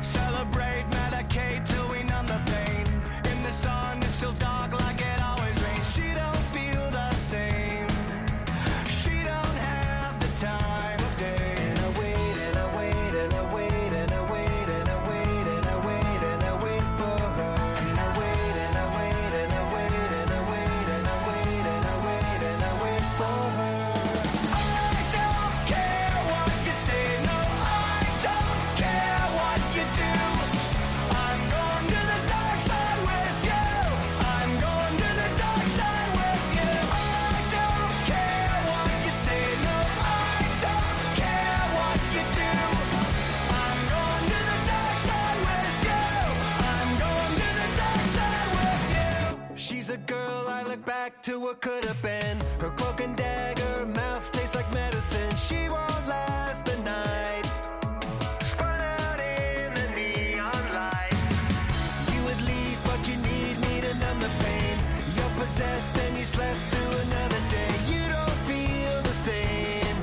Celebrate, medicate till we numb the pain. In the sun, it's still dark like it always rains. She don't feel the same. She don't have the time of day. And I wait and I wait and I wait and I wait and I wait and I wait and I wait for her. And I wait and I wait and I wait and I wait and I wait and I wait and I wait for her. I don't care what you say, no, I don't care what you do. I'm going to the dark side with you. I'm going to the dark side with you. I don't care what you say, no, I don't care what you do. I'm going to the dark side with you. I'm going to the dark side with you. She's a girl I look back to what could have been. Her cloak and dagger mouth tastes like medicine. She won't last the night. Spun out in the neon lights. You would leave, but you need me to numb the pain. You're possessed and you slept through another day. You don't feel the same.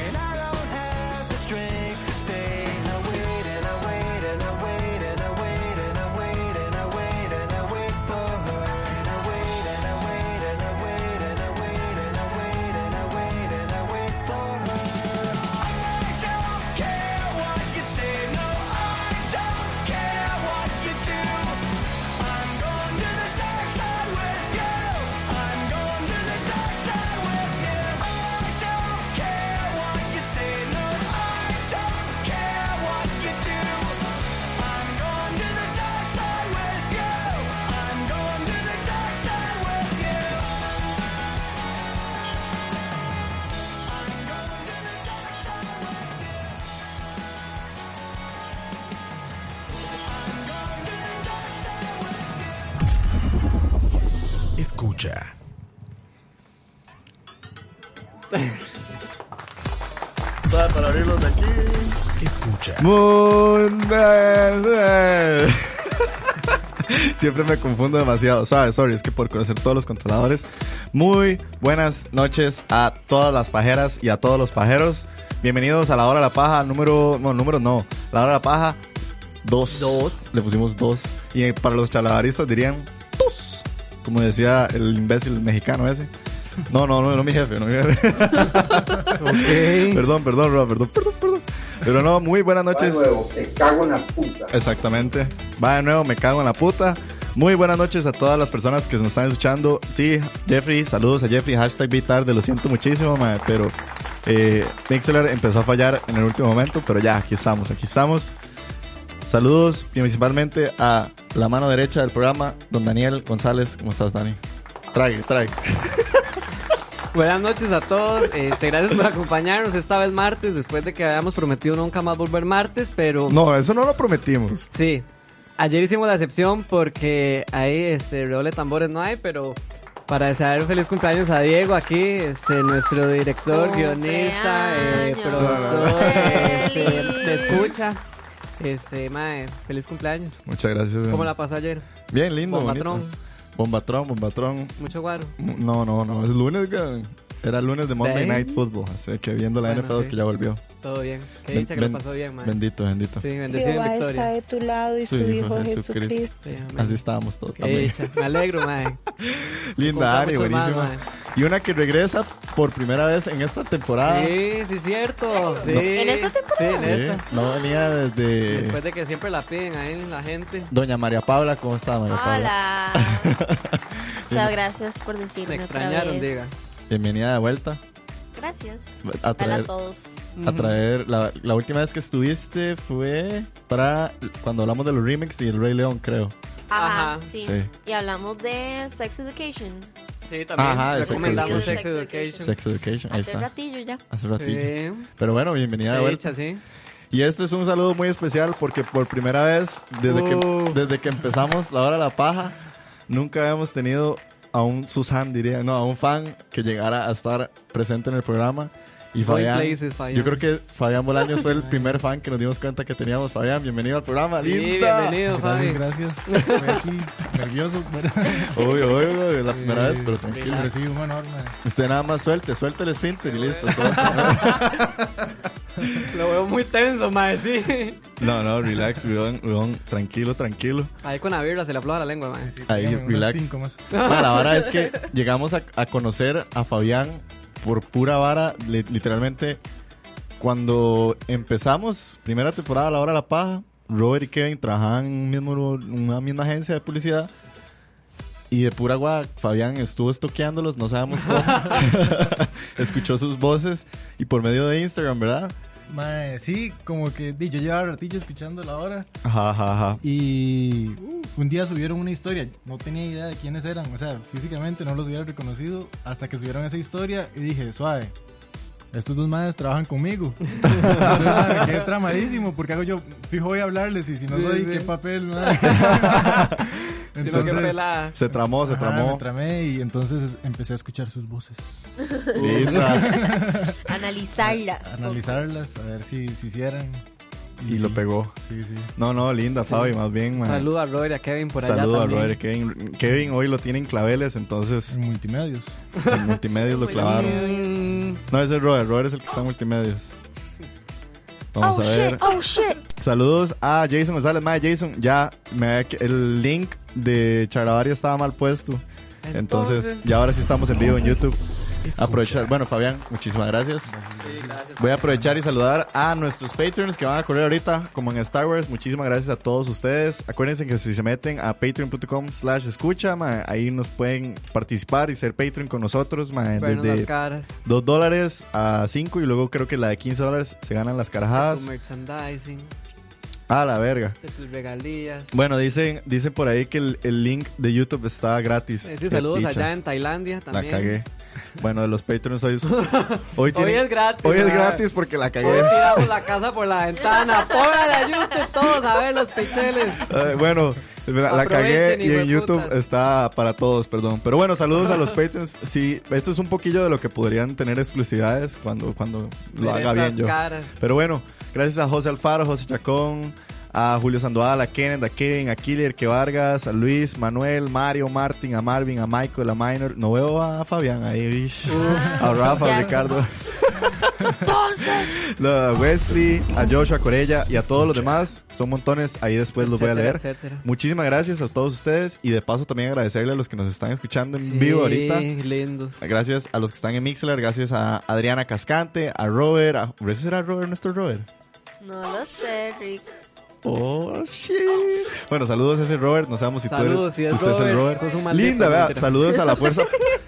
And I don't have the strength to stay. I wait and I wait and I wait and I wait and I wait and I wait and I wait for her. And I wait and I wait and I wait and I wait and I wait and I wait and I wait for her. I don't care what you say, no, I don't care what you do. I'm going to the dark side with you. I'm going to the dark side with you. I don't care what you say, no, I don't care what you do. I'm going to the dark side with you. I'm going to the dark side with you. I'm going to the dark side with you. I'm going to the dark side with you. Escucha. Para, para abrirlos de aquí. Escucha. Mundial. Siempre me confundo demasiado. Sorry, sorry, es que por conocer todos los controladores. Muy buenas noches a todas las pajeras y a todos los pajeros. Bienvenidos a la hora de la paja número. No, número no. La hora de la paja 2. Dos. Le pusimos 2. Y eh, para los chalabaristas dirían 2. Como decía el imbécil mexicano ese. No, no, no, no mi jefe, no mi jefe. Perdón, perdón, Rob, perdón, perdón, perdón. Pero no, muy buenas noches. Va de nuevo, te cago en la puta. Exactamente. Va de nuevo, me cago en la puta. Muy buenas noches a todas las personas que nos están escuchando. Sí, Jeffrey, saludos a Jeffrey, hashtag vi tarde, lo siento muchísimo, mae, pero eh, Mixler empezó a fallar en el último momento, pero ya, aquí estamos, aquí estamos. Saludos principalmente a la mano derecha del programa, don Daniel González. ¿Cómo estás, Dani? Trague, trague. Buenas noches a todos, este, gracias por acompañarnos esta vez martes, después de que habíamos prometido nunca más volver martes, pero No, eso no lo prometimos. sí, ayer hicimos la excepción porque ahí este redoble de tambores no hay, pero para desear un feliz cumpleaños a Diego aquí, este nuestro director, guionista, eh, Cumpleaños. productor, este, Feliz. te escucha, este mae, feliz cumpleaños. Muchas gracias. ¿Cómo la pasó ayer? Bien, lindo, Bombatrón. bonito. Bombatrón, bombatrón. Mucho guaro. No, no, no, es lunes, güey. Era lunes de Monday Dang. Night Football, así que viendo la Bueno, NFL sí. que ya volvió. Todo bien. Qué Ben- dicha que ben- lo pasó bien, man. Bendito, bendito. Sí, bendecido en Jehová está victoria. de tu lado y Su su Hijo Hijo Jesucristo. Jesucristo. Sí, amén. Así estábamos todos Qué también. dicha. Me alegro, man. Linda Contaba Ari, mucho más, buenísima. mae. Y una que regresa por primera vez en esta temporada. Sí, sí, cierto. Sí. ¿En esta Sí, temporada? Ah. Sí, en esta. no venía desde Después de que siempre la piden ahí en la gente. Doña María Paula. ¿Cómo está, María Paula? Hola. Muchas gracias por decirme. Me otra extrañaron, vez. diga. Bienvenida de vuelta. Gracias. A Hola a traer, todos. a traer la, la última vez que estuviste fue para cuando hablamos de los remix y el Rey León, creo. Ajá, Ajá. sí. Sí. Y hablamos de Sex Education. Sí, también Ajá, de Sex recomendamos Education. Sex Education. Sex Education, ahí Hace está. ratillo ya. Hace ratillo. Sí, Pero bueno, bienvenida de qué vuelta. dicha, sí. Y este es un saludo muy especial porque por primera vez desde, Uh. que, desde que empezamos la hora de la paja, nunca habíamos tenido a un Susan, diría, no, a un fan que llegara a estar presente en el programa. Y Going Fabián, places, Fabián. yo creo que Fabián Bolaños fue el primer fan que nos dimos cuenta que teníamos. Fabián, bienvenido al programa, Sí, linda. bienvenido, Fabi. Gracias, gracias. Estoy aquí nervioso, pero, Obvio, obvio, obvio, es la primera vez, pero tranquilo. pero sí, un honor, man. Usted nada más suelte, suelte el esfínter y listo. todo. Lo veo muy tenso, mae, sí. No, no, relax, weón, weón, tranquilo, tranquilo. Ahí con la birra se le afloja la lengua, mae. Sí, Ahí, dígame, unos relax. cinco más. Ma, la vara es que llegamos a, a conocer a Fabián por pura vara, li- literalmente. Cuando empezamos, primera temporada, La Hora de la Paja, Robert y Kevin trabajaban en un mismo lu- una misma agencia de publicidad. Y de pura agua, Fabián estuvo estoqueándolos, no sabemos cómo. Escuchó sus voces y por medio de Instagram, ¿verdad? Mae, sí, como que di, yo llevaba ratillo escuchando la hora Ajá, ajá, ajá. y un día subieron una historia. No tenía idea de quiénes eran, o sea, físicamente no los hubiera reconocido hasta que subieron esa historia y dije, suave. Estos dos madres trabajan conmigo. Entonces, mae, me quedé tramadísimo porque hago yo, fijo voy a hablarles y si no Sí, soy, sí. qué papel, mae. Sino que Entonces, pelada. Se tramó, Oh, se Ajá, Ah, me tramó. tramé y entonces empecé a escuchar sus voces, Linda. Analizarlas. a analizarlas, a ver si, si hicieran. Y lo sí, pegó. Sí, sí. No, no, linda, Fabi, más bien, man. Saludo a Robert y a Kevin por allá Saludos a también. Robert Kevin. Kevin hoy lo tienen claveles, entonces En multimedios. en multimedios lo clavaron. Mm, No, ese es Robert, Robert es el que está en multimedios. Vamos oh a shit, ver. oh shit. Saludos a Jason González. Mae, Jason, ya me había que- el link de Charabaria estaba mal puesto. Entonces, Entonces. ya ahora sí estamos en vivo en YouTube. Aprovechar. Bueno, Fabián, muchísimas gracias. Voy a aprovechar y saludar a nuestros Patreons que van a correr ahorita, como en Star Wars. Muchísimas gracias a todos ustedes. Acuérdense que si se meten a patreon.com slash escucha, mae, ahí nos pueden participar y ser Patreon con nosotros, mae, vernos las desde caras. 2 dólares a 5 y luego creo que la de 15 dólares se ganan las Tu carajadas. merchandising, A la verga. de tus regalías. Bueno, dicen, dicen por ahí que el, el link de YouTube está gratis. Ese saludos Dicha. allá en Tailandia La también. cagué. Bueno, de los Patreons hoy. Hoy, Hoy tienen- es gratis. hoy es mae. gratis Eh. porque la Hoy cagué. tiramos la casa por la ventana. Póngale a YouTube todos a ver los pecheles. Eh, bueno, la, la cagué Aprovechen, y en hijueputas. YouTube está para todos, perdón. Pero bueno, saludos a los Patreons. Sí, esto es un poquillo de lo que podrían tener exclusividades cuando, cuando lo Ver haga bien esas yo. caras. Pero bueno, gracias a José Alfaro, José Chacón, a Julio Sandoval, a Kenneth, a Kevin, a Killer, que Vargas, a Luis, Manuel, Mario, Martín, a Marvin, a Michael, a Minor. No veo a Fabián ahí, ish. a Rafa, a Ya. Ricardo, Entonces, a Wesley, a Joshua Corella y a todos los demás. Son montones, ahí después los voy a Etcétera, leer. etcétera. Muchísimas gracias a todos ustedes y de paso también agradecerle a los que nos están escuchando en Sí, vivo ahorita. lindos. Gracias a los que están en Mixler, gracias a Adriana Cascante, a Robert, a... ¿Ese será Robert, nuestro Robert? no lo sé, Rick. Oh, shit. Bueno, saludos a ese Robert. No sabemos si Saludos, tú si eres, es si usted es el Robert, Robert. sos un maldito, Linda, vea. mentira. Saludos a la fuerza.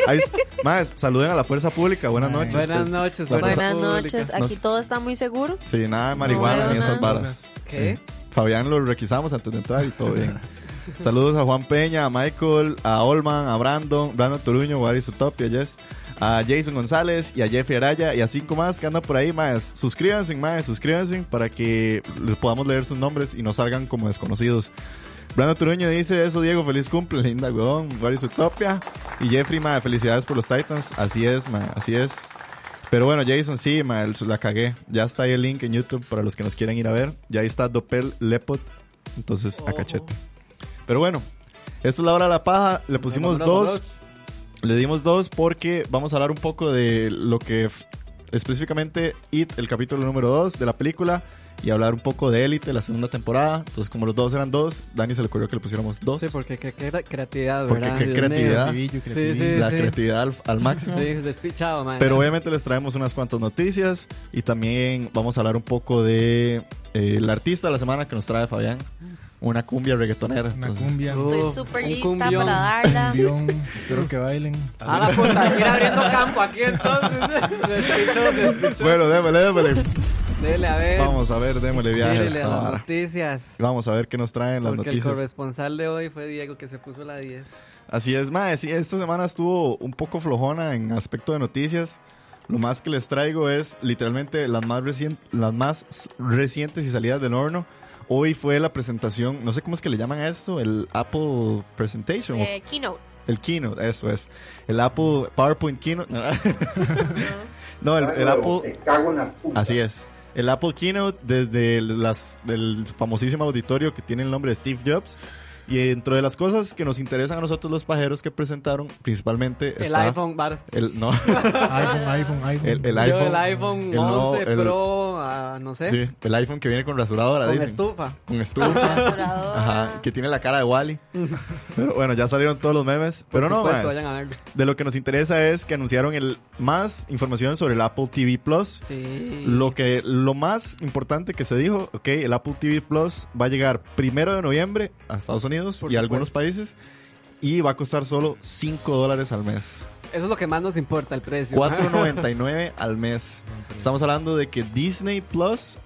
Ahí- más, saluden a la fuerza pública. Buenas noches. Buenas noches, la buenas fuerza- Buenas noches. Nos- Aquí todo está muy seguro. Sí, nada de No marihuana veo ni esas nada. varas. ¿Qué? Sí. Fabián lo requisamos antes de entrar y todo bien. Saludos a Juan Peña, a Michael, a Olman, a Brandon, Brandon Toruño, Waris Utopia, Jess, a Jason González y a Jeffrey Araya y a cinco más que andan por ahí, más. Suscríbanse, más, suscríbanse para que les podamos leer sus nombres y no salgan como desconocidos. Brandon Toruño dice eso, Diego, feliz cumple, linda, weón, Waris Utopia. Y Jeffrey, mae, felicidades por los Titans. Así es, mae, así es. Pero bueno, Jason, sí, ma, el- la cagué. Ya está ahí el link en YouTube para los que nos quieren ir a ver. Ya ahí está Doppel Lepot. Entonces, a Ojo. cachete. Pero bueno, esto es la hora de la paja. Le pusimos Número dos Le dimos dos porque vamos a hablar un poco de lo que f- específicamente It, el capítulo número 2 de la película, y hablar un poco de Élite, la segunda temporada. Entonces, como los dos eran dos, Dani se le ocurrió que le pusiéramos dos. Sí, porque qué qué creatividad, Porque ¿verdad? qué Dios creatividad. mío. Creativillo, Sí, creativillo. sí, la sí. creatividad al, al máximo. Sí, despichado, man. Pero obviamente les traemos unas cuantas noticias y también vamos a hablar un poco de eh, el artista de la semana que nos trae Fabián, una cumbia reggaetonera. Una Entonces, cumbia. Oh, Estoy súper un lista cumbión. para darla. Cumbión. Espero que bailen. A la puta, viene abriendo campo aquí entonces. Despichó, despichó. Bueno, démosle, démosle. Dele a ver. Vamos a ver, démosle viaje a Dele a esta las vara. noticias. Vamos a ver qué nos traen las Porque el noticias. corresponsal de hoy fue Diego que se puso la 10. Así es, mae. Sí, esta semana estuvo un poco flojona en aspecto de noticias. Lo más que les traigo es literalmente las más, recien- las más s- recientes y salidas del horno. Hoy fue la presentación, no sé cómo es que le llaman a esto, el Apple Presentation, o Eh, keynote. el Keynote, eso es. El Apple PowerPoint Keynote. no, el, el Apple. Te cago en la puta. Así es. El Apple Keynote desde las, el famosísimo auditorio que tiene el nombre de Steve Jobs. Y dentro de las cosas que nos interesan a nosotros los pajeros que presentaron, principalmente El está iPhone, bar. El, no, iPhone, iPhone, iPhone. el, el Yo iPhone. el iPhone el nuevo- 11 el- Pro, ah, no sé, Sí, el iPhone que viene con rasuradora, con dicen. estufa. Con estufa. Adoradora. Ajá, que tiene la cara de Wally. Pero bueno, ya salieron todos los memes. Pero Por no, supuesto, maes, vayan a verlo. de lo que nos interesa es que anunciaron el, más información sobre el Apple TV Plus. Sí. Lo que lo más importante que se dijo, ok, el Apple TV Plus va a llegar primero de noviembre a Estados Unidos Por y a algunos países y va a costar solo 5 dólares al mes. Eso es lo que más nos importa, el precio. Ajá. 4.99 al mes. Estamos hablando de que Disney Plus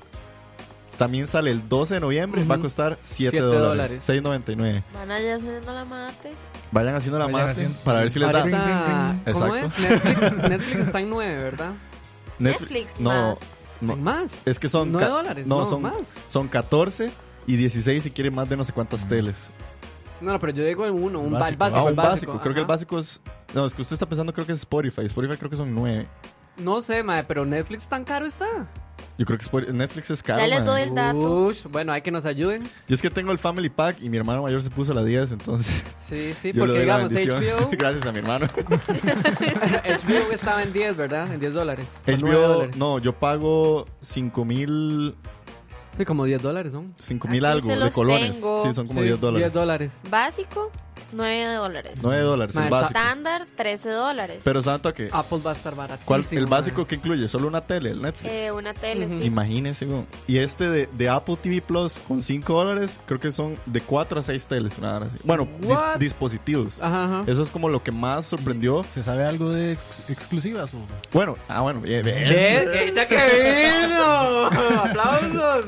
también sale el 12 de noviembre, va a Ujú. costar 7, Siete dólares, dólares. 6.99. Van allá haciendo la mate. Vayan haciendo la Vayan mate haciendo- para ver si les da Ring, ring, Ahorita, ring. ¿cómo Exacto. es? Netflix, Netflix está en 9, ¿verdad? Netflix, no, más. no, ¿En más? es que son 9 ca- dólares. No, No, son más. son 14 y 16 si quieren más de no sé cuántas teles. No, no, pero yo digo el uno, un básico. Básico. básico Ah, el un básico. Creo que el ajá. básico es. No, es que usted está pensando, creo que es Spotify. Spotify creo que son nueve. No sé, mae, pero Netflix tan caro está. Yo creo que Spotify- Netflix es caro. Ya les man. doy el dato. Ush, bueno, hay que nos ayuden. Yo es que tengo el Family Pack y mi hermano mayor se puso la 10, entonces. Sí, sí, yo le doy porque la digamos, bendición. HBO, Gracias a mi hermano. HBO estaba en 10, ¿verdad? En 10 dólares. o 9 HBO, dólares. no, yo pago 5 mil. Sí, como 10 dólares son. 5 mil Aquí algo se de los colones. tengo. Sí, son como Sí, 10 dólares. 10 dólares. Básico, 9 dólares. 9 dólares, el Más básico. Estándar, 13 dólares. Pero santo que. Apple va a estar baratísimo. ¿Cuál, el básico mae. que incluye? Solo una tele, el Netflix. Eh, una tele, Ujú. sí. Imagínense, weón. Y este de, de Apple TV Plus con 5 dólares, creo que son de 4 a 6 teles. Una hora así. Bueno, dis- What? dispositivos. Ajá, ajá. Eso es como lo que más sorprendió. ¿Se sabe algo de ex- exclusivas? O? Bueno, ah, bueno, bien, bien. ¿Qué? ¡Qué dicha que vino! ¡Aplausos!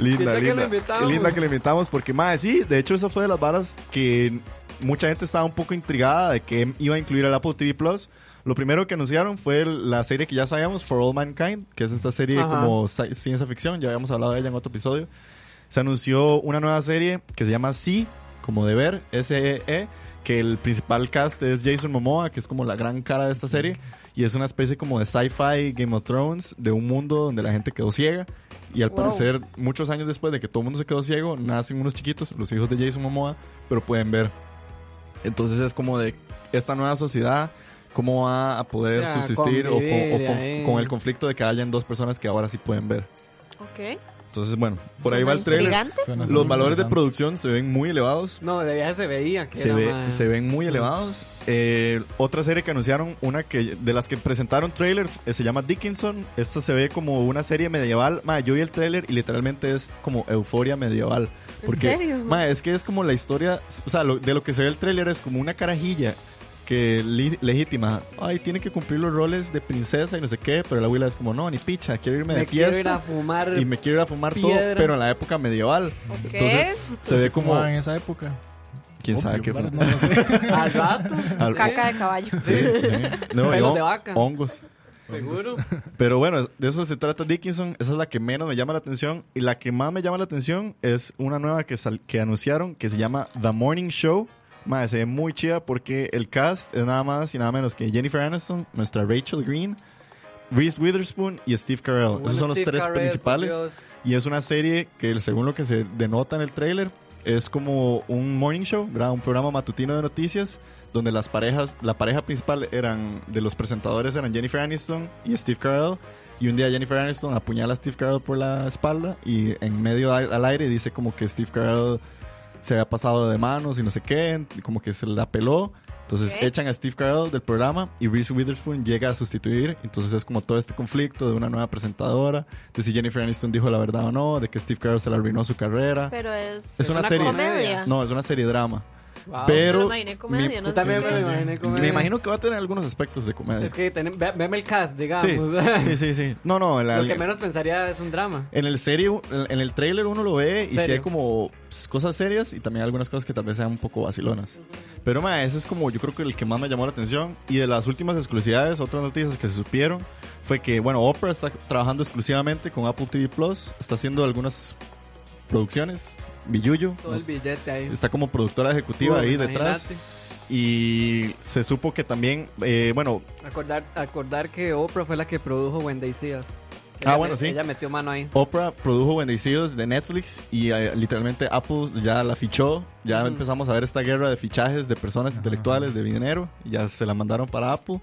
Linda, Qué dicha que linda. lo invitamos. Qué linda que le invitamos porque, madre, sí, de hecho, esa fue de las varas que mucha gente estaba un poco intrigada de que iba a incluir al Apple TV Plus. Lo primero que anunciaron fue el- la serie que ya sabíamos, For All Mankind, que es esta serie Ajá. como sci- ciencia ficción, ya habíamos hablado de ella en otro episodio. Se anunció una nueva serie que se llama Sí, como de ver, S-E-E, que el principal cast es Jason Momoa, que es como la gran cara de esta serie. Y es una especie como de sci-fi Game of Thrones, de un mundo donde la gente quedó ciega. Y al Wow. parecer, muchos años después de que todo el mundo se quedó ciego, nacen unos chiquitos, los hijos de Jason Momoa, pero pueden ver. Entonces es como de esta nueva sociedad, cómo va a poder O sea, subsistir o, con, o convivir conf- ahí. con el conflicto de que hayan dos personas que ahora sí pueden ver. Ok. Entonces, bueno, por ahí Suena va el trailer. intrigante. Suena Los súper valores de interesante. producción se ven muy elevados. No, de viaje se veía que Se, era, ve- mae. se ven muy elevados. Eh, otra serie que anunciaron, una que de las que presentaron trailer, eh, se llama Dickinson. Esta se ve como una serie medieval. Ma, yo vi el trailer y literalmente es como euforia medieval. Porque, serio? ma, es que es como la historia, o sea, lo- de lo que se ve el trailer es como una carajilla que li- legítima. Ay, tiene que cumplir los roles de princesa y no sé qué, pero la abuela es como, no, ni picha, quiero irme Me, de quiero ir fiesta. a fumar. Y me quiero ir a fumar todo, piedra. pero en la época medieval. Ok. Entonces, se ve como. Fumaba en esa época. Quién sabe Obvio, qué. varas, no lo sé. Al rato. Al- Caca de caballo. Sí, No, Pelos y de hon- vaca. Hongos. Seguro. Pero bueno, de eso se trata Dickinson. Esa es la que menos me llama la atención. Y la que más me llama la atención es una nueva que, sal- que anunciaron que se llama The Morning Show. Madre, se ve muy chida porque el cast es nada más y nada menos que Jennifer Aniston, nuestra Rachel Green, Reese Witherspoon y Steve Carell. Esos son los Steve tres Carell, por principales. Dios. Y es una serie que, según lo que se denota en el tráiler, es como un morning show, ¿verdad? un programa matutino de noticias, donde las parejas, la pareja principal eran de los presentadores eran Jennifer Aniston y Steve Carell. Y un día Jennifer Aniston apuñala a Steve Carell por la espalda y en medio al al aire dice como que Steve Carell se había pasado de manos y no sé qué, como que se la peló. Entonces Ok. echan a Steve Carell del programa y Reese Witherspoon llega a sustituir. Entonces es como todo este conflicto de una nueva presentadora, de si Jennifer Aniston dijo la verdad o no, de que Steve Carell se le arruinó su carrera. Pero es. Es una serie. comedia. No, es una serie drama. Wow. Pero Me lo imaginé comedia, mi- no Yo también sé. me lo imaginé como- me imagino que va a tener algunos aspectos de comedia. Es que tenem- ve- veme el cast, digamos. Sí, sí, sí, sí. No, no, en la- Lo que menos pensaría es un drama. en el serie, en el tráiler uno lo ve y sí Serio. hay como pues, cosas serias y también algunas cosas que tal vez sean un poco vacilonas. Pero ma, ese es como yo creo que el que más me llamó la atención. Y de las últimas exclusividades, otras noticias que se supieron fue que, bueno, Oprah está trabajando exclusivamente con Apple TV Plus, está haciendo algunas producciones, Billuyo, Todo no el sé, billete ahí. está como productora ejecutiva ahí Imagínate. detrás. Y se supo que también, eh, bueno, Acordar, acordar que Oprah fue la que produjo Wendy Seas. Ah, bueno, sí. Ella metió mano ahí. Oprah produjo Bendecidos de Netflix y eh, literalmente Apple ya la fichó. Ya Ujú. empezamos a ver esta guerra de fichajes de personas intelectuales de dinero. y Ya se la mandaron para Apple.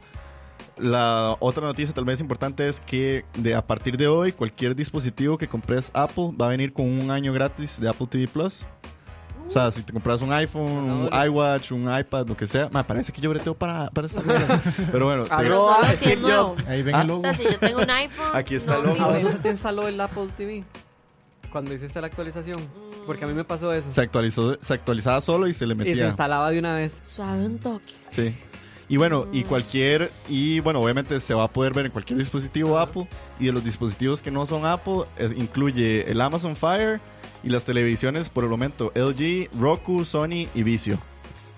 La otra noticia tal vez importante es que de a partir de hoy cualquier dispositivo que compres Apple va a venir con un año gratis de Apple TV Plus. O sea, si te compras un iPhone, un Ahora. iWatch, un iPad, lo que sea, me parece que yo breteo para, para esta mierda. Pero bueno, te- Pero solo si es Steve nuevo. Jobs. Ahí ven Ah. el O logo. sea, si yo tengo un iPhone. Aquí está no, el sí, ojo. ¿A vos bueno. no se te instaló el Apple TV? Cuando hiciste la actualización. Porque a mí me pasó eso. se actualizó, se actualizaba solo y se le metía. Y se instalaba de una vez. Suave un toque. Sí. Y bueno, y cualquier, y bueno, obviamente se va a poder ver en cualquier dispositivo Apple. Y de los dispositivos que no son Apple, es- incluye el Amazon Fire y las televisiones por el momento LG, Roku, Sony y Vizio.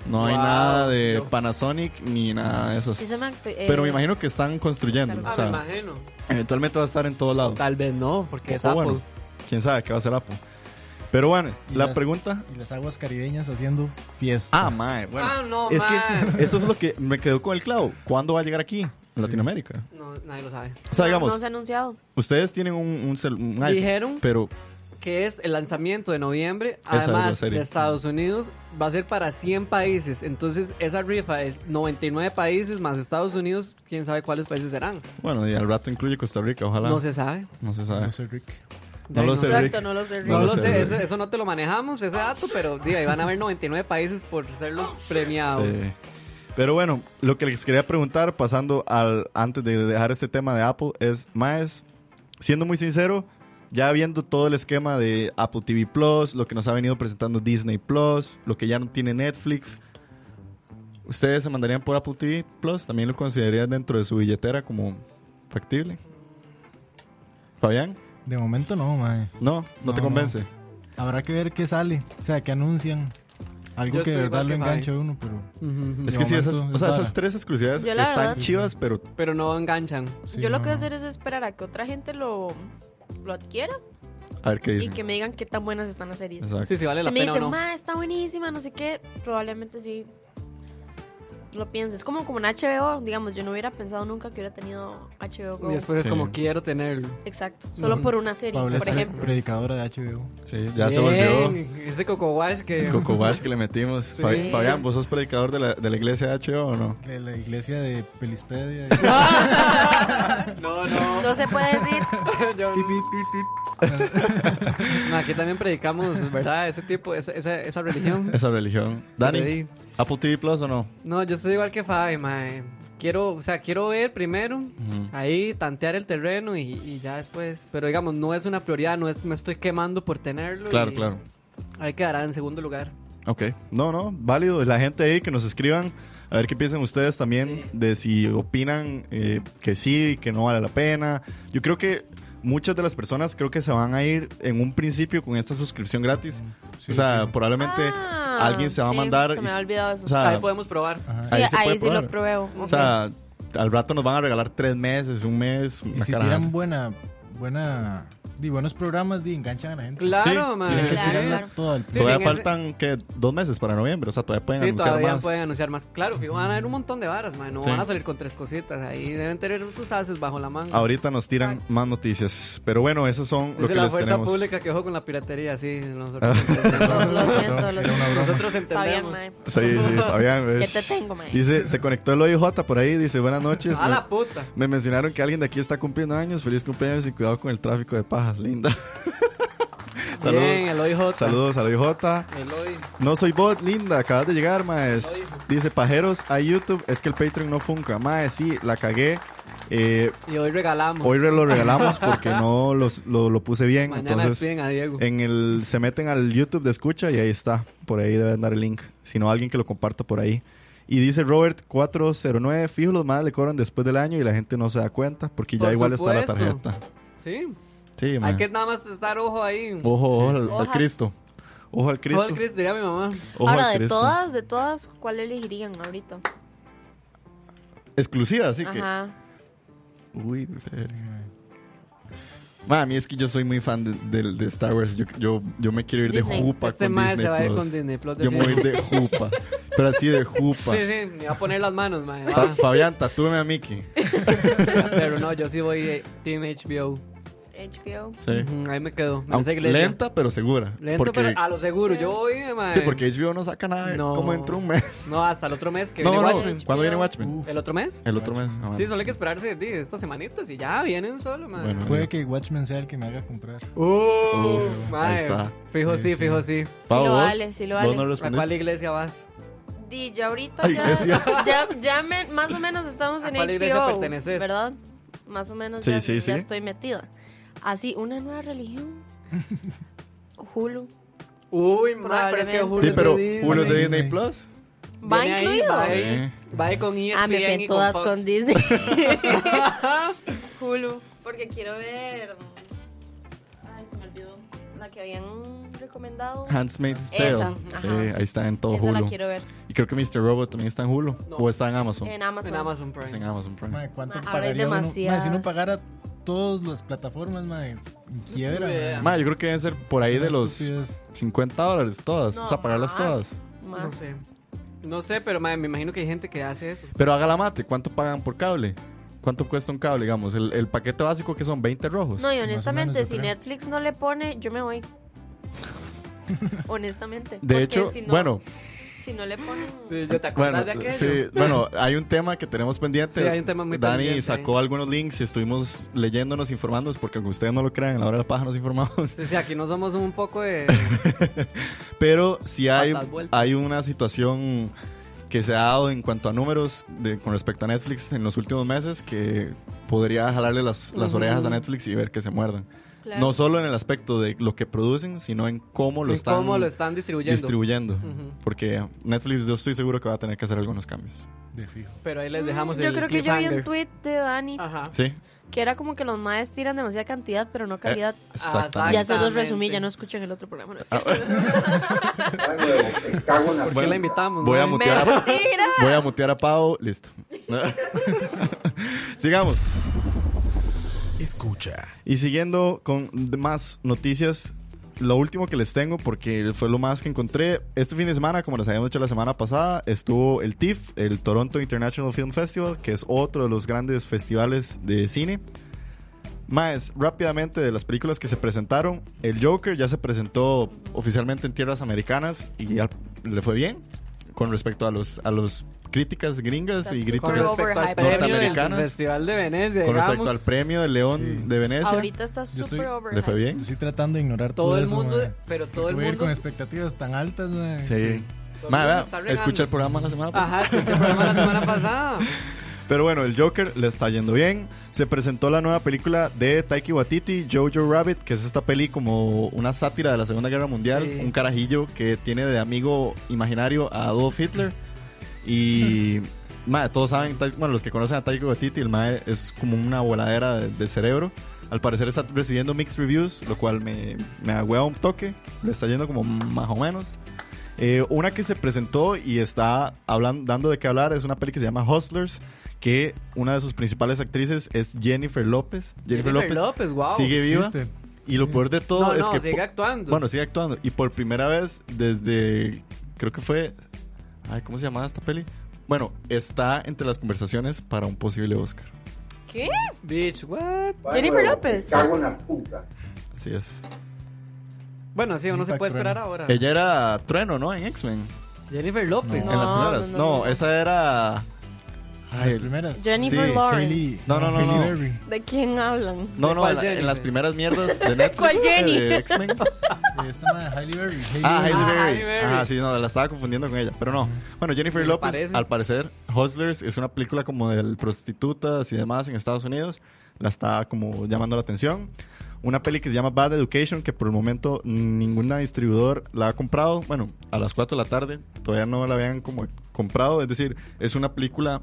No hay Wow. nada de Panasonic ni nada de Sí esos. se me acti- eh, Pero me imagino que están construyendo. claro. O Ah, me sea, imagino. eventualmente va a estar en todos lados. Tal vez no, porque es O Apple. bueno, quién sabe qué va a ser Apple. Pero bueno, Y la las- pregunta. Y las aguas caribeñas haciendo fiesta. Ah, mae, bueno. Ah, no, es mae. que eso es lo que me quedó con el clavo. ¿Cuándo va a llegar aquí? A Latinoamérica. No, nadie lo sabe. O sea, no, digamos, No se ha anunciado. ustedes tienen un, un, cel- un iPhone, Dijeron. pero que es el lanzamiento de noviembre, Esa es la además serie. de Estados Unidos, va a ser para 100 países. Entonces, esa rifa es 99 países más Estados Unidos, quién sabe cuáles países serán. bueno, y al rato incluye Costa Rica, ojalá. No se sabe. No se sabe. No sé, Rick. Ah. No lo no sé, sé. Rick. Exacto, no lo sé. No No lo lo sé, sé. eso, eso no te lo manejamos, ese dato, pero di, ahí van a haber 99 países por ser los premiados. Sí. Pero bueno, lo que les quería preguntar, pasando al antes de dejar este tema de Apple, es más, siendo muy sincero, ya viendo todo el esquema de Apple TV Plus, lo que nos ha venido presentando Disney Plus, lo que ya no tiene Netflix, ¿ustedes se mandarían por Apple TV Plus? ¿También lo considerarían dentro de su billetera como factible? Fabián, De momento no, mae. no, no, te No, convence. Habrá que ver qué sale. O sea, qué anuncian. Algo Yo que de estoy verdad igual lo que Fabi. engancha a uno, pero. Ujú. Es De que sí, momento esas, o es sea, vara. esas tres exclusividades Yo la están verdad- chivas, pero Pero no enganchan. sí, yo lo no, que voy a no. hacer es esperar a que otra gente lo, lo adquiera a ver qué y dicen. que me digan qué tan buenas están las series. Exacto. Sí, sí, vale Si la me pena o dicen, no. ma, está buenísima, no sé qué, probablemente sí lo pienses. Es como, como en HBO, digamos, yo no hubiera pensado nunca que hubiera tenido HBO Go. Y después es Sí. como quiero tenerlo. Exacto, solo por una serie, Paula por es pre- ejemplo. predicadora de HBO. Sí, ya se volvió. Bien, Ese coco wash que. El coco wash que le metimos. Fabi- Fabián, ¿vos sos predicador de la, de la iglesia de HBO o no? De la iglesia de Pelispedia. Ah, No, no. No se puede decir. Yo- No, aquí también predicamos, ¿verdad? Ese tipo, esa, esa, esa religión. Esa religión. Dani, Sí. ¿Apple TV Plus o no? No, yo soy igual que Fabi, mae. Quiero, o sea, quiero ver primero, ahí tantear el terreno y, y ya después. Pero digamos, no es una prioridad, no es, me estoy quemando por tenerlo. Claro, y claro. Ahí quedará en segundo lugar. Ok. No, no, válido. La gente ahí que nos escriban, a ver qué piensan ustedes también de si opinan eh, que sí, que no vale la pena. Yo creo que muchas de las personas creo que se van a ir en un principio con esta suscripción gratis. Mm, sí, o sea, sí. probablemente Ah, alguien se va a sí, mandar. Se me y- había olvidado eso. o sea, ahí podemos probar. sí, ahí ahí, se puede sí lo probar. pruebo. O sea, al rato nos van a regalar tres meses, un mes, Y una si caraja. tiran buena buena, di, buenos programas y enganchan a la gente. Claro, Sí, ma, Sí, hay que Claro. tirarla toda al- Sí, todavía sin ese- faltan que dos meses para noviembre, o sea, todavía pueden Sí, anunciar todavía más. pueden anunciar más. Claro, fijo, van a haber un montón de varas, ma, no Sí. van a salir con tres cositas. Ahí deben tener sus haces bajo la manga. Ahorita nos tiran más noticias, pero bueno, esas son lo Dice que la les fuerza tenemos. Ah. pública que ojo con la piratería, sí. Nosotros, Lo siento, lo Era una siento. broma. nosotros Fabián, entendemos. mae. Sí, sí, Fabián. ¿Qué ves. te tengo, eh. mae? Dice, se conectó el OIJ por ahí, dice, buenas noches. A me- la puta. Me mencionaron que alguien de aquí está cumpliendo años. Feliz cumpleaños y cuidado con el tráfico de pajas, linda. Saludos. Bien, Eloy J. Saludos a la OIJ. Eloy. No soy bot, linda, acabas de llegar, maes. Dice, pajeros a YouTube, es que el Patreon no funca. Maes, sí, la cagué. Eh, Y hoy regalamos. hoy re- lo regalamos porque no los- lo, lo puse bien. Mañana entonces, eh, despiden a Diego. en el, se meten al YouTube de escucha y ahí está. Por ahí deben dar el link. Si no, alguien que lo comparta por ahí. Y dice Robert 409, fijo, los maes le cobran después del año y la gente no se da cuenta porque ya Por igual está la supuesto. tarjeta. Sí. Sí, Hay mae. que nada más estar ojo ahí. Ojo Ojo, ojo al, al Hojas. Cristo. Ojo al Cristo. al Cristo, diría mi mamá. Ojo Ahora, al de Cristo. todas, de todas, ¿cuál elegirían ahorita? Exclusiva, así que. Ajá. Uy, Mami, es que yo soy muy fan de, de- de Star Wars. Yo, yo, yo me quiero ir Disney. de jupa Este con mae Disney se va a ir Plus. con Disney Plus, Yo me voy a ir de jupa. Pero así de jupa. Sí, sí, me va a poner las manos, mae. Fa- va. Fabián, tatúeme a Mickey. Pero no, yo sí voy eh, Team HBO. HBO. Sí. Ujú, Ahí me quedo. Me Aunque- dice iglesia. lenta, pero segura. Lento, porque, pero a lo seguro. Sí. Yo voy, eh, mae. Sí, porque HBO no saca nada de- No. como dentro de un mes. No, hasta el otro mes que No, viene no. Watchmen. ¿Cuándo viene HBO? Watchmen? Uf, ¿El otro mes? El otro mes. Ah, Sí, solo hay que esperarse di, estas semanitas y ya vienen solo, mae. Bueno. Puede que Watchmen sea el que me haga comprar. Uh, Uf, mae. ahí está. Fijo sí, Sí, sí. fijo sí. Sí Pau, lo vos- vale, sí lo vos vale. no ¿A cuál respondiste. iglesia vas? Di, yo ahorita Ay, iglesia. ya, ya, ya me- más o menos estamos ¿A en cuál iglesia HBO, perteneces? ¿verdad? Más o menos Sí, ya, sí, ya sí. estoy metida. Así, una nueva religión. Hulu. Uy, mae, pero es que Julio Probablemente. Sí, pero Disney. uno es de Disney. Disney Plus. ¿Va Viene ahí, incluido? Va ahí, va ahí con E ESPN Ah, me y ven con todas Fox. con Disney. Hulu. Porque quiero ver. Ay, se me olvidó. La que habían recomendado. Handmaid's Tale. Esa, Sí, ajá. ahí está en todo Esa la Ah, Hulu. quiero ver. Y creo que Mr. Robot también está en Hulu. No. O está en Amazon. En Amazon. En Amazon Es Prime. en Amazon Prime. Mae, ¿cuánto Ma, ahora hay pagaría uno? demasiadas. Mae, si uno pagara todas las plataformas, mae, quiebra, Ni mae. idea. Ma, yo creo que deben ser por ahí Una de los estupidez. 50 dólares todas. No, o sea, pagarlas más. todas. Más. No sé. No sé, pero mae, me imagino que hay gente que hace eso. Pero haga la mate, ¿cuánto pagan por cable? ¿Cuánto cuesta un cable, digamos? El, el paquete básico que son 20 rojos. No, y o honestamente, menos, yo si creo. Netflix no le pone, yo me voy. de honestamente. porque hecho, si no- bueno, Si no le ponen. Sí, yo te acuerdas bueno, de aquello. sí, bueno, hay un tema que tenemos pendiente. Sí, hay un tema muy Dani pendiente sacó algunos links y estuvimos leyéndonos, informándonos, porque aunque ustedes no lo crean, en la hora de la paja nos informamos. Sí, sí, aquí no somos un poco de. Pero si hay, Patas vueltas. hay una situación que se ha dado en cuanto a números de- con respecto a Netflix en los últimos meses que podría jalarle las, las Ujú. orejas a Netflix y ver que se muerdan. Claro. No solo en el aspecto de lo que producen, sino en cómo lo de están, ¿Cómo lo están distribuyendo? distribuyendo. Ujú. Porque Netflix yo estoy seguro que va a tener que hacer algunos cambios. De fijo. Pero ahí les dejamos Mm, el Yo creo que yo vi un cliffhanger. Ah. tweet de Dani Ajá. ¿Sí? que era como que los maes tiran demasiada cantidad, pero no calidad. Ah, ya Exactamente. se los resumí, exactamente. ya no escuchan el otro programa. ¿no? Ah, huevo, me cago en la ¿Qué Bueno, la invitamos? Voy a mae? mutear a, Mentira. voy a mutear a Pau. Listo. Sigamos. Escucha. Y siguiendo con de- más noticias, lo último que les tengo, porque fue lo más que encontré, este fin de semana, como les habíamos dicho la semana pasada, estuvo el TIFF, el Toronto International Film Festival, que es otro de los grandes festivales de cine. Más rápidamente de las películas que se presentaron, el Joker ya se presentó oficialmente en tierras americanas y ya le fue bien con respecto a los a los críticas gringas Está y súper Con críticas overhyped. respecto al premio del norteamericanas. Festival de Venecia, con respecto digamos, al premio del León Sí. de Venecia. Ahorita está Yo súper estoy- over. ¿Le fue bien? Yo estoy tratando de ignorar todo, todo el eso, mundo, mae. pero todo el Voy a ir mundo con expectativas tan altas, mae. Sí. Todo el mundo Mala, se está regando. escuché el programa la semana pasada. Ajá, escuché el programa la semana pasada. Pero bueno, el Joker le está yendo bien. Se presentó la nueva película de Taiki Watiti, Jojo Rabbit, que es esta peli como una sátira de la Segunda Guerra Mundial. Sí. Un carajillo que tiene de amigo imaginario a Adolf Hitler. Y. mae, todos saben, Ta- bueno, los que conocen a Taiki Watiti, el mae es como una voladera de, de cerebro. Al parecer está recibiendo mixed reviews, lo cual me, me agüea un toque. Le está yendo como más o menos. Eh, una que se presentó y está hablan- dando de qué hablar es una peli que se llama Hustlers, que una de sus principales actrices es Jennifer López. Jennifer, López, wow. sigue viva. Existe. Y lo peor de todo No, es no, que. sigue po- actuando. Bueno, sigue actuando. Y por primera vez desde. Creo que fue. Ay, ¿cómo se llamaba esta peli? Bueno, está entre las conversaciones para un posible Oscar. ¿Qué? Bitch, what? Jennifer López. Cago en la puta. Así es. Bueno, sí, uno se Impact puede esperar Trueno. ahora. Ella era Trueno, ¿no? En X-Men. Jennifer López. No. en las primeras. no, No, no, no. esa era. En las Ay, primeras. Jennifer Sí, Lawrence. Hailey- No, no, no, Hailey no. Berry. ¿De quién hablan? no, no, ¿Cuál en, la- en Jenny, las güey? primeras mierdas de Netflix. pues. eh, ¿Cuál Jenny? De X-Men. Y Eh, Esta madre, Hailey Berry. Hailey Ah, Berry. Hailey Hailey Berry. Berry. Ah, sí, no, la estaba confundiendo con ella. Pero no. Bueno, Jennifer Me López, parece. al parecer, Hustlers es una película como de prostitutas y demás en Estados Unidos. La está como llamando la atención. Una peli que se llama Bad Education, que por el momento ninguna distribuidor la ha comprado. Bueno, a las 4 de la tarde todavía no la habían como comprado. Es decir, es una película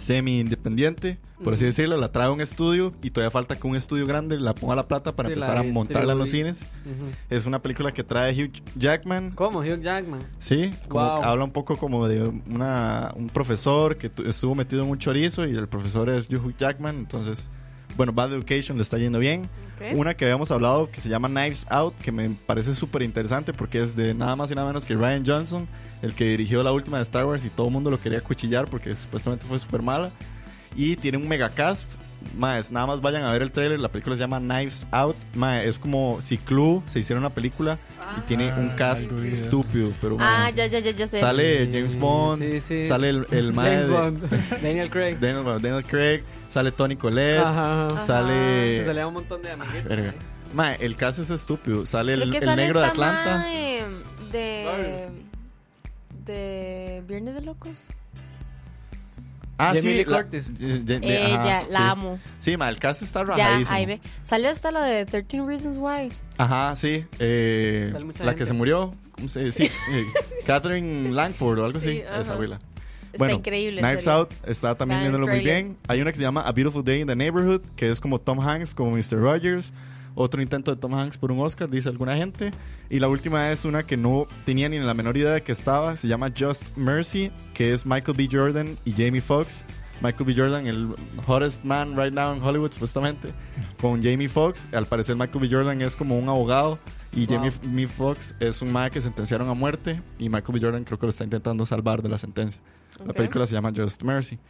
semi-independiente, por así decirlo. La trae a un estudio y todavía falta que un estudio grande la ponga la plata para Sí, la empezar a montarla en los distribuye. cines. Ujú. Es una película que trae Hugh Jackman. ¿Cómo? Hugh Jackman. Sí, como Wow. que habla un poco como de una, un profesor que tu- estuvo metido en un chorizo y el profesor es Hugh Jackman. Entonces, bueno, Bad Education le está yendo bien. Ok. Una que habíamos hablado que se llama Knives Out, que me parece súper interesante porque es de nada más y nada menos que Ryan Johnson, el que dirigió la última de Star Wars y todo el mundo lo quería cuchillar porque supuestamente fue súper mala. Y tiene un megacast. Más, nada más vayan a ver el trailer. La película se llama Knives Out. Mae, es como si Clue se hiciera una película y tiene un Ah, cast algo vi de eso. estúpido. Pero Ah, mae, ya, ya, ya, ya sé. sale James Bond, Sí, sí. sale el, el mae James de- Bond. Daniel Craig. Daniel, bueno, Daniel Craig, sale Tony Collette, Ajá. ajá. sale. Que se le da un montón de amiguitos. Ah, Verga. Mae, el cast es estúpido. Sale Creo el, que el sale negro de esta Atlanta. mae de. De. Viernes de Locos. Ah, Jamie Lee la- Curtis. Ye- ye- ye- Ella, ajá, Eh, la sí. amo. Sí, mae, el cast está Ya, rajadísimo. ahí ve. Salió hasta la de 13 Reasons Why. Ajá, sí. eh, Sale mucha la gente. que se murió. ¿cómo se dice? eh, Catherine Langford o algo Sí, así. ajá. Esa abuela. Está increíble. Knives serio. Out está también Vean el viéndolo muy trailer. bien. Hay una que se llama A Beautiful Day in the Neighborhood, que es como Tom Hanks, como Mr. Rogers. Otro intento de Tom Hanks por un Oscar, dice alguna gente. Y la última es una que no tenía ni la menor idea de que estaba. Se llama Just Mercy, que es Michael B. Jordan y Jamie Foxx. Michael B. Jordan, el hottest man right now en Hollywood, supuestamente, con Jamie Foxx. Al parecer, Michael B. Jordan es como un abogado y Wow. Jamie Jamie Foxx es un mae que sentenciaron a muerte y Michael B. Jordan creo que lo está intentando salvar de la sentencia. La Ok. película se llama Just Mercy.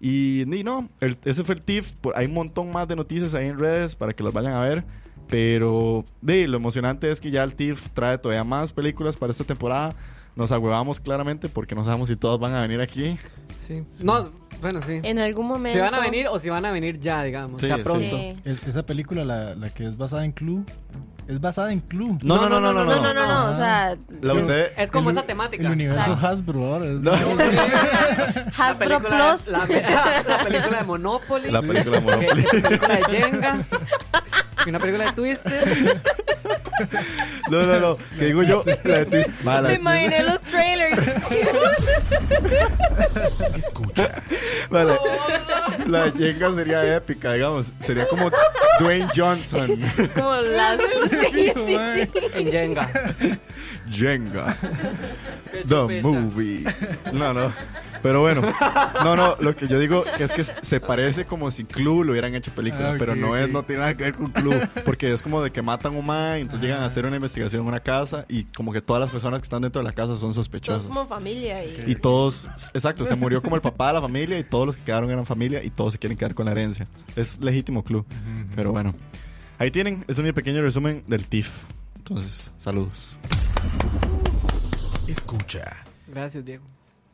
Y, y no, el- ese fue el TIFF. Por- Hay un montón más de noticias ahí en redes para que las vayan a ver. Pero de, lo emocionante es que ya el TIFF trae todavía más películas para esta temporada. Nos agüevamos claramente porque no sabemos si todas van a venir aquí. Sí. No, bueno, sí. En algún momento. Si van a venir o si van a venir ya, digamos. Sí, ya sí. pronto. Sí. El- esa película, la, la que es basada en Clue, es basada en Clue. No, no, no, no, no. No, no, no, no. no. O sea, La usé. Es como El- esa temática. El universo Exacto. Hasbro ahora. es- La Hasbro película- Plus. La, la película de Monopoly. La película de Ok, Monopoly. La película de Jenga. Y una película de Twister. No, no, no. Que digo yo, la de Twist. Ma, la de Me Twist. imaginé los trailers. Escucha. Vale. La de Jenga sería épica, digamos. Sería como Dwayne Johnson. Como las. Sí, sí, sí. En Jenga. Jenga. chupecha. The movie. No, no. Pero bueno, no, no. Lo que yo digo es que se parece como si Clue lo hubieran hecho película, Ah, ok, pero no ok. es, no tiene nada que ver con Clue, porque es como de que matan a un man, entonces llegan a hacer una investigación en una casa y como que todas las personas que están dentro de la casa son Todos sospechosas. como familia. Y... Y todos, exacto, se murió como el papá de la familia y todos los que quedaron eran familia y todos se quieren quedar con la herencia. Es legítimo club. Pero bueno, ahí tienen. Ese es mi pequeño resumen del TIFF. Entonces, saludos. Escucha. Gracias, Diego.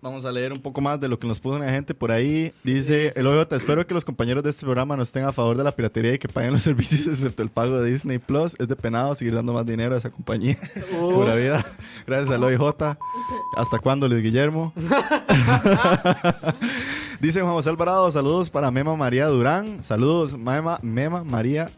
Vamos a leer un poco más de lo que nos puso la gente por ahí. Dice el OJ, espero que los compañeros de este programa no estén a favor de la piratería y que paguen los servicios excepto el pago de Disney Plus. Es de penado seguir dando más dinero a esa compañía. Pura vida. Gracias al OJ. ¿Hasta cuándo, Luis Guillermo? Dice Juan José Alvarado, saludos para Mema María Durán. Saludos, Mema, Mema María.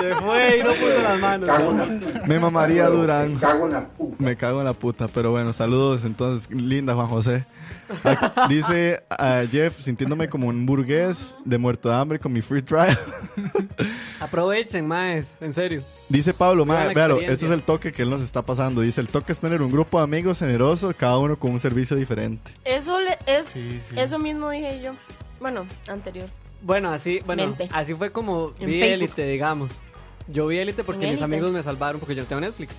Se fue y no puso las manos. Cago en la puta. Mema María Durán. Cago en la puta. Me cago en la puta, pero bueno, saludos. Entonces, linda Juan José. Ah, Dice a Jeff, sintiéndome como un burgués de muerto de hambre con mi free trial. Aprovechen, maes, en serio. Dice Pablo, Viva mae, la véalo, experiencia. este es el toque que él nos está pasando. Dice, el toque es tener un grupo de amigos generoso, cada uno con un servicio diferente. Eso, le- es, Sí, sí. eso mismo dije yo. Bueno, anterior. Bueno, así, bueno, Mente. así fue como En vi Facebook. Élite, digamos. Yo vi Élite porque En mis Élite. amigos me salvaron porque yo no tengo Netflix.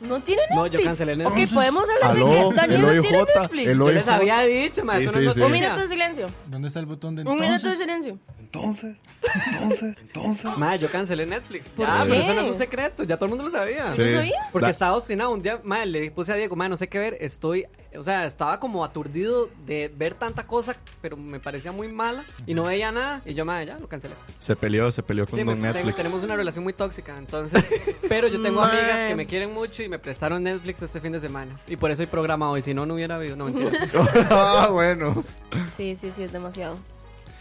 ¿No tiene Netflix? No, yo cancelé Netflix. Ok, podemos hablar de Aló, que el Daniel no tiene OIJ, Netflix. el Se OIJ. les había dicho, mae, Sí, eso sí, no sí. Un Un minuto de silencio. ¿Dónde está el botón de Un minuto de entonces? silencio. Entonces, entonces, entonces. Mae, yo cancelé Netflix. ¿Por Ya, pero qué? eso no es un secreto, ya todo el mundo lo Ah, sabía. Sí. sabía? Porque Da- estaba obstinado. Un día, mae, le puse a Diego, mae, no sé qué ver. Estoy, o sea, estaba como aturdido de ver tanta cosa, pero me parecía muy mala y no veía nada. Y yo, mae, ya lo cancelé. Se peleó, se peleó con Sí, Don me- tengo- Netflix. tenemos una relación muy tóxica, entonces. Pero yo tengo Mae. amigas que me quieren mucho y me prestaron Netflix este fin de semana. Y por eso hay programa hoy. Si no, no hubiera habido. No, mentira. ah, bueno. Sí, sí, sí, es demasiado.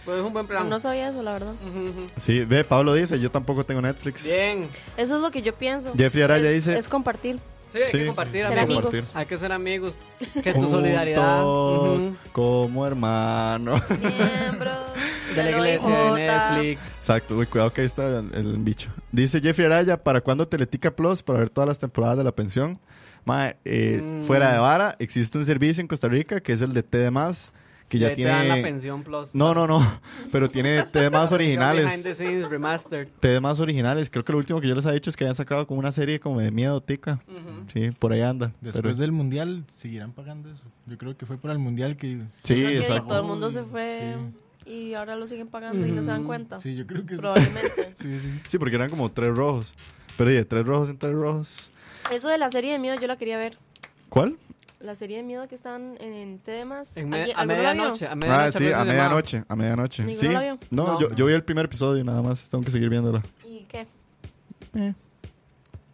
Pues es un buen programa. No sabía eso, la verdad. Ujú, ujú. Sí, ve, Pablo dice, yo tampoco tengo Netflix. Bien. Eso es lo que yo pienso. Jeffrey Araya Es- dice- Es compartir. Sí, hay Sí, que compartir, Ser amigos. amigos. Hay que ser amigos. Que tu Juntos solidaridad. ujú, como hermano. Miembros De la del iglesia OIJ. de Netflix. Exacto, uy, cuidado que ahí está el, el bicho. Dice Jeffrey Araya, ¿para cuándo Teletica Plus? Para ver todas las temporadas de La Pensión. Mae, eh, Mm. fuera de vara, existe un servicio en Costa Rica que es el de T de Más, que ya Ahí tiene... Te dan la pensión plus. No, no, no. Pero tiene temas Behind the originales. scenes remastered. Temas originales. Creo que lo último que yo les había dicho es que habían sacado como una serie como de miedo, tica. Sí, por ahí anda. Después Pero- del mundial seguirán pagando eso. Yo creo que fue para el mundial que. Sí, Creo que exacto. Todo el mundo se fue y ahora lo siguen pagando y no se dan cuenta. Sí, yo creo que. Probablemente. Sí, sí. Sí, porque eran como tres rojos. Pero oye, tres rojos en tres rojos. Eso de la serie de miedo yo la quería ver. ¿Cuál? La serie de miedo que están en, en temas. En me- ¿Alguien- a alguno la vio? medianoche. A Ah, medianoche. sí, a Rosa de medianoche. A medianoche. ¿Ninguno Sí. la vio? No, No. yo, yo vi el primer episodio y nada más. Tengo que seguir viéndolo. ¿Y qué? Eh,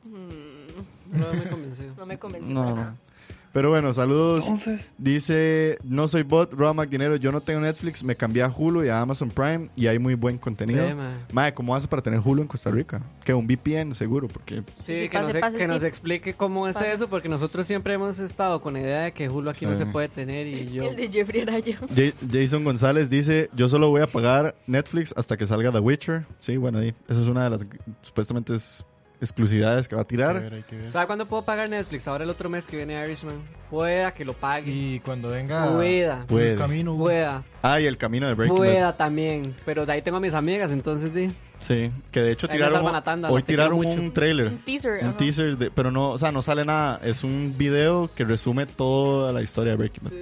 Mm, Mao. No, muy convencido. no me convenció. para no, nada. no. Pero bueno, saludos. Entonces. Dice, no soy bot, Roa Dinero, yo no tengo Netflix, me cambié a Hulu y a Amazon Prime y hay muy buen contenido. Sí, mae. Mae, ¿cómo hace para tener Hulu en Costa Rica? Que un VPN seguro, porque Sí, Sí, que, pase, nos, pase el que nos tip. explique cómo es Pase. eso, porque nosotros siempre hemos estado con la idea de que Hulu aquí no Sí. se puede tener y yo... El de Jeffrey era yo. Ja- Jason González dice, yo solo voy a pagar Netflix hasta que salga The Witcher. Sí, bueno, ahí, esa es una de las supuestamente es- exclusividades que va a Hay que ver, tirar. hay que ver. ¿Sabe cuándo puedo pagar Netflix? Ahora el otro mes que viene Irishman. Pueda que lo pague. Y cuando venga. Pueda. por Puede. el camino. Pueda. Ah, y el camino de Breaking Bad. Pueda también. Pero de ahí tengo a mis amigas, entonces di. Sí, que de hecho Ahí me tiraron, salvan la tanda, hoy las te quiero tiraron mucho. un trailer. Un teaser. Un ajá. teaser, de- pero no, o sea, no sale nada. Es un video que resume toda la historia de Breaking Bad.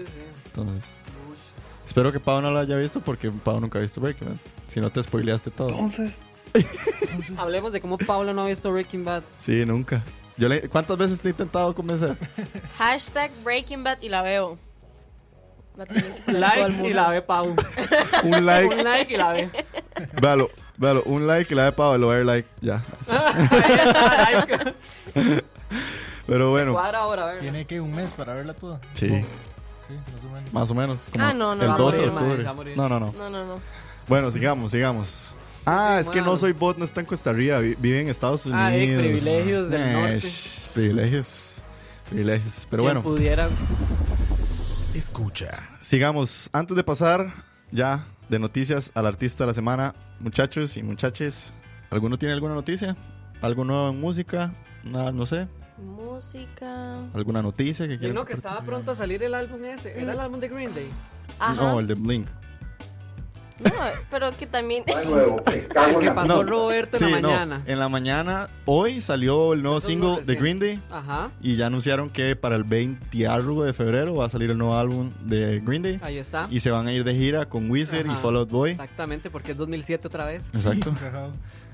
Entonces, espero que Pau no lo haya visto porque Pau nunca ha visto Breaking Bad. Si no, te spoileaste todo. Hablemos de cómo Paula no ha visto Breaking Bad. Sí, nunca. Yo le- ¿Cuántas veces te he intentado convencer? Hashtag Breaking Bad y la veo. La tienen que poner todo el Like mundo. y la ve Pau. Un like. Un like y la ve. Véalo, véalo, un like y la de Pablo, lo voy a dar like, ya. Ah. Like. Pero bueno, Cuadra ahora, a ver. Tiene que un mes para verla toda. sí, Sí, más o menos. más o menos. Como Ah, no, no, el va a 12 de morir, madre, va a octubre. morir. No, no, no. No, no, no. Bueno, sigamos, sigamos. Ah, es que mano. no soy bot, no está en Costa Rica, vi- vive en Estados Unidos. Ah, eh, privilegios del Eh, norte. sh- privilegios, privilegios. Pero Quien bueno, pudiera... Escucha. sigamos. Antes de pasar ya de noticias al artista de la semana, muchachos y muchaches, ¿alguno tiene alguna noticia? ¿Algo nuevo en música? Nada, no sé, Música. alguna noticia que Y quieran no, que compartir? estaba pronto a salir el álbum ese. Mm. Era el álbum de Green Day. Ajá. No, No, el de Blink. pero que también. Ay, huevo, me cago El en que la pasó No. Roberto en la mañana. en la mañana, hoy salió el nuevo Eso es single lo de recién. Green Day Ajá. y ya anunciaron que para el 20 algo de febrero va a salir el nuevo álbum de Green Day Ahí está. y se van a ir de gira con Wizard y Ajá. Fall Out Boy. Exactamente, porque es 2007 otra vez. Exacto.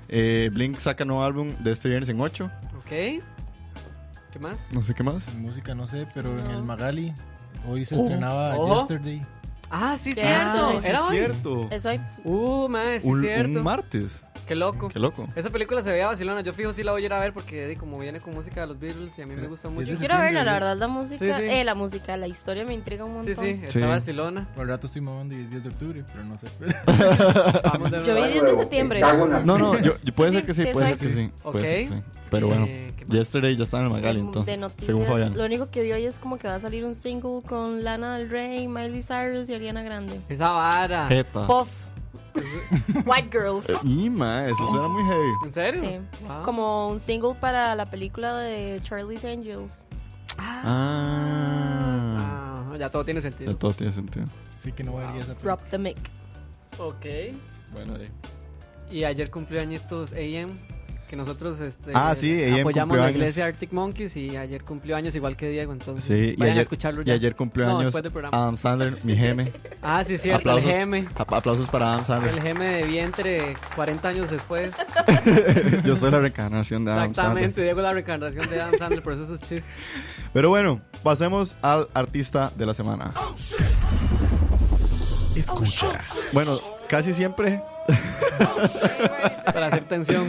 Eh, Blink saca nuevo álbum de este viernes en 8, Ok. ¿Qué más? no sé qué más. Música no sé, pero en el Magali. Hoy se estrenaba Ojo. Yesterday. Ah, sí, Cierto. cierto. Sí, Era es hoy. cierto. Eso hay. Uh, mae, sí, un, cierto. un martes. Qué loco. Qué loco. Esa película se veía vacilona. Yo fijo si la voy a ir a ver porque di, como viene con música de los Beatles y a mí Eh, me gusta mucho. desde- Sí, Quiero verla, la verdad, la música. Sí, sí. Eh, la música, la historia me intriga un montón. sí, está Sí. vacilona. Por el rato estoy mamando y es 10 de octubre, pero no sé. Vamos de Yo vi nuevo. 10 de septiembre. Me cago en la- No, no, yo, yo- puede Sí, ser que sí, sí, puede eso ser que sí. Puede Ok. ser que sí. Pero bueno, Eh, ¿qué más? Yesterday ya está en el De- Magali, de entonces, noticias, según Fabián. Lo único que vi hoy es como que va a salir un single con Lana del Rey, Miley Cyrus y Ariana Grande. Eh. Ah. Esa vara. Jeta. Puff. White Girls. Y, ma, eso suena muy heavy. ¿En serio? Sí. Wow. Como un single para la película de Charlie's Angels. Ah. Ah, ya todo tiene sentido. Todo tiene sentido. Sí que no vería esa Drop the mic. Ok. Bueno, ahí. Y ayer cumplió añitos AM. Que nosotros este, Ah, sí, AM apoyamos cumplió la años. iglesia Arctic Monkeys y ayer cumplió años igual que Diego, entonces Sí, y vayan ayer, a escucharlo y ya. ayer cumplió No, años después del programa. Adam Sandler, mi geme. Ah, sí, cierto, el GM. ap- aplausos para Adam El Sandler. GM de vientre 40 años después. Yo soy la reencarnación de Adam Sandler. Exactamente, Diego la reencarnación de Adam Sandler, por eso esos chistes. Pero bueno, pasemos al artista de la semana. Escucha. Bueno, casi siempre Para hacer tensión.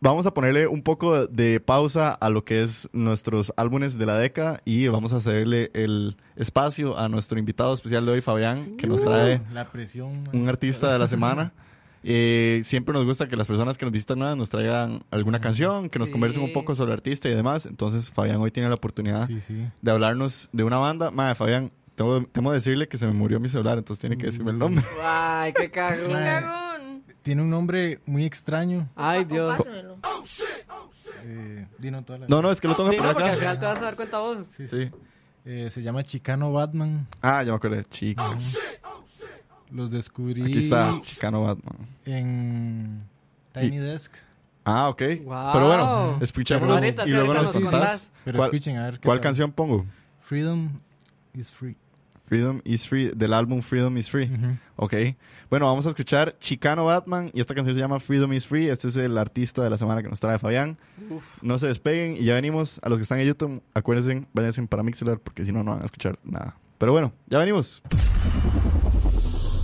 vamos a ponerle un poco de pausa a lo que es nuestros álbumes de la década y vamos a hacerle el espacio a nuestro invitado especial de hoy, Fabián, que nos trae La presión. Eh, un artista de la semana. Eh, siempre nos gusta que las personas que nos visitan nuevas nos traigan alguna canción, que nos Mm, Sí. conversen un poco sobre el artista y demás. Entonces, Fabián hoy tiene la oportunidad Sí, sí. de hablarnos de una banda. Madre, Fabián, tengo, tengo que decirle que se me murió mi celular, entonces tiene que Mm. decirme el nombre. Ay, qué ¡Qué cagón. Madre. cagón! Tiene un nombre muy extraño. Ay, Dios. Pásenmelo. Eh, Dino toda la No, no, es que lo tengo que Sí, no, poner porque al acá. final te vas a dar cuenta vos. Sí, sí. Sí. Eh, se llama Chicano Batman. Ah, ya me acordé. Chico. Los descubrí Aquí está. Chicano Batman. en Tiny Desk. Ah, ok. Guau. Pero bueno, escuchémonos Pero ahorita, y sí, luego ahorita nos nos contás. contás. Pero ¿Cuál, escuchen a ver qué cuál tal. canción pongo? Freedom is free. Freedom is Free, del álbum Freedom is Free. Ujú. Ok. Bueno, vamos a escuchar Chicano Batman y esta canción se llama Freedom is Free. Este es el artista de la semana que nos trae Fabián. No se despeguen y ya venimos. A los que están en YouTube, acuérdense, váyanse para Mixler porque si no, no van a escuchar nada. Pero bueno, ya venimos.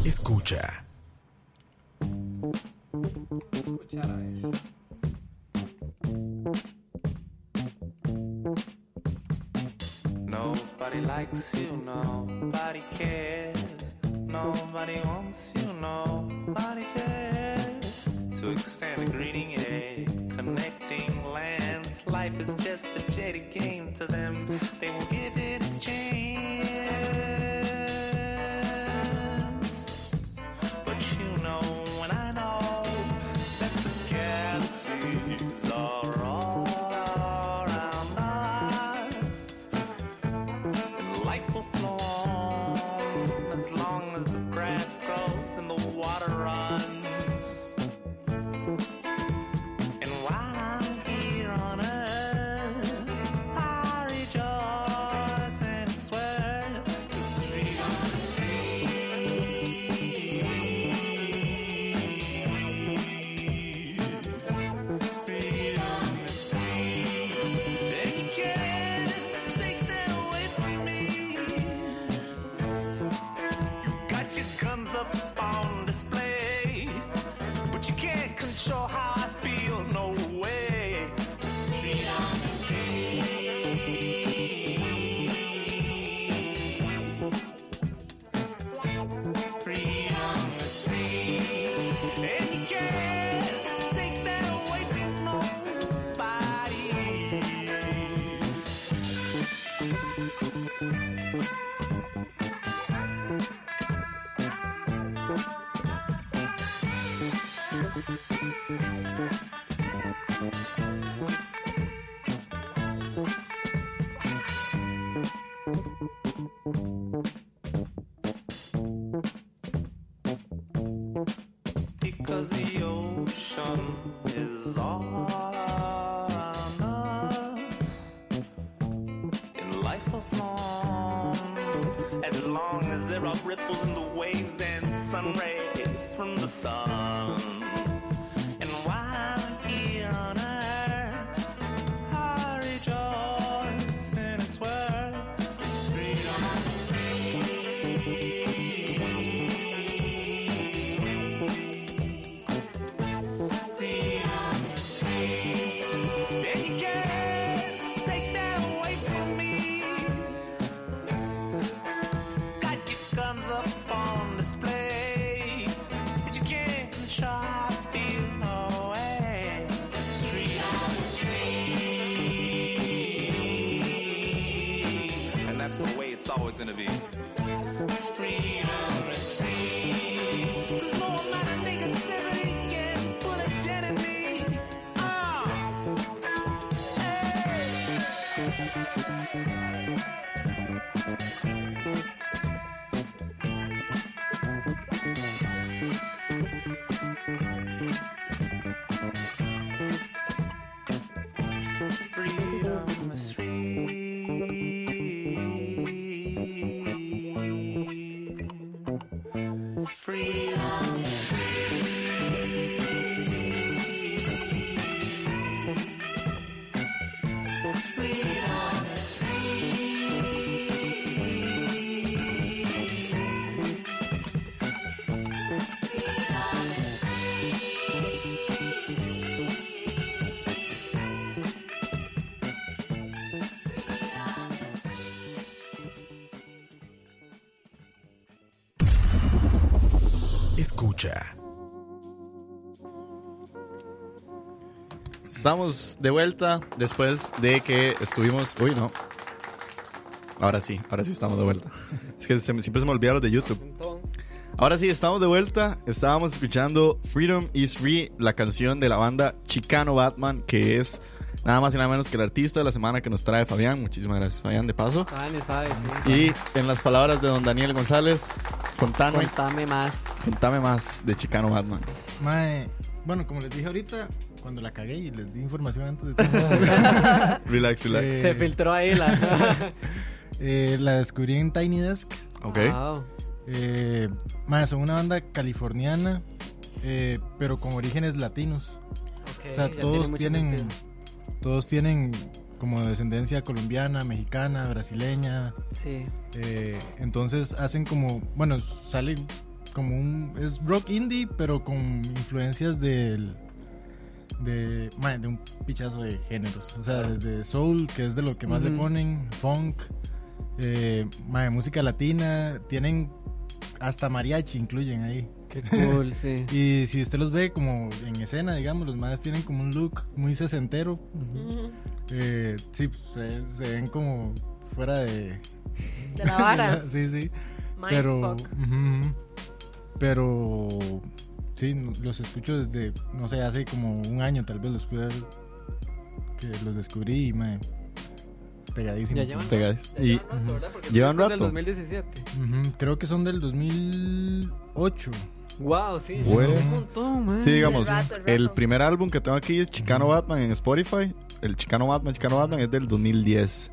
Escucha. Nobody likes you, nobody cares. Nobody wants you, nobody cares. To extend a greeting, a connecting lands. Life is just a jaded game to them. They will give it a chance. But you know, and I know that the galaxies are all around us. Life will flow on as long as the grass grows and the water runs. And while I'm here on earth, I rejoice and swear this freedom is free. Freedom is free. They can't take that away from me. You got your guns up on display, but you can't control how I feel. No way. Freedom is free, and you can't take that away from nobody. because the ocean is all around us. And life will flow on as long as there are ripples in the waves and sun rays from the sun. And while I'm here on earth, I rejoice and I swear it's freedom. And you can't take that away from me. Got your guns up on display, but you can't control how I feel. No way. It's freedom. And that's the way it's always gonna be. Freedom is free. escucha. Estamos de vuelta después de que estuvimos. Uy, no. Ahora sí, ahora sí estamos de vuelta. Es que se me- siempre se me olvidaron de YouTube. Ahora sí, estamos de vuelta. Estábamos escuchando Freedom is Free, la canción de la banda Chicano Batman, que es nada más y nada menos que el artista de la semana que nos trae Fabián. Muchísimas gracias, Fabián, de paso. Fabián, ¿sabes? Sí. Y en las palabras de don Daniel González, contame, Contame más. contame más de Chicano Batman. Mae, bueno, como les dije ahorita, cuando la cagué y les di información antes de todo, Relax, relax. Eh, Se filtró ahí la. eh, la descubrí en Tiny Desk. Ok. Wow. Eh, mae, son una banda californiana, eh, pero con orígenes latinos. Ok, O sea, Eh, ya todos tiene mucho tienen, sentido. todos tienen como descendencia colombiana, mexicana, brasileña. Sí. eh, entonces hacen como, bueno, sale como un es rock indie, pero con influencias del de, mae, de un pichazo de géneros. O sea, desde soul, que es de lo que más le Ujú. ponen, funk, eh, mae, música latina, tienen hasta mariachi incluyen ahí. Qué cool, sí. Y si usted los ve como en escena, digamos, los madres tienen como un look muy sesentero. Ujú. Eh, sí, se, se ven como fuera de... De la vara. sí, sí. Pero... Mindfuck. ujú, ujú. Pero... Sí, no- los escucho desde, no sé, hace como un año tal vez los pude ver, que los descubrí y me... Pegadísimo. Ya llevan. Pegadas. Y llevan desde rato. 2017. Ujú, Creo que son del 2008. Wow, sí. Bueno. Un montón, man. Sí, digamos, El rato, el rato. el primer álbum que tengo aquí es Chicano Batman en Spotify. El Chicano Batman, Chicano Batman es del 2010.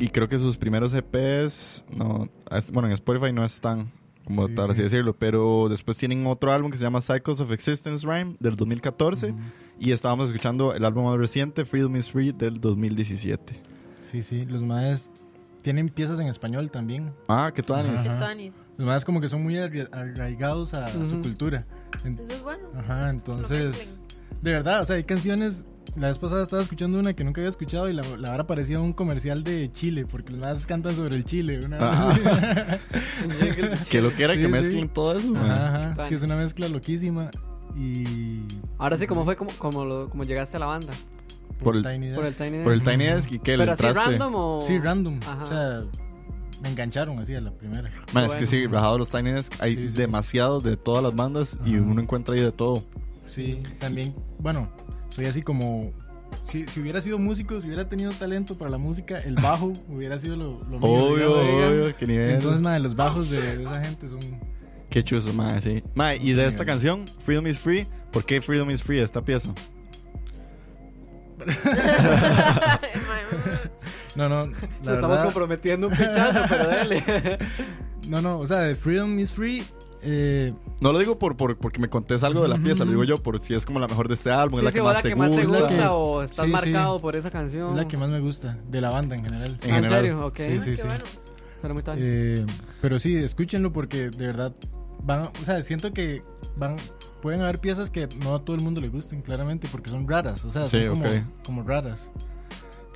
Y creo que sus primeros EPs, no, es- bueno, en Spotify no están, como Sí, tal, sí. así decirlo. Pero después tienen otro álbum que se llama Cycles of Existence Rhyme del 2014. Y estábamos escuchando el álbum más reciente, Freedom is Free, del 2017. Sí, sí, los madres tienen piezas en español también. Ah, que tú Ajá. Qué tonis. Los más como que son muy arri- arraigados a, a su Ujú. cultura. En- Eso es bueno. Ajá, entonces... De verdad, o sea, hay canciones... La vez pasada estaba escuchando una que nunca había escuchado y la, la vara parecía un comercial de Chile, porque los más cantan sobre el Chile. Una Ah. vez. Que lo que era Sí, que sí. mezclen todo eso, man. ajá, ajá. Tan. Sí, es una mezcla loquísima y... Ahora sí, ¿cómo fue como, como, lo, como llegaste a la banda? Por el- Tiny Por el Desk. Tiny Por el Desk. Tiny Desk y que le ¿Pero así entraste. random o...? Sí, random. Ajá. O sea, me engancharon así a la primera. Man, es Bueno. que sí, bajado los Tiny Desk, hay Sí, sí. demasiados de todas las bandas y Ajá. uno encuentra ahí de todo. Sí, también, bueno, soy así como... Si, si hubiera sido músico, si hubiera tenido talento para la música, el bajo hubiera sido lo, lo mío, Obvio, digamos. obvio, qué nivel. Entonces, madre, los bajos de, de esa gente son... qué chuzo, madre, sí. Madre, y de esta canción, Freedom is Free, ¿por qué Freedom is Free esta pieza? No, no, Nos la estamos verdad... comprometiendo un pichazo, pero dale. No, no, o sea, de Freedom is Free... Eh, No lo digo por, por- porque me contés algo de la pieza, lo digo yo por si es como la mejor de este álbum, es Sí, la sí, que o más te gusta. gusta. Es la que- o estás sí, sí. marcado por esa es canción. la que más me gusta, de la banda en general. En Ah, general. serio? Ok. Sí, sí, sí. Suena muy tal. Eh, pero sí, escúchenlo porque de verdad van, a- o sea, siento que van pueden haber piezas que no a todo el mundo le gusten, claramente, porque son raras, o sea, Sí, son como, ok. como raras.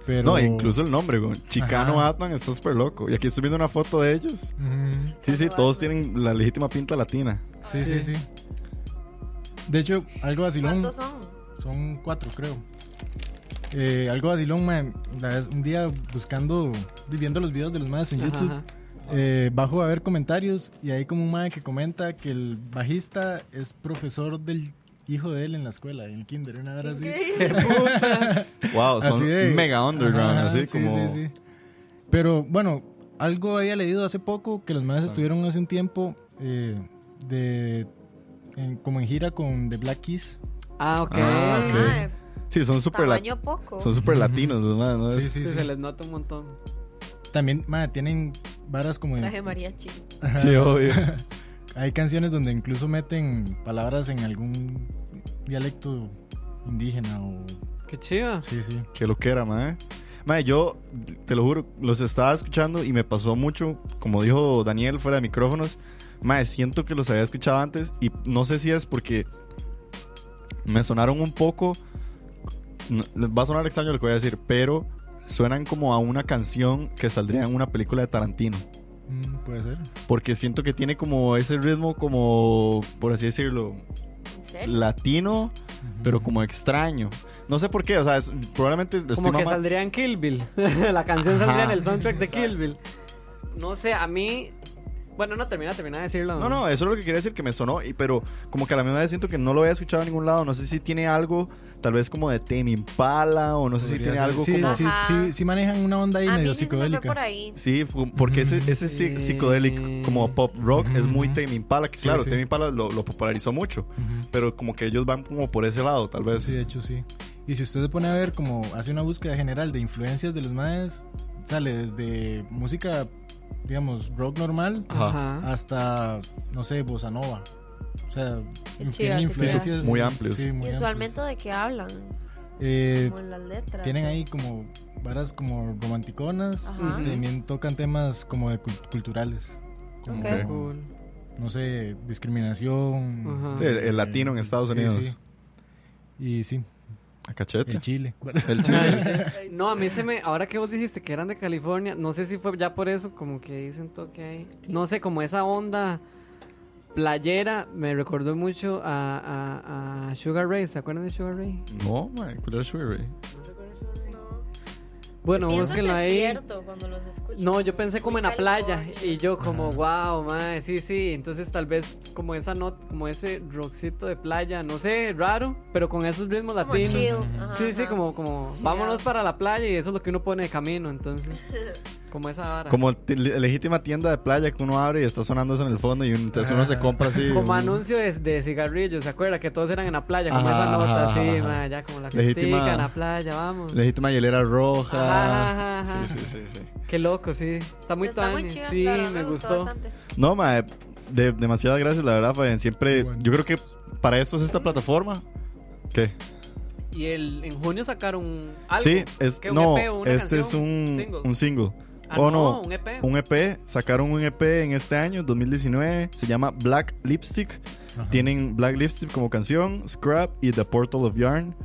Pero No, incluso el nombre, güey. Chicano Ajá. Batman está súper loco. Y aquí estoy viendo una foto de ellos. Ujú. Sí, sí, todos tienen la legítima pinta latina. Sí, sí, sí. De hecho, algo vacilón. ¿Cuántos son? Son cuatro, creo. Eh, algo vacilón, man. La vez- un día buscando, viendo los videos de los más en Ajá, YouTube, ajá. eh, bajo a ver comentarios y hay como un madre que comenta que el bajista es profesor del hijo de él en la escuela, en el kinder, una hora así. Increíble. Wow, Oh, son Así de- mega underground, Ajá, así sí, como. sí, sí. Pero bueno, algo había leído hace poco que los madres estuvieron hace un tiempo eh, de en- como en gira con The Black Keys. Ah, ok. Ah, ok. Mae, Sí, son súper la- Tamaño poco. son súper latinos, ¿no? ¿no? Sí, Es- sí, Sí, sí. Se les nota un montón. También madre, tienen varas como de- Traje mariachi. sí, obvio. hay canciones donde incluso meten palabras en algún dialecto indígena o Qué chiva. sí, sí. Qué lo que era, madre. Madre, yo te lo juro, los estaba escuchando y me pasó mucho, como dijo Daniel fuera de micrófonos. Madre, siento que los había escuchado antes y no sé si es porque me sonaron un poco. no- Va a sonar extraño lo que voy a decir, pero suenan como a una canción que saldría en una película de Tarantino. Mm, puede ser. Porque siento que tiene como ese ritmo como, por así decirlo, ¿En serio? latino, pero como extraño. No sé por qué, o sea, es- probablemente lo estoy Como que mamá- saldría en Kill Bill. la canción saldría en Ajá. el soundtrack de Kill Bill. No sé, a mí. Bueno, no termina, termina de decirlo. No, no, eso es lo que quería decir que me sonó, y, pero como que a la misma vez siento que no lo había escuchado en ningún lado. No sé si tiene algo, tal vez como de Tame Impala, o no sé si Podría tiene ser. algo sí, como. Sí, Ajá. sí, sí manejan una onda ahí A medio mí sí se me fue por psicodélica. ahí. Sí, fu- porque ese, Ujú. ese psi- Sí. psicodélico como pop rock es muy Mm. Ujú. Tame Impala, que Sí, claro, sí. Tame Impala lo, lo popularizó mucho, Ujú. pero como que ellos van como por ese lado, tal vez. Sí, de hecho, sí. Y si usted se pone a ver, como hace una búsqueda general de influencias de los maes, sale desde música, digamos, rock normal Ajá. Ah, hasta, no sé, bossa nova. O sea, Qué chiva, tienen qué influencias. chiva. Muy amplios. Sí, muy ¿Y usualmente amplios. de qué hablan? Eh, Como en las letras. tienen ahí como varas como romanticonas. Ah, Ajá. y También tocan temas como de cult- culturales. Como, Ok. Cool. no sé, discriminación. Ajá. Sí, el, el latino en Estados Unidos. Sí, sí. Y sí, A cachete. el Chile. El chile. No, a mí se me. Ahora que vos dijiste que eran de California, no sé si fue ya por eso, como que hice un toque ahí. No sé, como esa onda playera me recordó mucho a, a- a Sugar Ray. ¿Se acuerdan de Sugar Ray? No, man, ¿cuál era Sugar Ray? Bueno, Pienso en búsquenlo ahí. desierto cuando los escucho. E No, yo pensé como en la playa California. y yo como, wow, mae, sí, sí, entonces tal vez como esa nota, como ese rockcito de playa, no sé, raro, pero con esos ritmos Como latinos. chill, ajá, Sí, sí, ajá. como, como, Sí, vámonos ya. para la playa y eso es lo que uno pone de camino, entonces, como esa vara. Como t- legítima tienda de playa que uno abre y está sonando eso en el fondo y un- entonces uno se compra así. Como un- anuncio de, de cigarrillos, ¿se acuerda? Que todos eran en la playa, como Ajá, esa nota, ajá, así, ajá. mae, ya como la Legítima- festica en la playa, vamos. Legítima hielera roja. Ajá, ajá, ajá. Sí, sí, sí, sí. Qué loco, sí. Está muy Pero está muy tuani. chido, Sí, la verdad, me gustó. gustó. bastante. No, ma, eh, de, demasiadas gracias, la verdad, Fabián. Siempre, Bueno. yo creo que para eso es Mm. esta plataforma. ¿Qué? Y el, en junio sacaron algo. Sí, es, ¿Qué, un no, EP o una este canción? es un Single. single. Un single. Ah, Oh, no, un EP. Un EP, sacaron un EP en este año, 2019, se llama Black Lipstick. Ajá. Tienen Black Lipstick como canción, Scrap y The Portal of Yarn.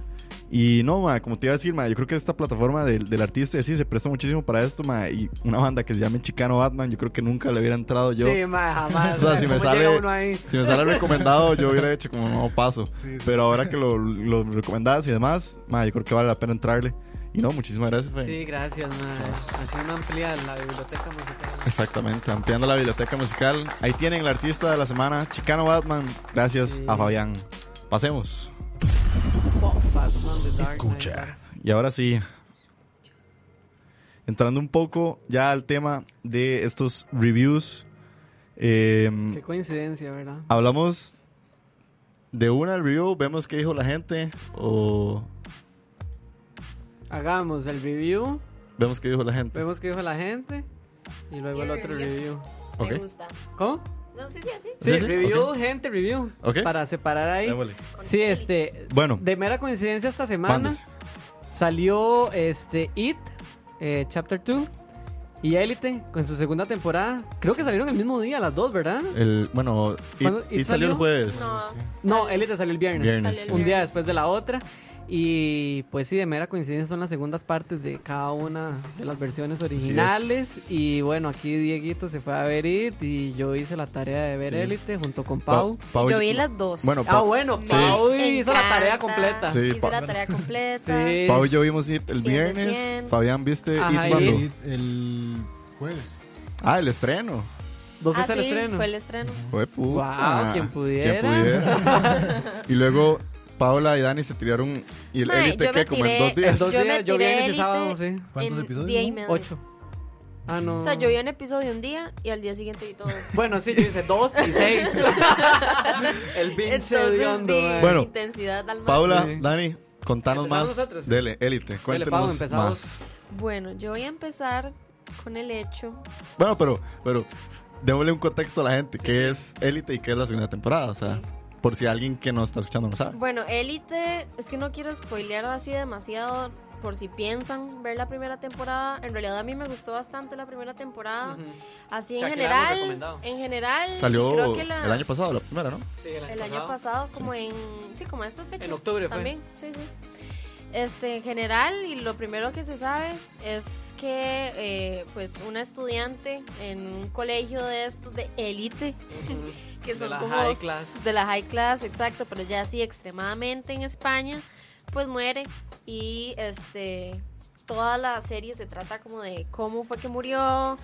Y no, ma, como te iba a decir, ma, yo creo que esta plataforma del, del artista sí se presta muchísimo para esto, ma, y una banda que se llame Chicano Batman, yo creo que nunca le hubiera entrado yo. Sí, ma, jamás. O sea, si me ¿cómo llega sale- uno ahí? Si me sale recomendado, yo hubiera hecho como no paso. Sí, sí. Pero ahora que lo, lo recomendás y demás, ma, yo creo que vale la pena entrarle. Y no, muchísimas gracias, Fe. Sí, gracias, ma. Así uno amplía la biblioteca musical. Exactamente, ampliando la biblioteca musical. Ahí tienen el artista de la semana, Chicano Batman. Gracias Sí. a Fabián. Pasemos. Batman, The Dark Escucha. Y ahora sí, entrando un poco ya al tema de estos reviews. eh, Knight. Qué coincidencia, ¿verdad? hablamos de una del review, vemos qué dijo la gente o Hagamos el review, vemos qué dijo la gente. vemos qué dijo la gente y luego Y el el otro review. review. Ok. Me gusta. ¿Cómo? No sé si así. Sí, Sí, sí, review, gente, review. Ok. Para separar ahí. Démosle. Sí, este. Bueno, De mera coincidencia esta semana. bandas. Salió este It, eh, Chapter 2 y Elite con su segunda temporada. Creo que salieron el mismo día las dos, ¿verdad? El, bueno, y, ¿Cuándo- y y salió el salió? jueves. No, él Elite salió el viernes. Viernes. Salió el Un día viernes. después de la otra. Y pues sí, de mera coincidencia son las segundas partes de cada una de las versiones originales. Y bueno, aquí Dieguito se fue a ver It y yo hice la tarea de ver Sí. Elite junto con Pa- Pau. Pau- Yo vi las dos. Bueno, ah, Pau- bueno, Me Pau hizo la encanta. tarea completa. Sí, Hice pa- la tarea completa. Sí. Pau y yo vimos It el Cien de viernes. cien. Fabián, ¿viste Ajá, It y- cuándo? Y el jueves. Ah, el estreno. ¿Vos Ah, fuiste al sí, pues estreno? Fue el estreno. Fue puta. Guau, quien pudiera. Quien pudiera. y luego Paula y Dani se tiraron. ¿Y el Mae, élite yo qué? me Como en tiré- dos días. En dos Yo días, me yo vi tiré ese Elite. sábado, sí. ¿Cuántos en episodios? Día y ¿No? medio. Ocho. Ah, no. O sea, yo vi un episodio un día y al día siguiente vi todo. Bueno, sí, yo hice dos y seis. El pinche Entonces, de eh. di Bueno, intensidad al máximo. Paula, Sí. Dani, contanos Empezamos más. nosotros. Dele, élite. Pau, Cuéntenos empezamos. más. Bueno, yo voy a empezar con el hecho. Bueno, pero, pero démosle un contexto a la gente. ¿Qué es élite y qué es la segunda temporada? O sea, por si alguien que nos está escuchando no sabe. Bueno, Élite, es que no quiero spoilear así demasiado por si piensan ver la primera temporada. En realidad a mí me gustó bastante la primera temporada. Así O sea, en que la hemos general, recomendado. en general y Salió creo que la- el año pasado, la primera, ¿no? Sí, el año el año pasado. pasado como en sí, como a estas fechas En octubre fue. también, sí, sí. Este, en general, y lo primero que se sabe es que, eh, pues, una estudiante en un colegio de estos de élite, que De son la como high s- class. de la high class, exacto, pero ya así extremadamente en España, pues muere y, este, toda la serie se trata como de cómo fue que murió,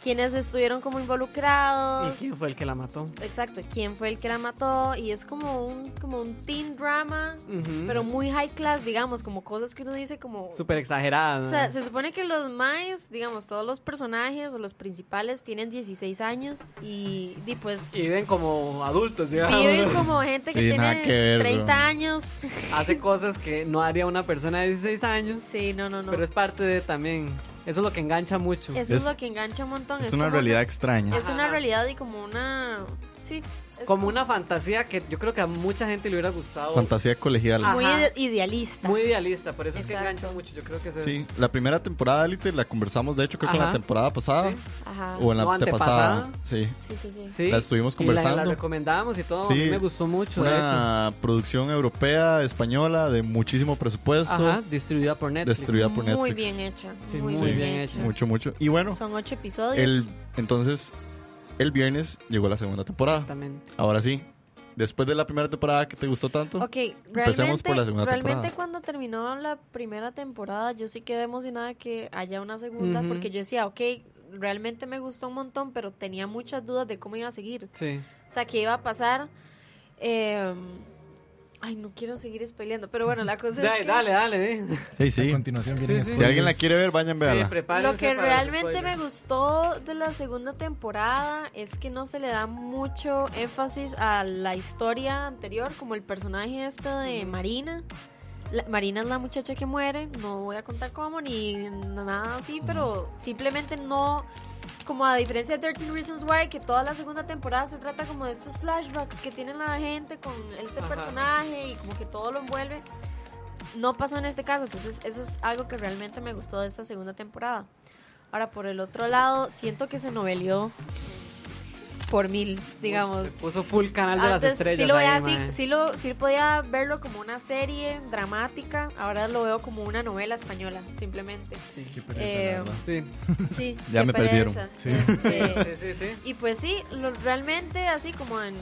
quiénes estuvieron como ¿Y involucrados. quién fue el que la mató? Exacto, quién fue el que la mató y es como un como un teen drama, Ujú. pero muy high class, digamos, como cosas que uno dice como Súper exagerada. o sea, se supone que los más, digamos, todos los personajes o los principales tienen 16 años y, y pues Y viven como adultos, digamos. viven como gente que Sí, nada tiene que ver, 30 bro. años. Hace cosas que no haría una persona de 16 años, Sí, no, no, no. pero es parte de también. Eso es lo que engancha mucho. Eso es, es- lo que engancha un montón. Es una como- realidad extraña. Es una realidad y como una sí, es Como una fantasía que yo creo que a mucha gente le hubiera gustado. Fantasía colegial. Ah. muy Ajá. ide- idealista. Muy idealista, por eso es que Exacto. engancha mucho. Yo creo que es Sí, la primera temporada de Elite la conversamos, de hecho, creo que en la Ajá. temporada pasada Sí. Ajá. o en la No, antepasada. antepasada. Sí. Sí, sí, sí. Sí, La estuvimos y la- La, conversando. recomendábamos y todo. A Sí. mí me gustó mucho, de hecho. Una producción europea, española, de muchísimo presupuesto, Ajá, distribuida por Netflix. destruida por Netflix. Muy bien hecha. Sí, muy, muy bien, bien hecha. hecha. Mucho, mucho. Y bueno, Son ocho episodios. el, entonces, el viernes llegó la segunda temporada. Exactamente. Ahora sí, después de la primera temporada que te gustó tanto, Ok, Empecemos realmente, por la segunda realmente temporada. cuando terminó la primera temporada yo sí quedé emocionada que haya una segunda Ujú. porque yo decía, ok, realmente me gustó un montón, pero tenía muchas dudas de cómo iba a seguir. Sí. O sea, qué iba a pasar. Eh, ay, no quiero seguir spoileando, pero bueno, la cosa Pues Dale, es que dale, dale, di. sí, A sí. continuación vienen Sí, sí. Si alguien la spoilers. quiere ver, vayan a verla. Sí, prepárense Lo que para los realmente me spoilers. gustó de la segunda temporada es que no se le da mucho énfasis a la historia anterior, como el personaje este de Marina. La- Marina es la muchacha que muere, no voy a contar cómo ni nada así, pero simplemente no, como a diferencia de 13 Reasons Why, que toda la segunda temporada se trata como de estos flashbacks que tiene la gente con este Ajá. personaje y como que todo lo envuelve. No pasó en este caso, entonces eso es algo que realmente me gustó de esta segunda temporada. Ahora, por el otro lado, siento que se novelió por mil, digamos. Se puso full canal de las Antes estrellas. sí lo ahí, veía así, mae. sí lo, sí podía verlo como una serie dramática, ahora lo veo como una novela española, simplemente. Qué pereza, Eh, la verdad. Sí, Sí, Ya qué me perdieron. pereza. Sí. Este, sí, sí. sí. y pues sí, lo- realmente así como en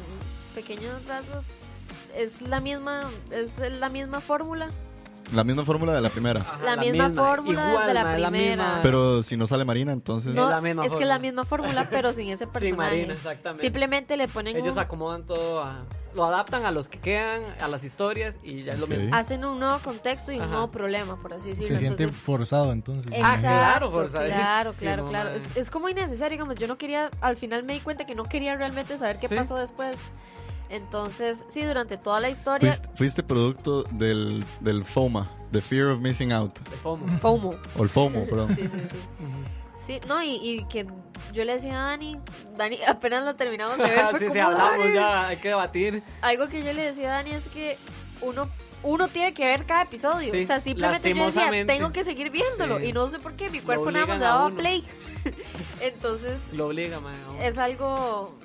pequeños rasgos es la misma es la misma fórmula, La misma fórmula de la primera. Ajá, La misma fórmula Igual, de la mae, primera. misma- Pero si no sale Marina, entonces... no Es es, la misma que es la fórmula. misma fórmula pero sin ese Sí, personaje. Marina, exactamente. Simplemente le ponen Ellos un- acomodan todo a- Lo adaptan a los que quedan, a las historias y ya es lo Ok. mismo. hacen un nuevo contexto y un Ajá. nuevo problema, por así Se decirlo. siente Entonces, eh, forzado entonces. Ah, Exacto, claro, forzadísimo, claro, claro, claro. madre. Es, es como innecesario, digamos, yo no quería, al final me di cuenta que no quería realmente saber qué Sí. pasó después. Entonces, sí, durante toda la historia, Fuiste, fuiste producto del, del FOMA, The Fear of Missing Out, De FOMO. FOMO. o el FOMO, perdón. Sí, sí, sí. Sí, no, y, y que yo le decía a Dani, Dani, apenas la terminamos de ver, fue sí, sí, como, hablamos "Dani". ya, hay que debatir. Algo que yo le decía a Dani es que uno, uno tiene que ver cada episodio. Sí, o sea, simplemente yo decía, lastimosamente. tengo que seguir viéndolo. Sí. Y no sé por qué, mi cuerpo nada más obligan le a daba uno. play. Entonces, Lo obliga, mae, a uno. es algo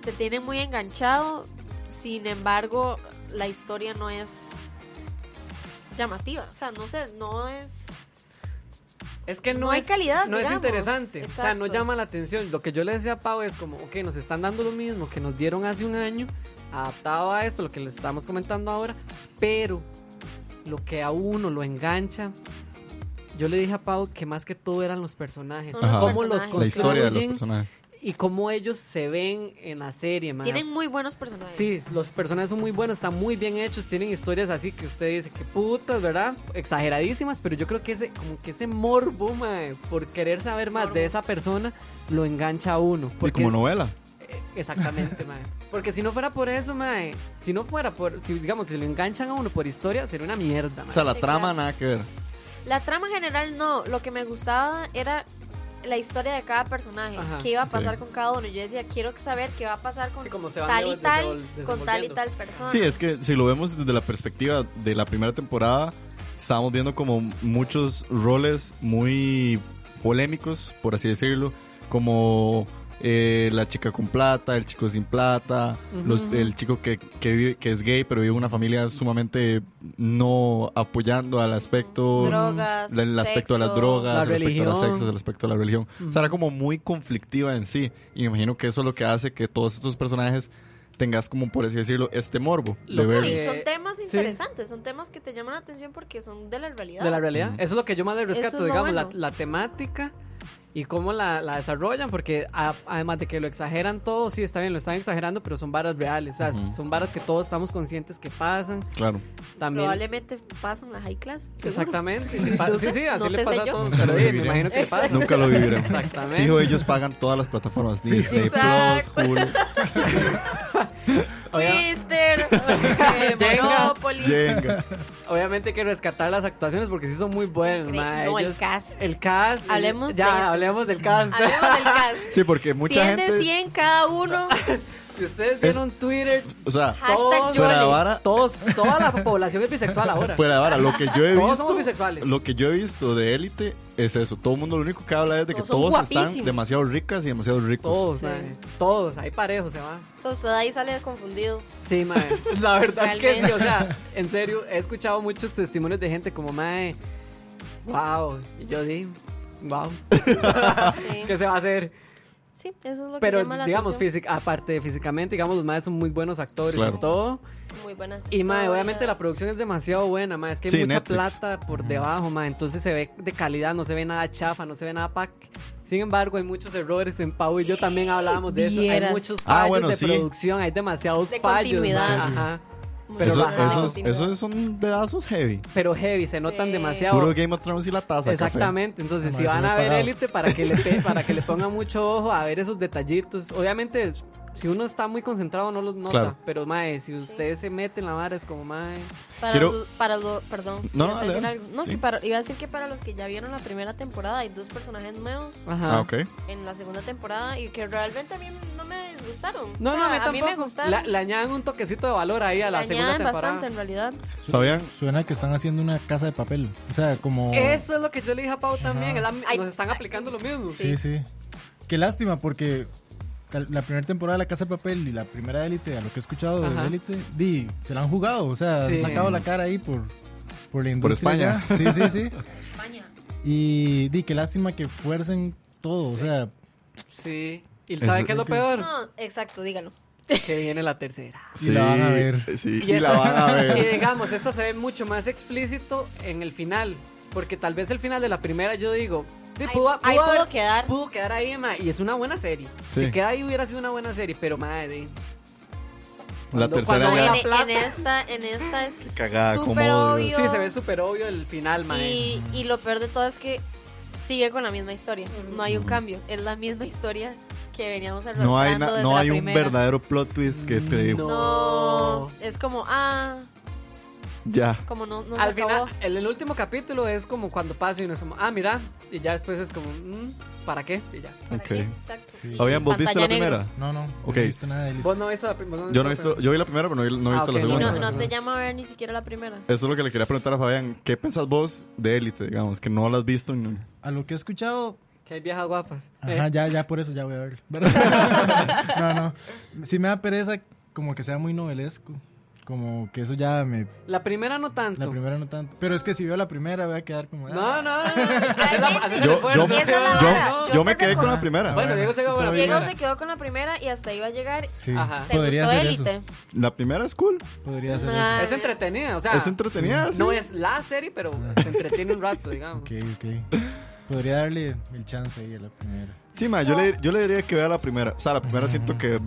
que te tiene muy enganchado. Sin embargo, la historia no es llamativa. O sea, no sé, no es. Es que no, No hay es, calidad, No es digamos. interesante. O sea, no Exacto. llama la atención. Lo que yo le decía a Pau es como, ok, nos están dando lo mismo que nos dieron hace un año, adaptado a esto, lo que les estamos comentando ahora, pero lo que a uno lo engancha. Yo le dije a Pau que más que todo eran los personajes. Son los Cómo los personajes. La historia de los construyen personajes. y cómo ellos se ven en la serie, man. Tienen muy buenos personajes. Sí, los personajes son muy buenos, están muy bien hechos, tienen historias así que usted dice que putas, ¿verdad? Exageradísimas, pero yo creo que ese, como que ese morbo, mae, por querer saber más de Morbo. esa persona, lo engancha a uno. Y Porque, como novela. eh, exactamente, mae. Porque si no fuera por eso, mae, si no fuera por, si digamos que lo enganchan a uno por historia, sería una mierda, mae. O sea, la Sí, trama claro. nada que ver. La trama general no, lo que me gustaba era la historia de cada personaje, Ajá. qué iba a pasar Ok. con cada uno. Yo decía, quiero saber qué va a pasar con Sí, como se van tal y devol- tal, desevol- con tal y desenvolviendo. tal persona. Sí, es que si lo vemos desde la perspectiva de la primera temporada, estábamos viendo como muchos roles muy polémicos, por así decirlo, como eh, la chica con plata, el chico sin plata, los- el chico que, que, vive- que es gay, pero vive en una familia sumamente no apoyando al aspecto Drogas, del aspecto de las sexo. drogas, La el aspecto de las religión. sexos, el aspecto de la religión. O sea, era como muy conflictiva en sí. Y me imagino que eso es lo que hace que todos estos personajes tengas como, por así decirlo, este morbo Lo de que- No, ver. y verlo. son temas Eh, Sí. interesantes, son temas que te llaman la atención porque son de la realidad. de la realidad. Eso es lo que yo más le Eso rescato, es lo digamos, bueno. la, la temática y cómo la, la desarrollan, porque a- además de que lo exageran todo, sí, está bien, lo están exagerando, pero son varas reales, o sea, son varas que todos estamos conscientes que pasan. Claro. También. Probablemente pasan la high class. seguro. Exactamente. Sí, pa- No sí, sé, sí, no así te le sé pasa a yo. todos. Nunca Pero lo sí, me viviremos. imagino que le pasa. Nunca lo viviremos. Exactamente. Fijo, ellos pagan todas las plataformas. Disney, Exacto. Plus, Hulu, Twister, eh, Jenga. Monopoly. Jenga. Obviamente hay que rescatar las actuaciones porque sí son muy buenas. Increíble. ma, No, el ellos- cast. El cast. el- Hablemos ya, de eso. Ah. hablemos del cast. Hablemos del cast. Sí, porque mucha 100 gente... de 100 cada uno. si ustedes vieron Twitter, O sea, Hashtag Todos- fuera de Yoli. vara, todos, toda la población es bisexual ahora. fuera de vara. Lo que yo he Todos somos visto, bisexuales. lo que yo he visto de élite es eso. Todo el mundo lo único que habla es de que Todos son todos están guapísimos. demasiado ricas y demasiado ricos. Todos, Sí. ma, todos, ahí parejo se va. So, usted ahí sale confundido. Sí, mae. La verdad es que sí, Realmente. o sea, en serio, he escuchado muchos testimonios de gente como, mae, wow. Y yo digo, wow, Sí, ¿qué se va a hacer? sí eso es lo que Pero, llama la digamos, atención. física- aparte de físicamente, digamos, los maes son muy buenos actores Claro. y todo. Muy buenas. Y, mae, historias. obviamente la producción es demasiado buena, mae. Es que hay Sí, mucha Netflix. plata por debajo, mae. Entonces se ve de calidad, no se ve nada chafa, no se ve nada pack. Sin embargo, hay muchos errores en Pau y yo también hablábamos de eso. Hay Vieras. muchos Ah, fallos bueno, de sí. producción, hay demasiados De fallos. continuidad. mae. Ajá. Muy Pero eso, bajado. esos, esos son dedazos heavy. Pero heavy, se notan Sí. demasiado. Puro Game of Thrones y la taza. café. Exactamente, entonces Ah, si eso van me a ver paraba. Élite para que le pe- para que le pongan mucho ojo a ver esos detallitos. Obviamente si uno está muy concentrado no los nota, Claro. pero mae, si ustedes se meten la vara es como mae. Para, Quiero- los- para los, perdón. No, ¿quieres dale, decir dale. algo? No, Sí. que para- iba a decir que para los que ya vieron la primera temporada hay dos personajes nuevos Ajá. Ah, ok. en la segunda temporada y que realmente a mí no me disgustaron. No, O no, sea, a mí tampoco. me gustaron. La- le añaden un toquecito de valor ahí a la Le segunda añaden temporada. bastante en realidad. ¿Está bien? Suena que están haciendo una casa de papel. O sea, como. Eso es lo que yo le dije a Pau también, es la- Ay. nos están aplicando lo mismo. Sí, sí. Qué lástima, porque cal- la primera temporada de La Casa de Papel y la primera de élite, a lo que he escuchado Ajá. de élite, di, se la han jugado, o sea, Sí. han sacado la cara ahí por, por la industria. España. ya. Sí, sí, sí. España. Y di, qué lástima que fuercen todo, o sea, Sí. ¿Y saben Eso- qué es lo peor? No, exacto, dígalo. Que viene la tercera. Y la van a ver. Sí, Y y, la esta- van a y ver. digamos, esto se ve mucho más explícito en el final. Porque tal vez el final de la primera, yo digo, sí, Ahí- pudo, ahí haber- pudo quedar. pudo quedar ahí, ma, y es una buena serie. Sí. Si queda ahí, hubiera sido una buena serie, pero madre. La Cuando- tercera cuando ya. la en, e-, plata. en esta, en esta es cagada, cómo súper odio. obvio. Sí, se ve súper obvio el final, madre. y, y lo peor de todo es que sigue con la misma historia. No hay un cambio. Es la misma historia que veníamos arrastrando No hay, na- desde no la hay un primera. verdadero plot twist que te No, es como, ah, ya. como no, no se Al final, acabó. el, el último capítulo es como cuando pasa y uno es como, ah, mira, y ya después es como, mm, ¿para qué? Y ya. ¿Para Ok. qué? Exacto. Sí. Y ¿Habían vos viste la pantalla negra. primera? no, no, Ok. no he visto nada de élite. Vos no viste la primera. Yo no he visto, yo vi la primera, pero no, he- no he Ah, visto ok. la Y segunda. no, no te llama a ver ni siquiera la primera. Eso es lo que le quería preguntar a Fabián. ¿Qué pensás vos de élite, digamos? Que no la has visto. ni- A lo que he escuchado, Que hay viejas guapas. Ajá, Eh, ya, ya por eso ya voy a verlo. no, no. Sí me da pereza como que sea muy novelesco. Como que eso ya me. la primera no tanto. La primera no tanto. Pero es que si veo la primera voy a quedar como. ah, No, no, no. Realmente, Yo, yo, Esa es la yo- vara. yo Yo me te quedé con la recomiendo- primera. Bueno, Diego se quedó con la Todavía- Diego se quedó con la primera y hasta iba a llegar. Sí, Ajá. ¿Te podría gustó ser Élite? La primera es cool. eso. Podría ser Nah. Es entretenida, o sea. es entretenida. Ah, No sí. es la serie, pero Ah. te entretiene un rato, digamos. eso. Ok, ok. Podría darle el chance ahí a la primera. Sí, ma, yo le, yo le diría que vea la primera. O sea, la primera siento que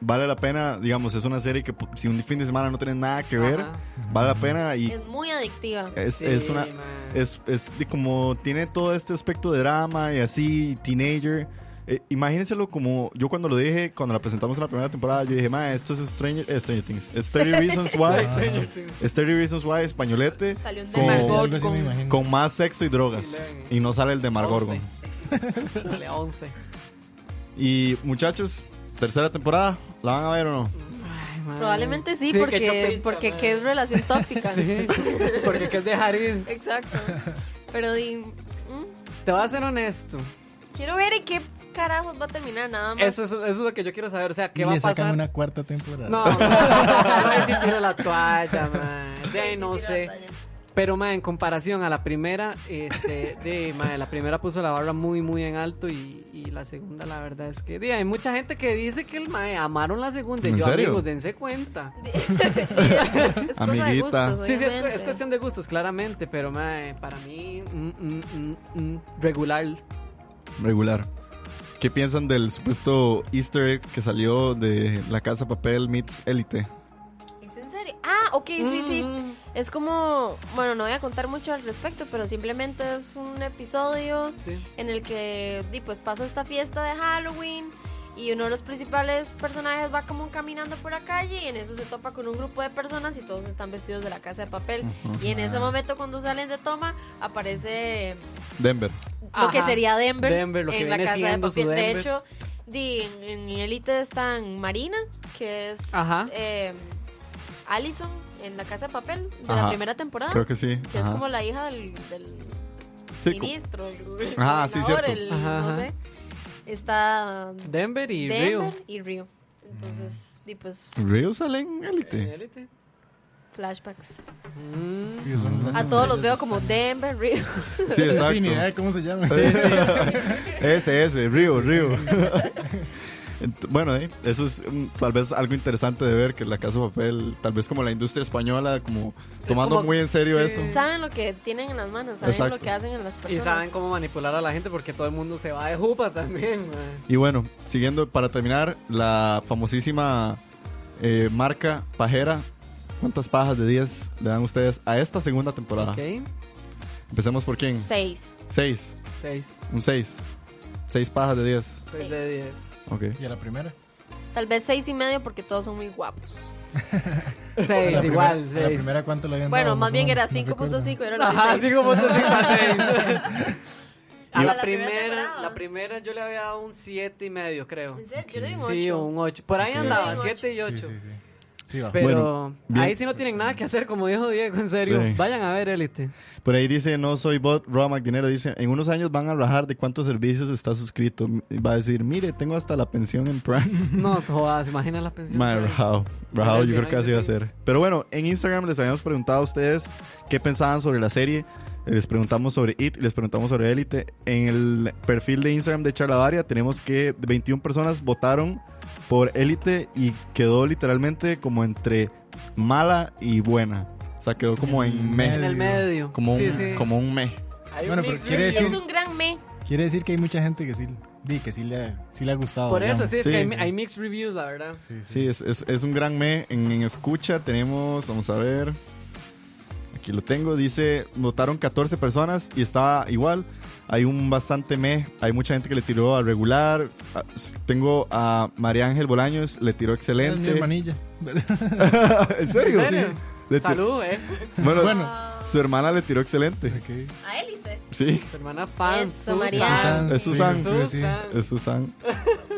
vale la pena. Digamos, es una serie que pu- si un fin de semana no tienes nada que ver, Ajá. vale la pena. Y Es muy adictiva. es, Sí, es una. ma. Es, es de como tiene todo este aspecto de drama y así, teenager. Eh, imagínenselo como yo cuando lo dije, cuando la presentamos en la primera temporada, yo dije, ma, esto es Stranger, eh, Stranger Things. Es 30 Reasons Why. es 30 Reasons Why, españolete. Salió un de Con- Sí, Margot algo así me con- imagino. Con más sexo y drogas. Sí. Y no sale el de Margorgon. Dale, 11. Y muchachos, tercera temporada, ¿la van a ver o no? Mm. Ay, madre. Probablemente sí, que porque, chopincha, porque madre. que es relación tóxica. Sí, porque que es dejar ir. Exacto. Pero di, mm, Te voy a ser honesto. quiero ver en qué carajos va a terminar nada más? Eso es, eso es lo que yo quiero saber. O sea, ¿qué y va a le sacan pasar? una cuarta temporada. No, no, no, si tiro la toalla, man. De ahí Sí, no tira la sé. talla. Pero, ma, en comparación a la primera, este, de, ma, la primera puso la barra muy, muy en alto y, y la segunda, la verdad es que, di, hay mucha gente que dice que el mae amaron la segunda. Y ¿En yo, serio? amigos, dense cuenta. es, es cosa de Amiguita. gustos, Sí, sí, es, cu- obviamente. es cuestión de gustos, claramente, pero, mae, para mí, mm, mm, mm, mm, regular. Regular. ¿Qué piensan del supuesto Easter egg que salió de la casa papel Meets Elite? ¿Es en serio? Ah, ok, sí, sí. Mm, Es como, bueno, no voy a contar mucho al respecto, pero simplemente es un episodio sí. en el que di, pues pasa esta fiesta de Halloween y uno de los principales personajes va como caminando por la calle y en eso se topa con un grupo de personas y todos están vestidos de la casa de papel. Mm. Y en Ah. ese momento cuando salen de toma aparece Denver. lo que Ajá. sería Denver, Denver, lo que en la viene casa de siendo su papel. De Denver. hecho, di, en- en Elite están Marina, que es Ajá. eh, Allison en la casa de papel de Ajá. la primera temporada, Creo que sí. que es ajá. como la hija del, del Sí, co- ministro, el, el Ah, sí, gobernador, cierto. el Ajá, no ajá. sé. Está um, Denver y Denver Río. y Rio. Entonces, Mm. di pues Río sale en Elite. Elite. flashbacks. Mm. Sí, son las A todos los estrellas veo de como España. Denver, Rio. Sí, Sí, ni idea exacto. de cómo se llama. Ese, ese, Río, Río. Ent- Bueno, eh, eso es mm, tal vez algo interesante de ver, que la casa papel, tal vez como la industria española, como tomando como- muy en serio sí. eso. Saben lo que tienen en las manos, saben Exacto. lo que hacen en las personas. Y saben cómo manipular a la gente porque todo el mundo se va de jupa también, man. Y bueno, siguiendo para terminar, la famosísima eh, marca pajera. ¿Cuántas pajas de 10 le dan ustedes a esta segunda temporada? Ok, Empecemos por quién. Seis. 6. 6. Un 6. 6 pajas de 10. 6 Sí. de 10. Ok. Y a la primera. Tal vez seis y medio porque todos son muy guapos. 6, igual. A la seis. primera, ¿cuánto le habían Bueno, dado? más o bien menos, era no 5.5, era lo que Ajá, seis. 5.56. A Y- la La primera primera, temporada. la primera yo le había dado un 7 y medio, creo. ¿En serio? Yo le di un Sí, ocho. un 8. Por ahí Ok. Yo le andaba, di un 7 y recuerdo. 8. Sí, sí, sí. Sí, va. Pero bien. ahí sí no tienen nada que hacer, como dijo Diego, en serio. Sí. Vayan a ver Elite. Por ahí dice, no soy bot, Roa Dinero dice, en unos años van a rajar de cuántos servicios está suscrito. Y Va a decir, mire, tengo hasta la pensión en Prime. No, jodas, imagina la pensión. Madre, rajado. Rajado, yo creo que así va a Behind the ser. Pero bueno, en Instagram les habíamos preguntado a ustedes qué pensaban sobre la serie. eh, Les preguntamos sobre IT, les preguntamos sobre Elite. En el perfil de Instagram de Charlavaria tenemos que 21 personas votaron por Elite y quedó literalmente como entre mala y buena. O sea, quedó como en En me. el medio. Como un, sí, sí. Como un me. Hay un Bueno, pero mix quiere review. decir- Es un gran me. Quiere decir que hay mucha gente que sí, di, que sí le, sí le ha gustado. Por eso, digamos. sí, es Sí. que hay, hay mixed reviews, la verdad. Sí, sí. Sí, es, es- es un gran me. En, en escucha tenemos, vamos a ver. Aquí lo tengo. Dice, votaron 14 personas y está igual. Hay un bastante me. Hay mucha gente que le tiró a regular. A- s- Tengo a María Ángel Bolaños, le tiró Es mi excelente. hermanilla. ¿En serio? ¿En serio? Le tiró- Salud, eh. Bueno, Bueno. su hermana le tiró excelente. Ok. A élite. Sí, Tu hermana fan. Eso, Susan. María. Susan, Es sí, Susan. creo que sí. Susan. es Susan.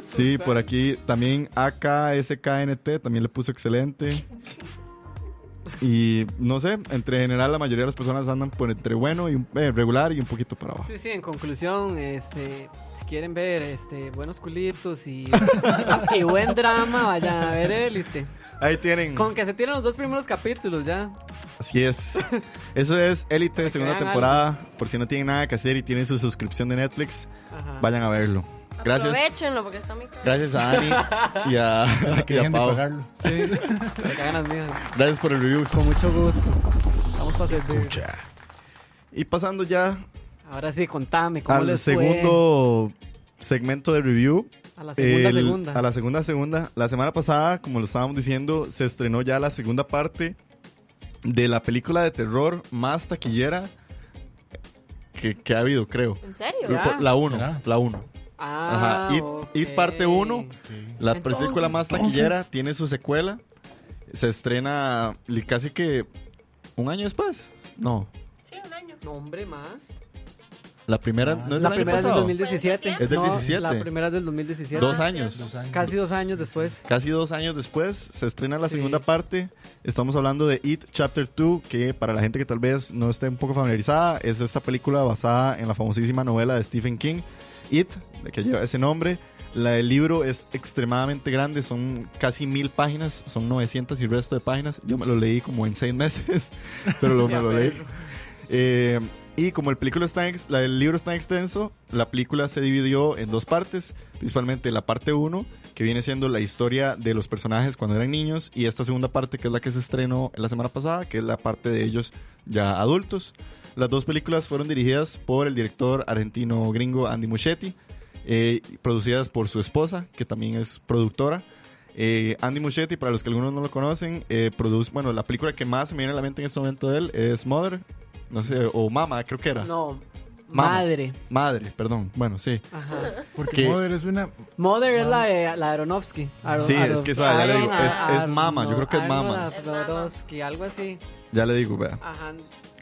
Sí, por aquí también AKSKNT también le puso excelente. Y no sé, entre general la mayoría de las personas andan por entre bueno y un- eh, regular y un poquito para abajo. Sí, sí, en conclusión, este, si quieren ver este, buenos culitos y, y buen drama, vayan a ver Élite. Ahí tienen. Con que se tienen los dos primeros capítulos ya. Así es. Eso es Elite, segunda vean temporada. Por si no tienen nada que hacer y tienen su suscripción de Netflix, Ajá. vayan a verlo. Gracias. Aprovechenlo porque está muy caro. Gracias a Ani y a, y a Dejen de Pau. pagarlo. Me cagan las mías. Gracias por el review. Con mucho gusto. Vamos para servir. Escucha. Y pasando ya Ahora sí, contame cómo al les fue? segundo segmento de review. A la segunda, El- segunda. A la segunda, segunda. La semana pasada, como lo estábamos diciendo, se estrenó ya la segunda parte de la película de terror más taquillera que, que ha habido, creo. ¿En serio? Ya. La 1, ¿Será? la 1. Ah, Ajá. It, It ok. parte 1, Sí. la Entonces- película más taquillera, tiene su secuela. Se estrena li- casi que un año después. No, Sí, un año. No, hombre, más. la primera Ah, no es La del año primera es del pasado. 2017. Es del No, 17. la primera es del 2017. Dos años. Dos años. Casi dos años después. Casi dos años después se estrena la Sí. segunda parte. Estamos hablando de It Chapter 2, que para la gente que tal vez no esté un poco familiarizada, es esta película basada en la famosísima novela de Stephen King, It, de que lleva ese nombre. La del libro es extremadamente grande, son casi mil páginas, son 900 y el resto de páginas. Yo me lo leí como en seis meses, pero lo, me lo leí. Eh, y como el, película está ex- la- el libro está extenso, la película se dividió en dos partes, principalmente la parte 1, que viene siendo la historia de los personajes cuando eran niños, y esta segunda parte, que es la que se estrenó la semana pasada, que es la parte de ellos ya adultos. Las dos películas fueron dirigidas por el director argentino gringo Andy Muschietti, eh, producidas por su esposa, que también es productora. Eh, Andy Muschietti, para los que algunos no lo conocen, eh, produce, bueno, la película que más me viene a la mente en este momento de él es Mother, no sé, o Mama, creo que era. No, Ah. Mama. madre. Madre, perdón. Bueno, sí. Ajá. Ah, Porque ¿Qué? Mother es una. Mother es la de la Aronofsky. Aro- Sí, es Aro- que eso, ya le digo, es- Aaron- es mama, yo creo que es Arnold mama. Aronofsky, algo así. Ya le digo, vea. Ajá,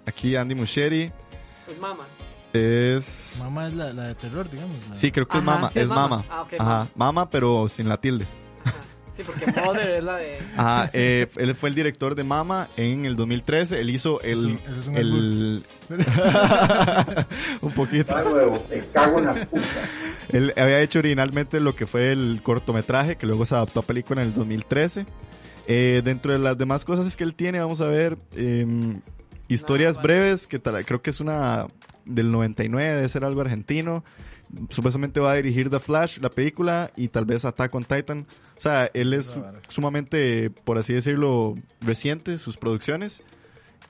Aquí Andy Muschietti es mama. es. Mamá es la, la de terror, digamos. la- Sí, creo que es Ajá, Mama. sí, es es Mama. Mama. Ah, ok, Ajá, Mama, pero sin la tilde. Sí, porque Mother es la de... Ajá, eh, él fue el director de Mama en el 2013. Él hizo el. Eso- eso es un el- un poquito. Ah, huevo, me cago en la puta. Él había hecho originalmente lo que fue el cortometraje, que luego se adaptó a película en el 2013. Eh, dentro de las demás cosas que él tiene, vamos a ver em, historias No, breves, que tal- creo que es una del 99, debe ser algo argentino. Supuestamente va a dirigir The Flash, la película, y tal vez Attack on Titan. O sea, él es su- sumamente, por así decirlo, reciente, sus producciones.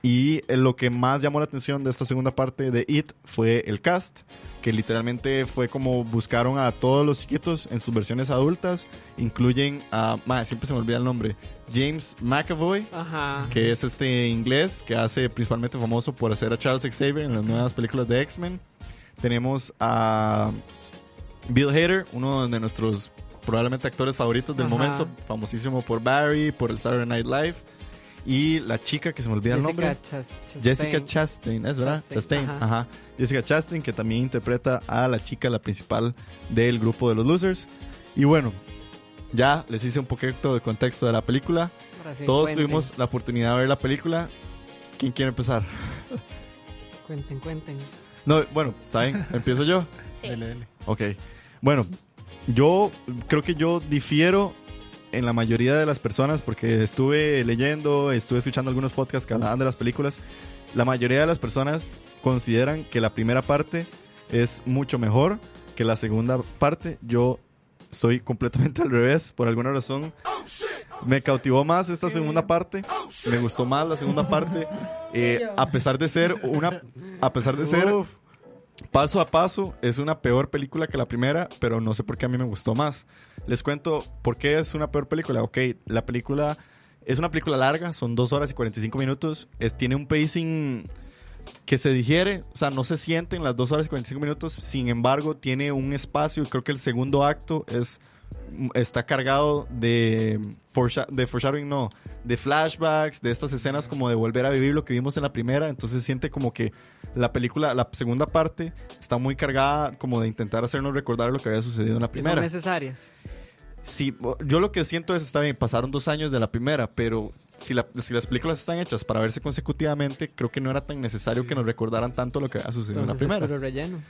Y eh, lo que más llamó la atención de esta segunda parte de It fue el cast, que literalmente fue como buscaron a todos los chiquitos en sus versiones adultas. Incluyen a, ma, siempre se me olvida el nombre, James McAvoy, Ajá. que es este inglés que hace principalmente famoso por hacer a Charles Xavier en las nuevas películas de X-Men. Tenemos a Bill Hader, uno de nuestros probablemente actores favoritos del Ajá. momento, famosísimo por Barry, por el Saturday Night Live. Y la chica que se me olvida el nombre. Jessica Chas- Chastain. Jessica Chastain, es verdad, Chastain, Chastain, ajá. ajá. Jessica Chastain que también interpreta a la chica la principal del grupo de los losers. Y bueno, ya les hice un poquito de contexto de la película. Ahora sí, Todos cuenten, tuvimos la oportunidad de ver la película. ¿Quién quiere empezar? Cuenten, cuenten. No, bueno, saben, empiezo yo. Dele, dele. Ok. Bueno, yo creo que yo difiero en la mayoría de las personas porque estuve leyendo, estuve escuchando algunos podcasts que hablaban de las películas. La mayoría de las personas consideran que la primera parte es mucho mejor que la segunda parte. Yo soy completamente al revés, por alguna razón. Me cautivó más esta segunda parte, me gustó más la segunda parte, eh, a pesar de ser una, a pesar de ser Uf. Paso a paso es una peor película que la primera, pero no sé por qué a mí me gustó más. Les cuento por qué es una peor película. Ok, la película es una película larga, son 2 horas y 45 minutos. Es, tiene un pacing que se digiere, o sea, no se siente en las 2 horas y 45 minutos. Sin embargo, tiene un espacio, y creo que el segundo acto es está cargado de, foresha- de foreshadowing, no, de flashbacks, de estas escenas como de volver a vivir lo que vimos en la primera, entonces siente como que la película, la segunda parte, está muy cargada como de intentar hacernos recordar lo que había sucedido en la Que son primera. necesarias. Sí, yo lo que siento es, está bien, pasaron dos años de la primera, pero si, la- si las películas están hechas para verse consecutivamente, creo que no era tan necesario que nos recordaran tanto lo que había sucedido Entonces, en la Pero primera. relleno.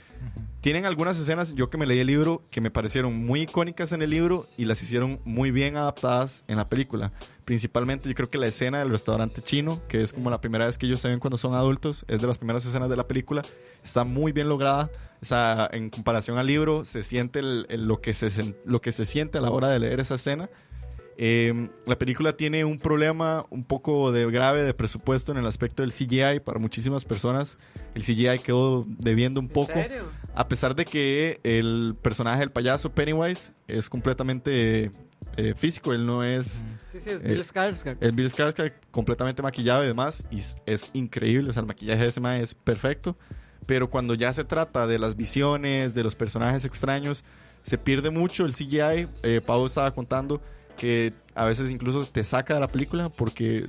Tienen algunas escenas, yo que me leí el libro, que me parecieron muy icónicas en el libro y las hicieron muy bien adaptadas en la película. Principalmente yo creo que la escena del restaurante chino, que es como la primera vez que ellos se ven cuando son adultos, es de las primeras escenas de la película, está muy bien lograda. O sea, en comparación al libro, se siente el- el- lo, que se, sen- lo que se siente a la hora de leer esa escena. Eh, la película tiene un problema un poco de grave de presupuesto en el aspecto del CGI para muchísimas personas. El CGI quedó debiendo un poco. ¿En serio? A pesar de que el personaje del payaso Pennywise es completamente eh, físico, él no es Sí, sí, es Bill Eh, Skarsgård. el Bill Skarsgård completamente maquillado y demás, y es, es increíble, o sea, el maquillaje de ese man es perfecto, pero cuando ya se trata de las visiones, de los personajes extraños, se pierde mucho el CGI, eh, Pau estaba contando que a veces incluso te saca de la película porque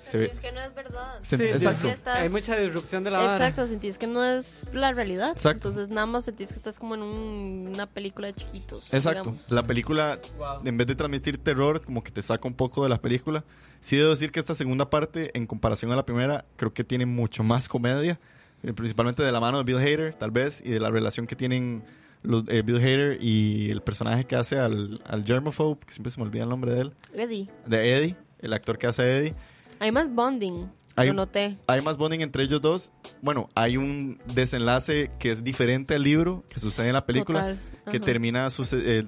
se ve... Sentís que no es verdad. se- Sí, sí, exacto. Es que estás- Hay mucha disrupción de la vara. Exacto, sentís que no es la realidad. Exacto. Entonces nada más sentís que estás como en un- una película de chiquitos. Exacto. digamos. La película, Wow. en vez de transmitir terror, como que te saca un poco de la película. Sí debo decir que esta segunda parte, en comparación a la primera, creo que tiene mucho más comedia. eh, Principalmente de la mano de Bill Hader, tal vez, y de la relación que tienen los, eh, Bill Hader y el personaje que hace al, al germophobe, que siempre se me olvida el nombre de él, Eddie. de Eddie, el actor que hace a Eddie. Hay más bonding. Hay- Lo noté. Hay más bonding entre ellos dos. Bueno, hay un desenlace que es diferente al libro, que sucede en la película, Total, que ajá. termina suce- eh,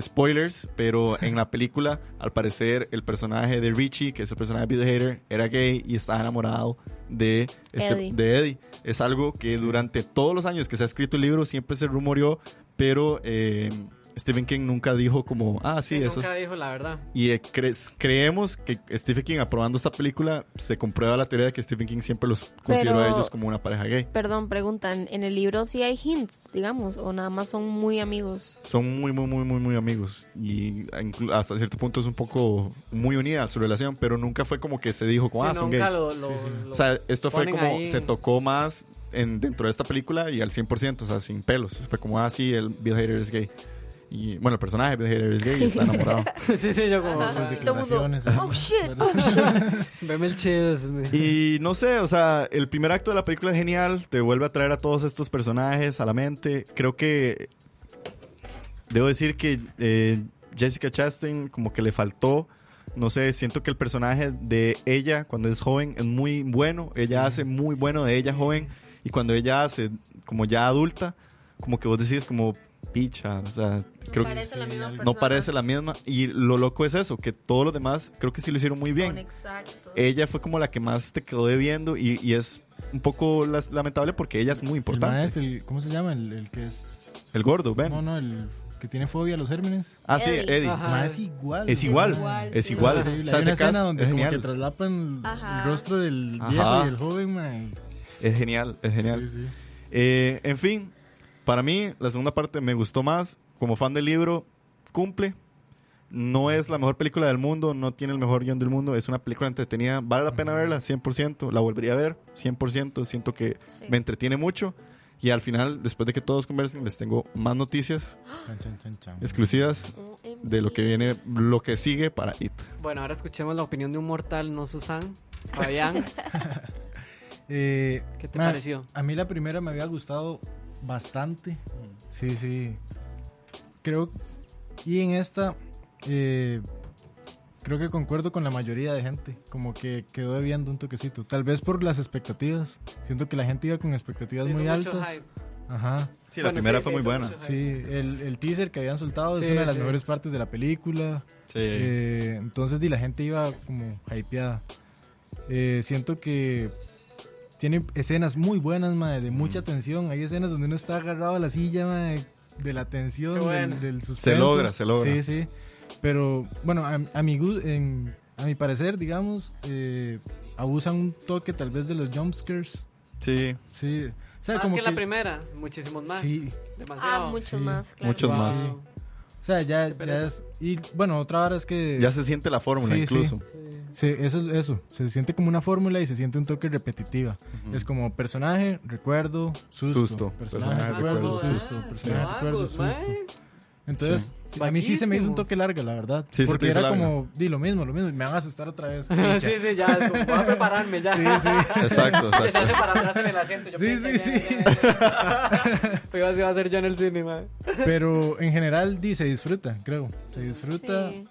spoilers, pero en la película, al parecer, el personaje de Richie, que es el personaje de Bill Hader, era gay y estaba enamorado de, este- Eddie. de Eddie. Es algo que durante todos los años que se ha escrito el libro siempre se rumoreó, pero eh, Stephen King nunca dijo como, ah, sí, Que eso. Nunca dijo la verdad. Y eh, cre- creemos que Stephen King aprobando esta película se comprueba la teoría de que Stephen King siempre los consideró a Pero- ellos como una pareja gay. Perdón, preguntan, ¿en el libro sí hay hints, digamos? ¿O nada más son muy amigos? Son muy, muy, muy, muy, muy amigos. Y inclu- hasta cierto punto es un poco muy unida su relación, pero nunca fue como que se dijo como, ah, Sí, son nunca gays. lo- lo- lo O sea, esto fue ponen como ahí. se tocó más en, dentro de esta película y al 100%, o sea, sin pelos. Fue como, ah, sí, el Bill Hader es gay. Y bueno, el personaje de Bill Hader es gay y está enamorado. sí, sí, yo como. Las Y todo el mundo, declaraciones, oh ¿no? shit, oh shit. Veme el chisme. Y no sé, o sea, el primer acto de la película es genial, te vuelve a traer a todos estos personajes a la mente. Creo que debo decir que eh, Jessica Chastain como que le faltó, no sé, siento que el personaje de ella cuando es joven es muy bueno, ella hace muy bueno de ella joven y cuando ella hace como ya adulta, como que vos decís como picha, o sea, creo que parece la misma no parece la misma y lo loco es eso, que todos los demás creo que sí lo hicieron muy bien Eh, exacto. ella fue como la que más te quedó debiendo y, y es un poco las- lamentable porque ella es muy El importante. El, maestro, el, ¿cómo se llama? El, el que es. gordo, ven. No, no, el que tiene fobia a los gérmenes. Ah, sí, Eddie. Eddie. Ajá. El mae es igual. Es o sea, igual, Igual, es sí. igual. Increíble. O sea, Hay ese una cast escena donde es como que genial. traslapan Ajá. el rostro del viejo Ajá. y el joven, mae. Es genial, es genial. Sí, sí. Eh, en fin, para mí la segunda parte me gustó más. Como fan del libro, cumple. No es la mejor película del mundo, no tiene el mejor guión del mundo. Es una película entretenida. Vale la pena verla, 100%. La volvería a ver, 100%. Siento que Sí. me entretiene mucho. Y al final, después de que todos conversen, les tengo más noticias Chan, chan, chan, chan. exclusivas de Oh, lo que viene, lo que sigue para It. Bueno, ahora escuchemos la opinión de un mortal, no Susan. Fabián, Eh, ¿Qué te ma, pareció? A mí la primera me había gustado bastante. Sí, sí. Creo. Y en esta. eh, creo que concuerdo con la mayoría de gente. Como que quedó debiendo un toquecito. Tal vez por las expectativas. Siento que la gente iba con expectativas hizo muy mucho altas. hype. Ajá. Sí, la Bueno, primera sí, fue sí, muy hizo buena. mucho. Sí, el, el teaser que habían soltado es Sí, una de las sí. mejores partes de la película. Eh, entonces, y la gente iba como hypeada. Eh, siento que tiene escenas muy buenas, mae, de mucha Mm. tensión. Hay escenas donde uno está agarrado a la silla, mae, de la tensión, Qué bueno. del, del suspenso. Se logra, se logra. Sí, sí. Pero, bueno, a, a mi, gu- en- a mi parecer, digamos, eh, abusan un toque tal vez de los jumpscares. sí, Sí. O sea, Más como Ah, que, la que- primera, muchísimos más. Sí, Ah, Demasiado. muchos Sí, más, claro. muchos Wow. más. o sea, ya, ya pereza. es... Y, bueno, otra hora es que... Ya se siente la fórmula Sí, incluso. Sí, eso es eso. Se siente como una fórmula y se siente un toque repetitiva. Es como personaje, recuerdo, susto. Susto, Personaje, personaje, recuerdo, recuerdo, susto. Personaje, Ah, recuerdo, vagos, mae. susto. Entonces, a mí sí se me hizo un toque larga, la verdad. Sí, se te porque hizo era larga. como, di lo mismo, lo mismo. y Me van a asustar otra vez. Sí, sí, ya, es como, voy a prepararme ya. Sí, sí. Exacto, Que se exacto. hace para atrás en el asiento. Yo Sí, pensé, sí, ya, sí. ya, ya. Pero así va a ser yo en el cine, mae. Pero en general, di, se disfruta, creo. Se disfruta, Sí.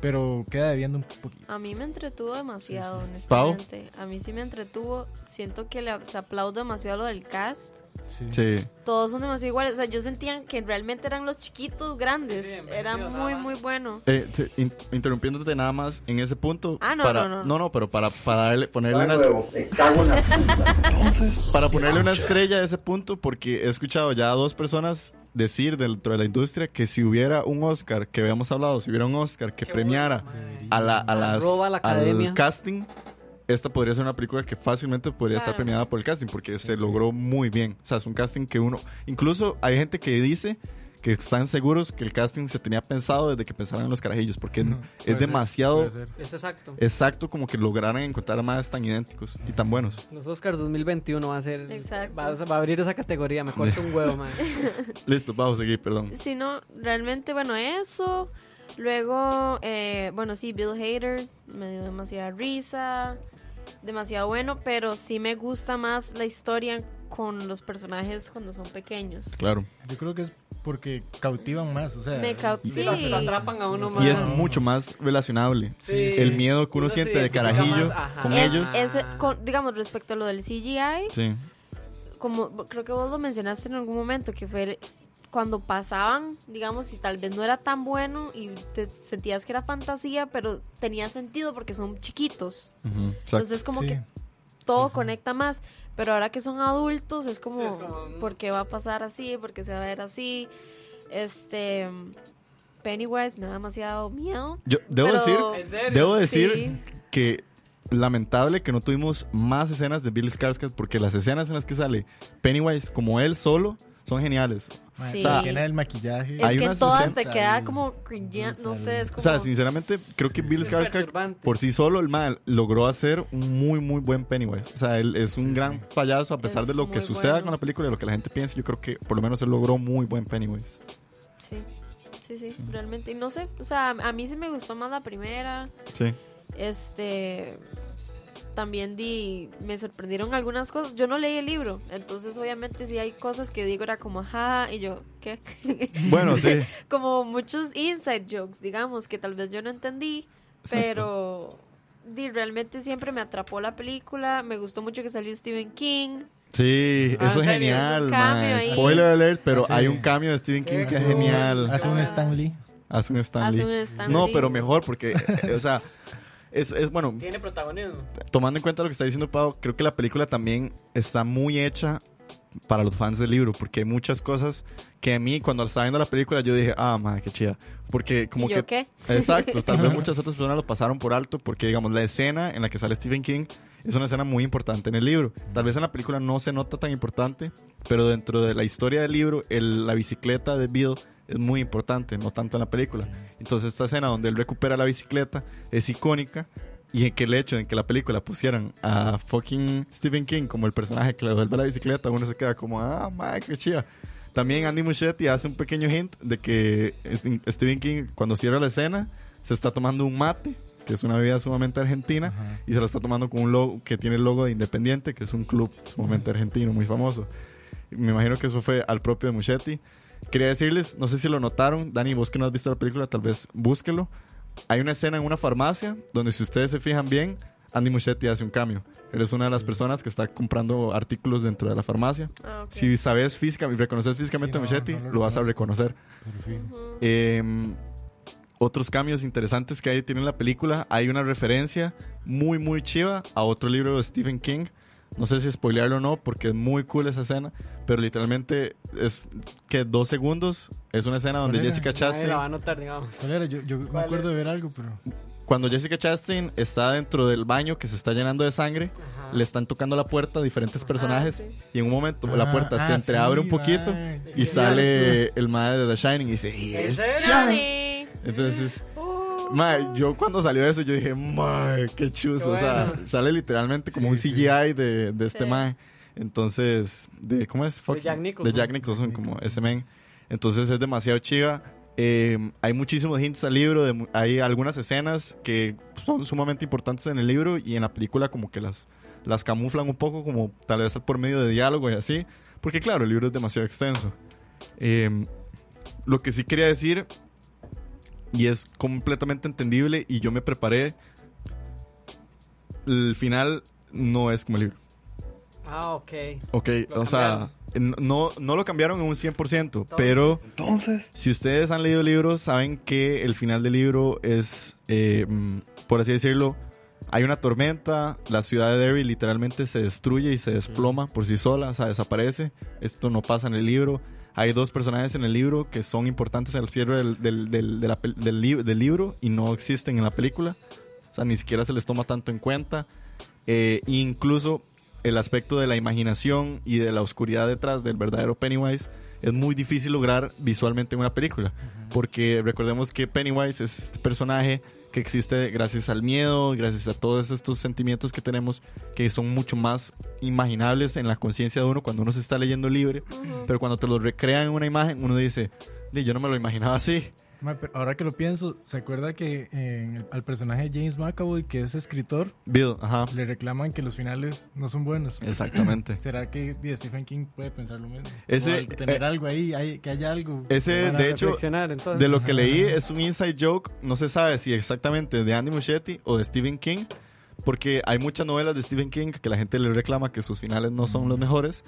pero queda debiendo un poquito. A mí me entretuvo demasiado, Pau. honestamente. A mí sí me entretuvo. Siento que le- se aplaudo demasiado lo del cast. Sí. Sí. Todos son demasiado iguales. O sea, yo sentía que realmente eran los chiquitos grandes. Sí, sí, en Era sentido, nada muy, más. muy bueno. Eh, sí, in- interrumpiéndote nada más en ese punto. Ah, no, para, no, no. pero para, para darle- ponerle una, nuevo, te cago en la puta. para ponerle una estrella a ese punto, porque he escuchado ya a dos personas decir dentro de la industria que si hubiera un Oscar, que habíamos hablado, si hubiera un Oscar que Qué premiara bueno, mae. a la, a las, Arroba la academia. al casting, esta podría ser una película que fácilmente podría estar Claro. premiada por el casting, porque se logró muy bien. O sea, es un casting que uno... Incluso hay gente que dice que están seguros que el casting se tenía pensado desde que pensaron en los carajillos, porque No, puede es ser, demasiado puede ser. Es exacto. exacto como que lograran encontrar más tan idénticos y tan buenos. Los Oscars 2021 va a ser. Exacto. Va, a- va a abrir esa categoría. Me corto un huevo, man. Listo, vamos a seguir, perdón. Si no, realmente, bueno, eso. Luego, eh, bueno, sí, Bill Hader. Me dio demasiada risa. Demasiado bueno, pero sí me gusta más la historia con los personajes cuando son pequeños. Claro. Yo creo que es porque cautivan más, o sea. Me cau- es- Sí. Lo, lo atrapan a uno más. Y es mucho más relacionable. Sí. El miedo que uno Uno se siente de identifica carajillo más, ajá. con Es- ellos. es- con- digamos, respecto a lo del CGI, Sí. como v- creo que vos lo mencionaste en algún momento, que fue el- cuando pasaban, digamos, y tal vez no era tan bueno y te sentías que era fantasía, pero tenía sentido porque son chiquitos. Ujú, exacto. Entonces como sí. que todo conecta más, pero ahora que son adultos es como, Sí, es como, mm. ¿por qué va a pasar así? ¿Por qué se va a ver así? Este Pennywise me da demasiado miedo. Yo debo pero- decir, ¿En serio? debo decir Sí. que lamentable que no tuvimos más escenas de Bill Skarsgård porque las escenas en las que sale Pennywise como él solo son geniales. Mae, Sí. la escena del maquillaje. Es Hay que en unas todas te escenas- queda como cringe, no sé, es como O sea, sinceramente creo que Bill Skarsgård perturbante. por sí solo el mal logró hacer un muy muy buen Pennywise. O sea, él es un gran payaso a pesar Es de lo que muy suceda bueno. con la película y lo que la gente piense. Yo creo que por lo menos él logró muy buen Pennywise. sí. Sí, sí, realmente. Y no sé, o sea, a mí sí me gustó más la primera. Sí. Este. También di. Me sorprendieron algunas cosas. Yo no leí el libro. Entonces, obviamente, sí hay cosas que digo, era como, jaja, y yo, ¿qué? Bueno, sí. como muchos inside jokes, digamos, que tal vez yo no entendí. Pero. Di, realmente siempre me atrapó la película. Me gustó mucho que salió Stephen King. Sí, Ah, eso en serio, es es un genial. cambio mae. ahí. Spoiler alert, pero Sí. hay un cambio de Stephen King que es Hace un- genial. Hace un Stan Lee. Hace un Stanley. Hace un Stan No, Lee. pero mejor porque, eh, o sea, es, es bueno, Tiene protagonismo. tomando en cuenta lo que está diciendo Pau, creo que la película también está muy hecha para los fans del libro, porque hay muchas cosas que a mí cuando estaba viendo la película yo dije, ah, madre, qué chida. Porque como ¿Y yo que... qué? Exacto, tal vez muchas otras personas lo pasaron por alto porque, digamos, la escena en la que sale Stephen King es una escena muy importante en el libro. Tal vez en la película no se nota tan importante, pero dentro de la historia del libro, el- la bicicleta de Bill es muy importante, no tanto en la película. Entonces esta escena donde él recupera la bicicleta es icónica y en que el hecho en que la película pusieran a fucking Stephen King como el personaje que le devuelve la bicicleta, uno se queda como, ah, madre, qué chida. También Andy Muschietti hace un pequeño hint de que St- Stephen King cuando cierra la escena se está tomando un mate, que es una bebida sumamente argentina, y se la está tomando con un logo que tiene el logo de Independiente, que es un club sumamente argentino, muy famoso. Me imagino que eso fue al propio de Muschetti. Quería decirles, no sé si lo notaron, Dani, vos que no has visto la película, tal vez búsquelo. Hay una escena en una farmacia donde si ustedes se fijan bien, Andy Muschietti hace un cambio. Él es una de las personas que está comprando artículos dentro de la farmacia. Ah, ok. Si sabes física, reconoces físicamente Sí, a no, Muschietti, no lo lo, vas a reconocer. Pero fijo. Eh, otros cambios interesantes que hay, tiene la película, hay una referencia muy, muy chiva a otro libro de Stephen King. No sé si spoilearlo o no, porque es muy cool esa escena, pero literalmente es que dos segundos es una escena donde Colega, Jessica Nadie Chastain, la va a notar, digamos. ¿Cuál era? Yo, yo me acuerdo de ver algo, pero. cuando Jessica Chastain está dentro del baño que se está llenando de sangre, Ajá. Ah, le están tocando la puerta a diferentes personajes sí. y en un momento la Ah, puerta se ah, entreabre sí, un poquito mae. y Sí. sale el madre de The Shining y dice, ¿En "Yes, serio? Johnny. Entonces, Oh. mae, yo cuando salió eso, yo dije, mae, qué chuzo. Qué O sea, bueno. sale literalmente como un Sí, sí. CGI de, de este Sí. mae. Entonces, de, ¿cómo es? Fuck, Jack Nicholson. de Jack Nicholson, como ese men. Entonces es demasiado chiva. Eh, hay muchísimos hints al libro, de mu- hay algunas escenas que son sumamente importantes en el libro y en la película como que las, las camuflan un poco, como tal vez por medio de diálogo y así. Porque claro, el libro es demasiado extenso. Eh, lo que sí quería decir, y es completamente entendible, y yo me preparé, el final no es como el libro. Ah, ok. Ok, Lo o sea, no, no lo cambiaron en un 100%, pero Entonces, si ustedes han leído libros, saben que el final del libro es, eh, mm, por así decirlo, hay una tormenta, la ciudad de Derry literalmente se destruye y se desploma por sí sola, o sea, desaparece. Esto no pasa en el libro. Hay dos personajes en el libro que son importantes en el cierre del, del- del- de la pel- del li- del libro y no existen en la película. O sea, ni siquiera se les toma tanto en cuenta. Eh, incluso el aspecto de la imaginación y de la oscuridad detrás del verdadero Pennywise es muy difícil lograr visualmente en una película. Porque recordemos que Pennywise es este personaje que existe gracias al miedo, gracias a todos estos sentimientos que tenemos que son mucho más imaginables en la conciencia de uno cuando uno se está leyendo libre. Pero cuando te lo recrean en una imagen, uno dice, "Di, yo no me lo imaginaba así. Ma, pero Ahora que lo pienso, ¿se acuerda que en el- al personaje de James McAvoy, que es escritor, Bill, ajá. le reclaman que los finales no son buenos? Exactamente. ¿Será que di, Stephen King puede pensar lo mismo? Ese- O al tener eh, algo ahí, hay- que haya algo. Ese, Para de hecho, reflexionar, entonces. de lo que leí, es un inside joke. No se sabe si exactamente de Andy Muschietti o de Stephen King. Porque hay muchas novelas de Stephen King que la gente le reclama que sus finales no son los mejores.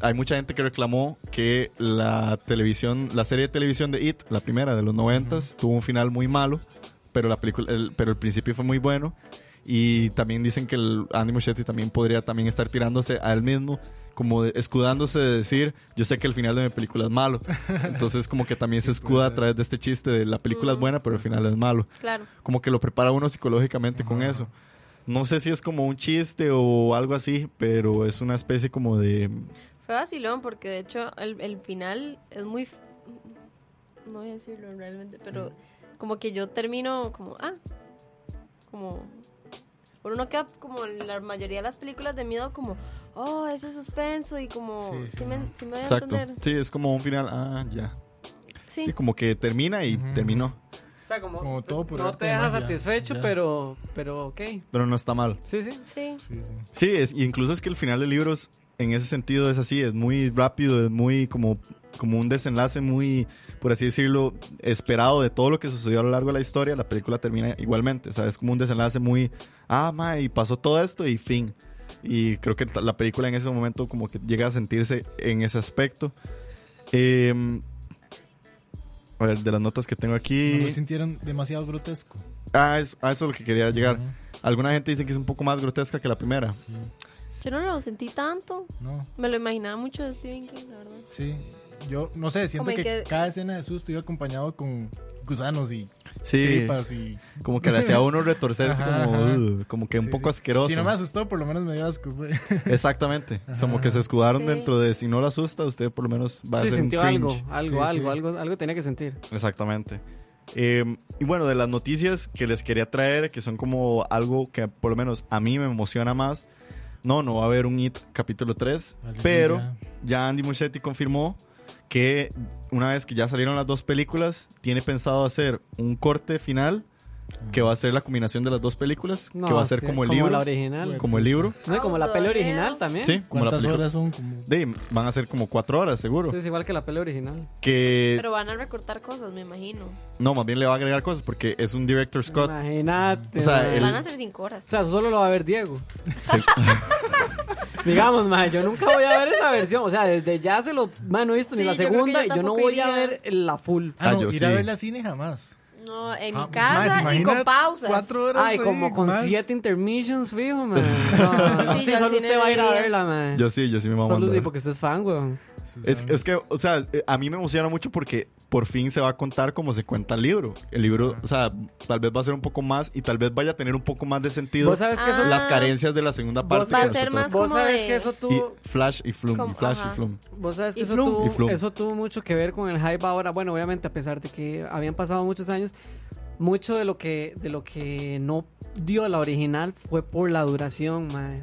Hay mucha gente que reclamó que la televisión, la serie de televisión de It, la primera de los noventas, tuvo un final muy malo, pero la película, el- pero el principio fue muy bueno. Y también dicen que el Andy Muschietti también podría también estar tirándose a él mismo, como de- escudándose de decir, yo sé que el final de mi película es malo. Entonces como que también se escuda a través de este chiste de la película es buena, pero el final es malo Claro. como que lo prepara uno psicológicamente con eso. No sé si es como un chiste o algo así, pero es una especie como de... Fue vacilón porque de hecho el, el final es muy... f- No voy a decirlo realmente, pero como que yo termino como... Ah, como... Por uno queda como en la mayoría de las películas de miedo como... Oh, ese suspenso y como... Sí, Sí, sí, me, no. sí me voy a Exacto. entender. Sí, es como un final... Ah, ya. Sí. Sí, como que termina y Ujú. terminó. O sea, como, Como todo por no arte te de deja magia, satisfecho, ya. pero pero ok. Pero no está mal. Sí, sí. Sí. Sí, sí. Sí, es, y incluso es que el final del libro es- en ese sentido es así, es muy rápido, es muy como, como un desenlace muy, por así decirlo, esperado de todo lo que sucedió a lo largo de la historia. La película termina igualmente, o sea, es como un desenlace muy, ah, ma, y pasó todo esto y fin. Y creo que la película en ese momento como que llega a sentirse en ese aspecto. Em, a ver, de las notas que tengo No lo aquí... sintieron demasiado grotesco. Ah, es- a eso es lo que quería llegar. Ujú. Alguna gente dice que es un poco más grotesca que la primera. Yo no lo sentí tanto. No, Me lo imaginaba mucho de Stephen King, la verdad. sí. Yo no sé, siento Como que que- cada escena de susto iba acompañado con gusanos y Sí. tripas y. Como que le hacía a uno retorcerse Ajá, como, ajá. "Ugh", como que un Sí, poco sí. asqueroso. Si no me asustó, por lo menos me dio asco, pues. güey. Exactamente. Como que se escudaron Sí. dentro de si no lo asusta, usted por lo menos va a Sí, hacer un sintió cringe. algo, algo, Sí, algo, sí. algo, algo tenía que sentir. Exactamente. Eh, y bueno, de las noticias que les quería traer, que son como algo que por lo menos a mí me emociona más. No, no va a haber un hit capítulo 3, Aleluya. pero ya Andy Muschietti confirmó que una vez que ya salieron las dos películas, tiene pensado hacer un corte final Ah. que va a ser la combinación de las dos películas, No, que va a ser sí, como el la libro, original. Bueno. como el libro. No, y como la peli original también. Sí, como la ¿Cuántas película. horas son? Como... De, van a ser como cuatro horas, seguro. Sí, Es igual que la peli original. Que Pero van a recortar cosas, me imagino. no, más bien le va a agregar cosas porque es un director Scott. Ah, Imagínate. O sea, ma. El- Van a ser cinco horas. O sea, eso solo lo va a ver Diego. Sí. Digamos, ma, yo nunca voy a ver esa versión. O sea, desde ya se lo. Ma, no he visto ni Sí, la yo creo que segunda yo y yo no tampoco voy a iría. ver la full. Ah, no, Ah, yo ir sí. a ver la cine jamás. No, en Ah, mi casa más, y con imagina pausas. Cuatro horas. Ay, ahí, como con más. siete intermissions, fijo, man. No, no, Sí, sí, yo al solo cine usted va a ir a iría. verla, man. Yo sí, yo sí me voy a solo sí, mandar. porque usted es fan, weón. Sí, Es, ¿sabes? es que, o sea, eh, a mí me emociona mucho porque por fin se va a contar cómo se cuenta el libro. El libro, o sea, tal vez va a ser un poco más y tal vez vaya a tener un poco más de sentido Vos sabes que eso. Ah, las carencias de la segunda parte. Va a que ser respetó. más Vos como sabes de- que eso Y tuvo. Flash y Flum, y Como- Flash y ajá. Flum. Vos sabes que Y eso Flum. Y tuvo, Flum. eso tuvo mucho que ver con el hype ahora. Bueno, obviamente, a pesar de que habían pasado muchos años, mucho de lo que, de lo que no dio la original fue por la duración, mae.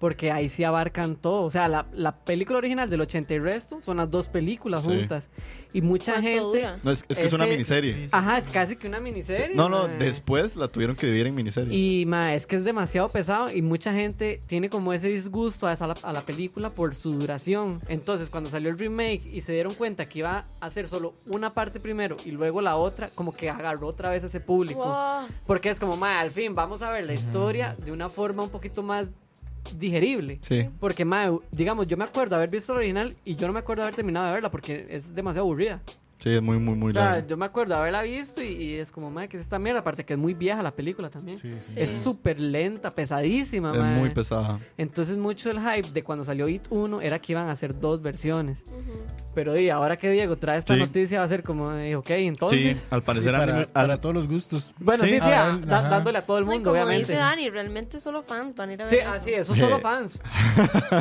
Porque ahí sí abarcan todo. O sea, la, la película original del 80 y resto son las dos películas Sí. juntas. Y mucha ¿Cuánto gente. dura? No, es, es que es una Ese- miniserie. Ajá, es casi que una miniserie. No, no, mae. después la tuvieron que dividir en miniserie. Y ma, es que es demasiado pesado y mucha gente tiene como ese disgusto a, esa- a la película por su duración. Entonces, cuando salió el remake y se dieron cuenta que iba a hacer solo una parte primero y luego la otra, como que agarró otra vez a ese público. Wow. Porque es como, ma, al fin vamos a ver la historia de una forma un poquito más digerible. Sí. Porque, ma, digamos, yo me acuerdo haber visto la original y yo no me acuerdo haber terminado de verla porque es demasiado aburrida. Sí, es muy, muy, muy O sea, largo. yo me acuerdo haberla visto y, y es como, madre, ¿qué es esta mierda? Aparte que es muy vieja la película también. Sí, sí. Es súper lenta, pesadísima, Es mae. muy pesada. Entonces mucho el hype de cuando salió It 1 era que iban a hacer dos versiones. Pero y ahora que Diego trae esta Sí. noticia va a ser como, eh, ok, Sí, entonces... al Sí, parecer Andy para, Mu- para todos los gustos. Bueno, sí, sí, A ver, a- da- ajá. dándole a todo el No, y mundo, como obviamente. dice Dani, realmente solo fans van a ir a ver Sí, eso. así, eso solo Eh. fans.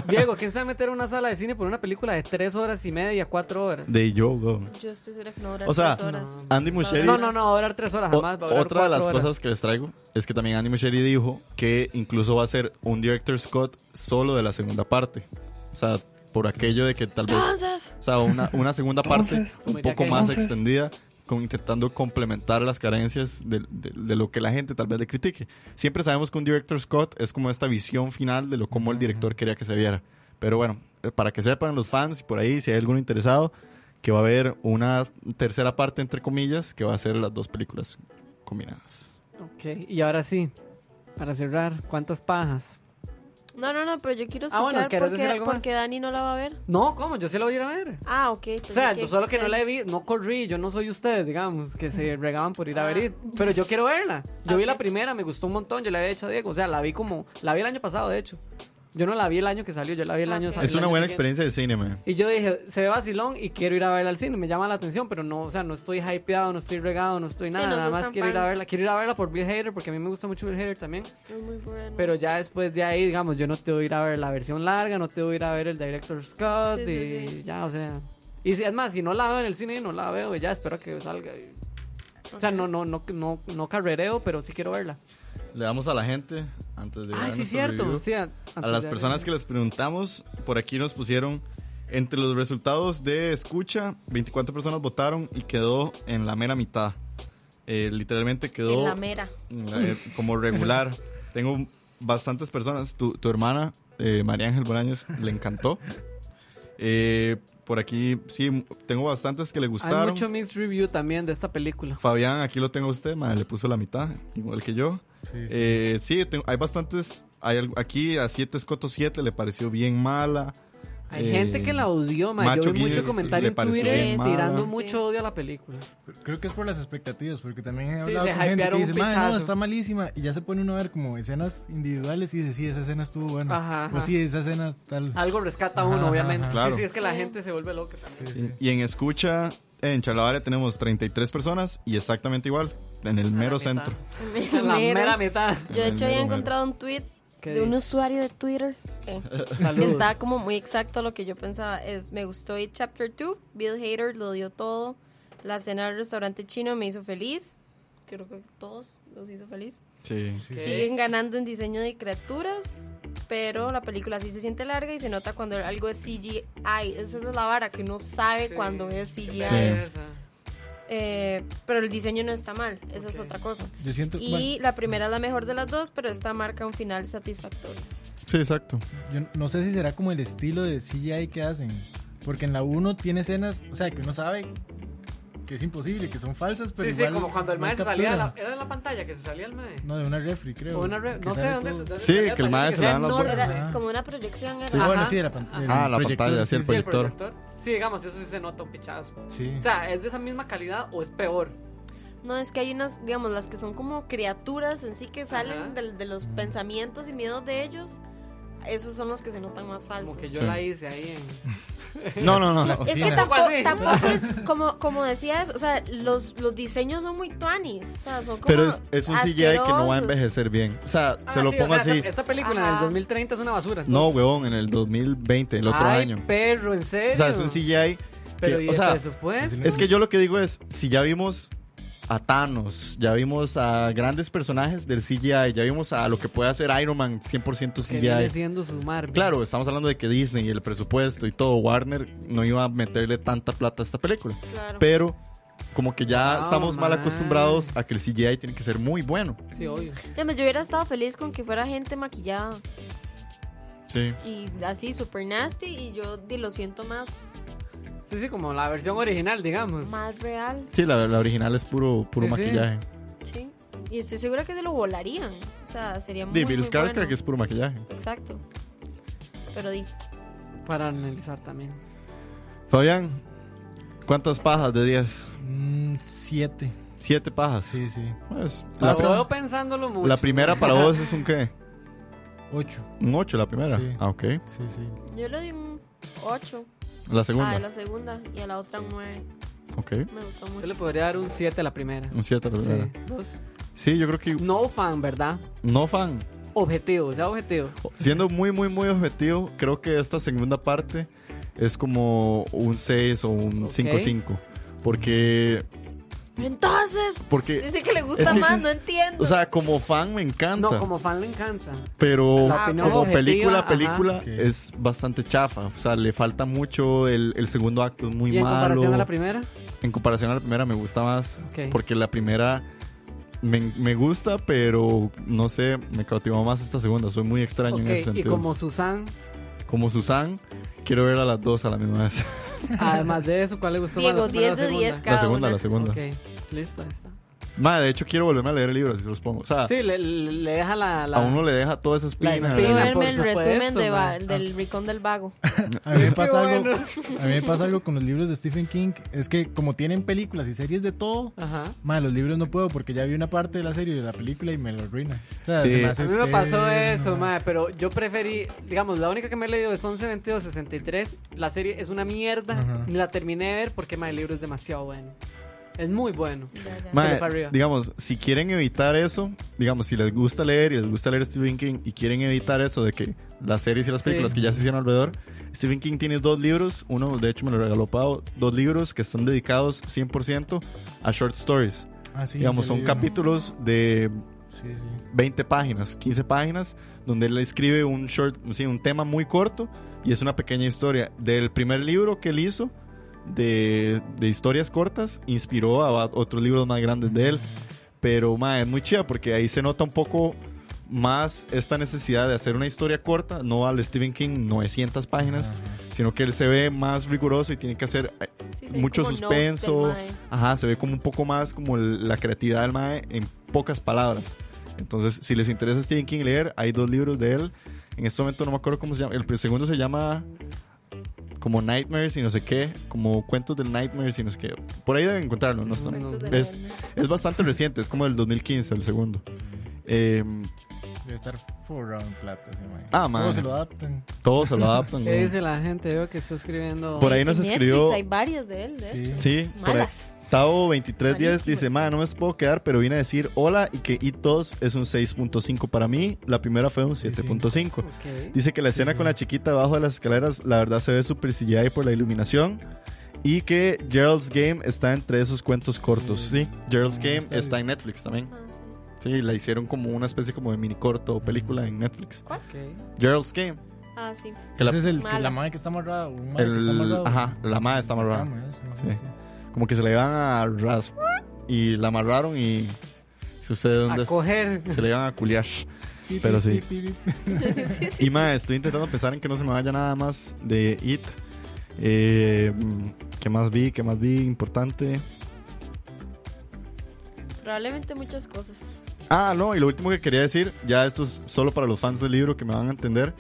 Diego, ¿quién se va a meter a una sala de cine por una película de tres horas y media, cuatro horas? De yo, go. Yo estoy segura que no duran O sea, tres horas. Andy Muschietti. No, no, no, va a durar tres horas, O- jamás va a durar otra de las cuatro horas. cosas que les traigo es que también Andy Muschietti dijo que incluso va a ser un director Scott solo de la segunda parte. O sea, por aquello de que tal vez, Entonces, o sea, una, una segunda parte Entonces, pues, un Como diría poco que- más Entonces. extendida con- intentando complementar las carencias de, de- de lo que la gente tal vez le critique. Siempre sabemos que un director Scott es como esta visión final de lo cómo el director quería que se viera. Pero bueno, eh, para que sepan los fans y por ahí, si hay alguno interesado, que va a haber una tercera parte, entre comillas, que va a ser las dos películas combinadas. Ok, y ahora sí, para cerrar, ¿cuántas pajas? No, no, no, pero yo quiero Ah, bueno, escuchar ¿quieres porque, decir algo más? porque Dani no la va a ver. No, ¿cómo? Yo sí la voy a ir a ver. Ah, ok. O sea, yo solo que no la vi, no corrí, yo no soy ustedes, digamos, que se regaban por ir Ah. a ver It. Pero yo quiero verla. Yo vi la primera, me gustó un montón, yo la había hecho a Diego. O sea, la vi como, la vi el año pasado, de hecho. Yo no la vi el año que salió, yo la vi el Ah, año ok. salió. Es una buena experiencia de cine, man. Y yo dije, se ve vacilón y quiero ir a verla al cine. Me llama la atención, pero no, o sea, no estoy hypeado, no estoy regado, no estoy Sí, nada. no nada sos más tan quiero ir a fan. verla. Quiero ir a verla por Bill Hader, porque a mí me gusta mucho Bill Hader también. Es muy bueno. Pero ya después de ahí, digamos, yo no te voy a ir a ver la versión larga, no te voy a ir a ver el director Scott Sí, sí, y sí. ya, o sea. Y si, es más, si no la veo en el cine, no la veo y ya espero que salga. y- O sea, no, no, no, no, no carrereo, pero sí quiero verla. Le damos a la gente antes de Ah, dar sí, nuestro cierto. review. Sí, a, A las personas que les preguntamos, por aquí nos pusieron entre los resultados de escucha, 24 personas votaron y quedó en la mera mitad. Eh, literalmente quedó En la mera. en la- eh, como regular. Tengo bastantes personas. Tu, tu hermana, eh, María Ángel Bolaños, le encantó. Eh, por aquí, sí, tengo bastantes que le Hay gustaron. mucho mixed review también de esta película. Fabián, aquí lo tengo a usted, madre, le puso la mitad, igual que yo. Sí, sí. Eh, sí, tengo- hay bastantes. Hay, algo- aquí a 7 Escoto 7 le pareció bien mala. Hay Eh, gente que la odió, ma. Macho Yo vi mucho Guinness comentario le en pareció Twitter bien mal. tirando Sí. mucho odio a la película. Creo que es por las expectativas, porque también he Sí, hablado se con gente que hypearon un dice, "Mae, pichazo". no, está malísima. Y ya se pone uno a ver como escenas individuales y dice, sí, esa escena estuvo buena. Ajá, Ah, Pues ajá. sí, esa escena tal. Algo rescata a Ajá, uno, ajá, obviamente. ajá. Sí, Claro. sí, es que la gente se vuelve loca también. Sí, sí. Y en escucha, en Charlavaria tenemos 33 personas y exactamente igual, en el mero mitad. centro. La mera mitad. Yo de Mero, hecho había mero. encontrado un tweet ¿Qué de un dice? usuario de Twitter eh, que Saludos. está como muy exacto a lo que yo pensaba. Es me gustó It Chapter 2, Bill Hader lo dio todo, la cena del restaurante chino me hizo feliz, creo que todos los hizo feliz. Sí. Sí, ¿Qué? Siguen ganando en diseño de criaturas, pero la película sí se siente larga y se nota cuando algo es CGI. Esa es la vara que uno sabe Sí. cuando es CGI. Sí. Eh, pero el diseño no está mal, esa es Ok. otra cosa. Yo siento, Y la primera es la mejor de las dos, pero esta marca un final satisfactorio. Sí, exacto. bueno, yo no sé si será como el estilo de CGI que hacen. Porque en la 1 tiene escenas, o sea, que uno sabe que es imposible, que son falsas, pero Sí, sí, igual como cuando el no maestro captura. salía de la, era de la pantalla que se salía el maestro. No, de una refri, creo. O una re- que no sé sale dónde, todo. dónde Sí, salía que el la mae pantalla, se le dan la enorme. vuelta. Ajá. como una proyección. era. Sí, Ajá. bueno, sí, era pan- el Ah, la proyector, pantalla, sí, el Sí, el proyector. proyector. Sí, digamos, eso sí se nota un pichazo. Sí. O sea, ¿es de esa misma calidad o es peor? No, es que hay unas, digamos, las que son como criaturas en sí que Ajá. salen del- de, los pensamientos y miedos de ellos. Esos son los que se notan más falsos. Como que yo Sí. la hice ahí en... No, no, no. Es que Sí, tampoco, algo así. tampoco es como, como decías, o sea, los, los diseños son muy tuanis. O sea, son como Pero es, es un CGI que no va a asquerosos. envejecer bien. O sea, Ah, se lo sí, o pongo sea, así. Esta, esta película en el Ajá. 2030 es una basura. No, huevón, en el 2020, el otro Ay, año. perro, ¿en serio? O sea, es un CGI Pero que, ¿y o de sea, presupuesto? Es que yo lo que digo es, si ya vimos a Thanos, ya vimos a grandes personajes del CGI, ya vimos a lo que puede hacer Iron Man 100% que viene CGI. siendo su Marvel. Claro, estamos hablando de que Disney, el presupuesto y todo, Warner no iba a meterle tanta plata a esta película. Claro. Pero como que ya Wow, estamos mal man. acostumbrados a que el CGI tiene que ser muy bueno. Sí, obvio. Dígame, yo hubiera estado feliz con que fuera gente maquillada Sí. y así, super nasty. Y yo di, lo siento más, Sí, sí, como la versión original, digamos. más real. Sí, la, la original es puro, puro Sí, sí. maquillaje. Sí. Y estoy segura que se lo volarían. O sea, sería muy, Di, muy Bill Skarsgård bueno. que es puro maquillaje. Exacto. Pero di. Para analizar también. Fabián, ¿cuántas pajas de 10? Mm, siete. Siete pajas. Sí, sí. Pues, Lo la- veo pensándolo mucho. La primera para vos es un qué? Ocho. Un 8 la primera. Sí. Ah, ok. Sí, sí. Yo le di un 8 La a segunda. Ah, la segunda y a la otra un 9. Ok. Me gustó Yo mucho. le podría dar un 7 a la primera. Un 7 la primera. Sí. Sí. yo creo que No fan, ¿verdad? no fan. Objetivo, o sea, objetivo. Siendo muy, muy, muy objetivo, creo que esta segunda parte es como un 6 o un Ok. 5-5. Porque Pero entonces, Porque dice que le gusta Eh, es que- más, no entiendo. O sea, como fan me encanta. No, como fan le encanta. Pero La opinión como objetiva, película, ajá. película Ok. es bastante chafa. O sea, le falta mucho. El, el segundo acto es muy y en malo. comparación a la primera, En comparación a la primera me gusta más. Ok. Porque la primera me, me gusta, pero no sé, me cautivó más esta segunda. Soy muy extraño Ok, en ese y sentido. Como... como Susan, Susan, quiero ver a las dos a la misma vez. además de eso, ¿cuál le gustó Diego, más? la primera o 10 de 10 segunda? cada la segunda, una. la segunda. Ok, listo, ahí está. Ma, de hecho, quiero volverme a leer el libro, si se los pongo. O sea, Sí, le, le- le deja la. la a uno le deja toda esa espina. La Quiero espina. Pina, por verme el resumen supuesto, de va- ma. del Rincón del Vago. A mí, me pasa Qué algo, bueno. a mí me pasa algo con los libros de Stephen King. Es que como tienen películas y series de todo, Ajá. ma, los libros no puedo porque ya vi una parte de la serie y de la película y me lo arruina. O sea, Sí. se me A hace mí me pasó eterno, eso, ma. madre, pero yo preferí, digamos, la única que me he leído es 11, 22, 63. La serie es una mierda, Ajá. ni la terminé de ver porque, madre, el libro es demasiado bueno. Es muy bueno. Mae, Pero para arriba. digamos, si quieren evitar eso, digamos, si les gusta leer y les gusta leer Stephen King y quieren evitar eso de que las series y las películas Sí. que ya se hicieron alrededor, Stephen King tiene dos libros, uno de hecho me lo regaló Pau, dos libros que están dedicados 100% a short stories. Ah, sí, digamos, yo son leí uno. capítulos de Sí, sí. 20 páginas, 15 páginas, donde él escribe un short, sí, un tema muy corto y es una pequeña historia. Del primer libro que él hizo de, de historias cortas, inspiró a, a otros libros más grandes de él. Pero ma, es muy chida porque ahí se nota un poco más esta necesidad de hacer una historia corta, no al Stephen King 900 páginas, sino que él se ve más riguroso y tiene que hacer eh, Sí, sí, mucho como notes del suspenso. mae. Ajá, se ve como un poco más como el- la creatividad del Mae en pocas palabras. Entonces, si les interesa Stephen King leer, hay dos libros de él. En este momento no me acuerdo cómo se llama. El pr- segundo se llama como Nightmares y no sé qué, como cuentos del Nightmares y no sé qué. Por ahí deben encontrarlo, no está- Cuentos de Es, es bastante reciente, es como del 2015 el segundo. Eh, Debe estar forrado en plata, sí, ma. Ah, ma. Todos se lo adaptan. todos se lo adaptan. ¿Qué güey. dice la gente? Veo que está escribiendo. Por ahí nos En Netflix escribió- Hay varias de él, de él. Sí. Sí, por ahí. Malas. Tavo 2310 Malísimas. dice, ma, no me puedo quedar, pero vine a decir hola y que It 2 es un 6.5 para mí. La primera fue un 7.5. Ok. Dice que la escena con la chiquita abajo de las escaleras, la verdad se ve super CGI por la iluminación. Y que Gerald's Game está entre esos cuentos cortos. Sí, Gerald's Ah, Game está está en bien. Netflix también. Ah, sí. Sí, la hicieron como una especie como de mini corto o película en Netflix. ok. Gerald's Game. Ah, sí. Que la, Ese es el que Mala. la madre que está amarrada. Un mae que está el, amarrado. ajá, la madre está amarrada. Ah, mae, sí, Sí. sí, sí. como que se la iban a ras y la amarraron y sucede A donde es- coger. se le iban a culiar. Pero sí. Sí, sí, Y más, estoy intentando pensar en que no se me vaya nada más de It. Eh, mm, ¿Qué más vi? ¿Qué más vi? Importante. sí. Probablemente muchas cosas. Ah, no, y lo último que quería decir, ya esto es solo para los fans del libro que me van a entender.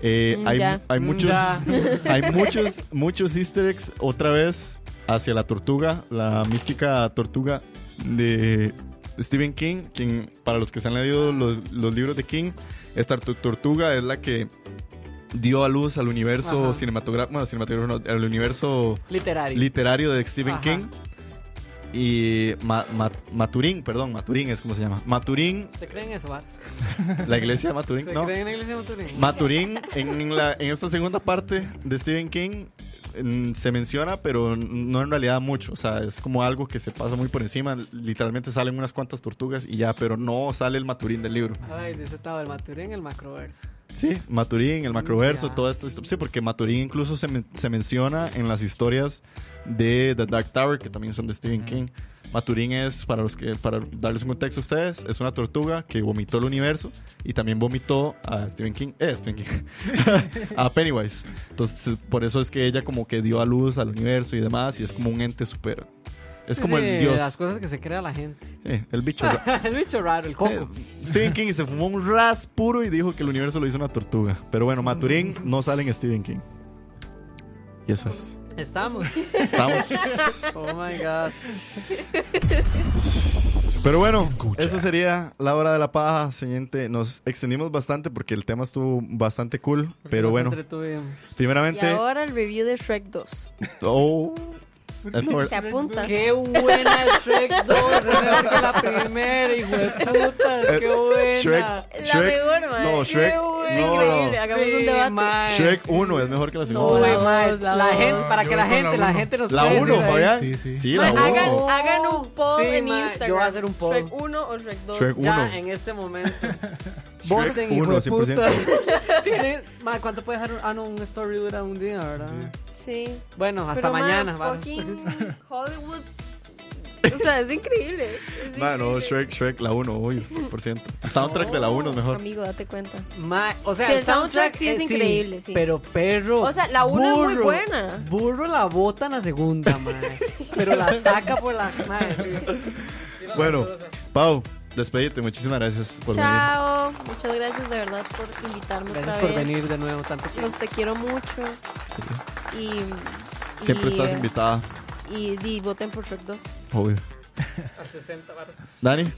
Eh, Mm, hay, ya. hay muchos, Ya. hay muchos, muchos easter eggs otra vez hacia la tortuga, la mística tortuga de Stephen King, quien para los que se han leído los, los libros de King, esta tor- tortuga es la que dio a luz al universo Ajá. cinematográfico, bueno, cinematográfico no, al universo Literario. literario de Stephen Ajá. King. Y Ma- Ma- Maturín, perdón, Maturín es como se llama. Maturín, ¿Se creen eso, Bar? la iglesia de Maturín, ¿Se no. creen en la iglesia de Maturín? Maturín, en, la, en esta segunda parte de Stephen King mm, se menciona, pero no en realidad mucho. O sea, es como algo que se pasa muy por encima. Literalmente salen unas cuantas tortugas y ya, pero no sale el Maturín del libro. Ay, dice Tavo, el Maturín, el macroverso. Sí, Maturín, el macroverso, Ya. toda esta histo- Sí, porque Maturín incluso se, men- se menciona en las historias de The Dark Tower, que también son de Stephen King. Maturín es, para, los que, para darles un contexto a ustedes, es una tortuga que vomitó el universo y también vomitó a Stephen King, eh, Stephen King, a Pennywise. Entonces, por eso es que ella como que dio a luz al universo y demás, y es como un ente super... Es como Sí, el Las Ah, dios, cosas que se crea la gente. sí, el bicho. ra- el bicho raro, el coco. eh, Stephen King se fumó un ras puro y dijo que el universo lo hizo una tortuga. Pero bueno, Maturín no sale en Stephen King. Y eso es. Estamos. Estamos. Oh my god. Pero bueno, Escucha. eso sería la hora de la paja. Siguiente, nos extendimos bastante porque el tema estuvo bastante cool. Pero Nos bueno, entretuvimos. Y primeramente. ahora el review de Shrek 2. Oh, es la Se verdad. apunta. Qué buena es Shrek 2, es mejor que la primera, hijo de puta, qué Eh, buena. Shrek, La Shrek- mejor, mae. no, Shrek, Qué buena. No, no. increíble. Hagamos un Sí, debate. mae. Shrek 1 es mejor que la No, Uy, segunda. la mae, dos, la la dos. gente, para Yo que la voy con la gente, uno. la, gente nos la puede 1, decir ahí. Fabián. Sí, sí. la Ma, 1. hagan, hagan un poll Sí, en ma, yo voy a Instagram. hacer un poll. Shrek 1 o Shrek 2. Shrek Ya Uno. en este momento. Voten y uno, puta. Tienen- ma, ¿Cuánto puede dejar? un- Ah, no, un story dura un día, ¿verdad? Sí. Bueno, hasta Pero, ma, mañana. va. fucking Hollywood. O sea, es increíble. es Bueno, increíble. Ah, Shrek, Shrek, la 1, uy, 100%. El soundtrack de la 1 es mejor. Amigo, date cuenta. Ma, o sea, Sí, el soundtrack sí es eh, increíble, sí. Pero perro. O sea, la uno es muy burro, buena. Burro la bota en la segunda, ma. pero la saca por la. ma, sí. Bueno, Pau, despedite, muchísimas gracias por venir. Chao. Muchas gracias de verdad por invitarme Gracias otra por vez. venir de nuevo tanto tiempo. Los te quiero mucho. Y. Siempre y, estás eh, invitada, Y, y voten por Shrek 2. obvio. A 60 varas. Dani,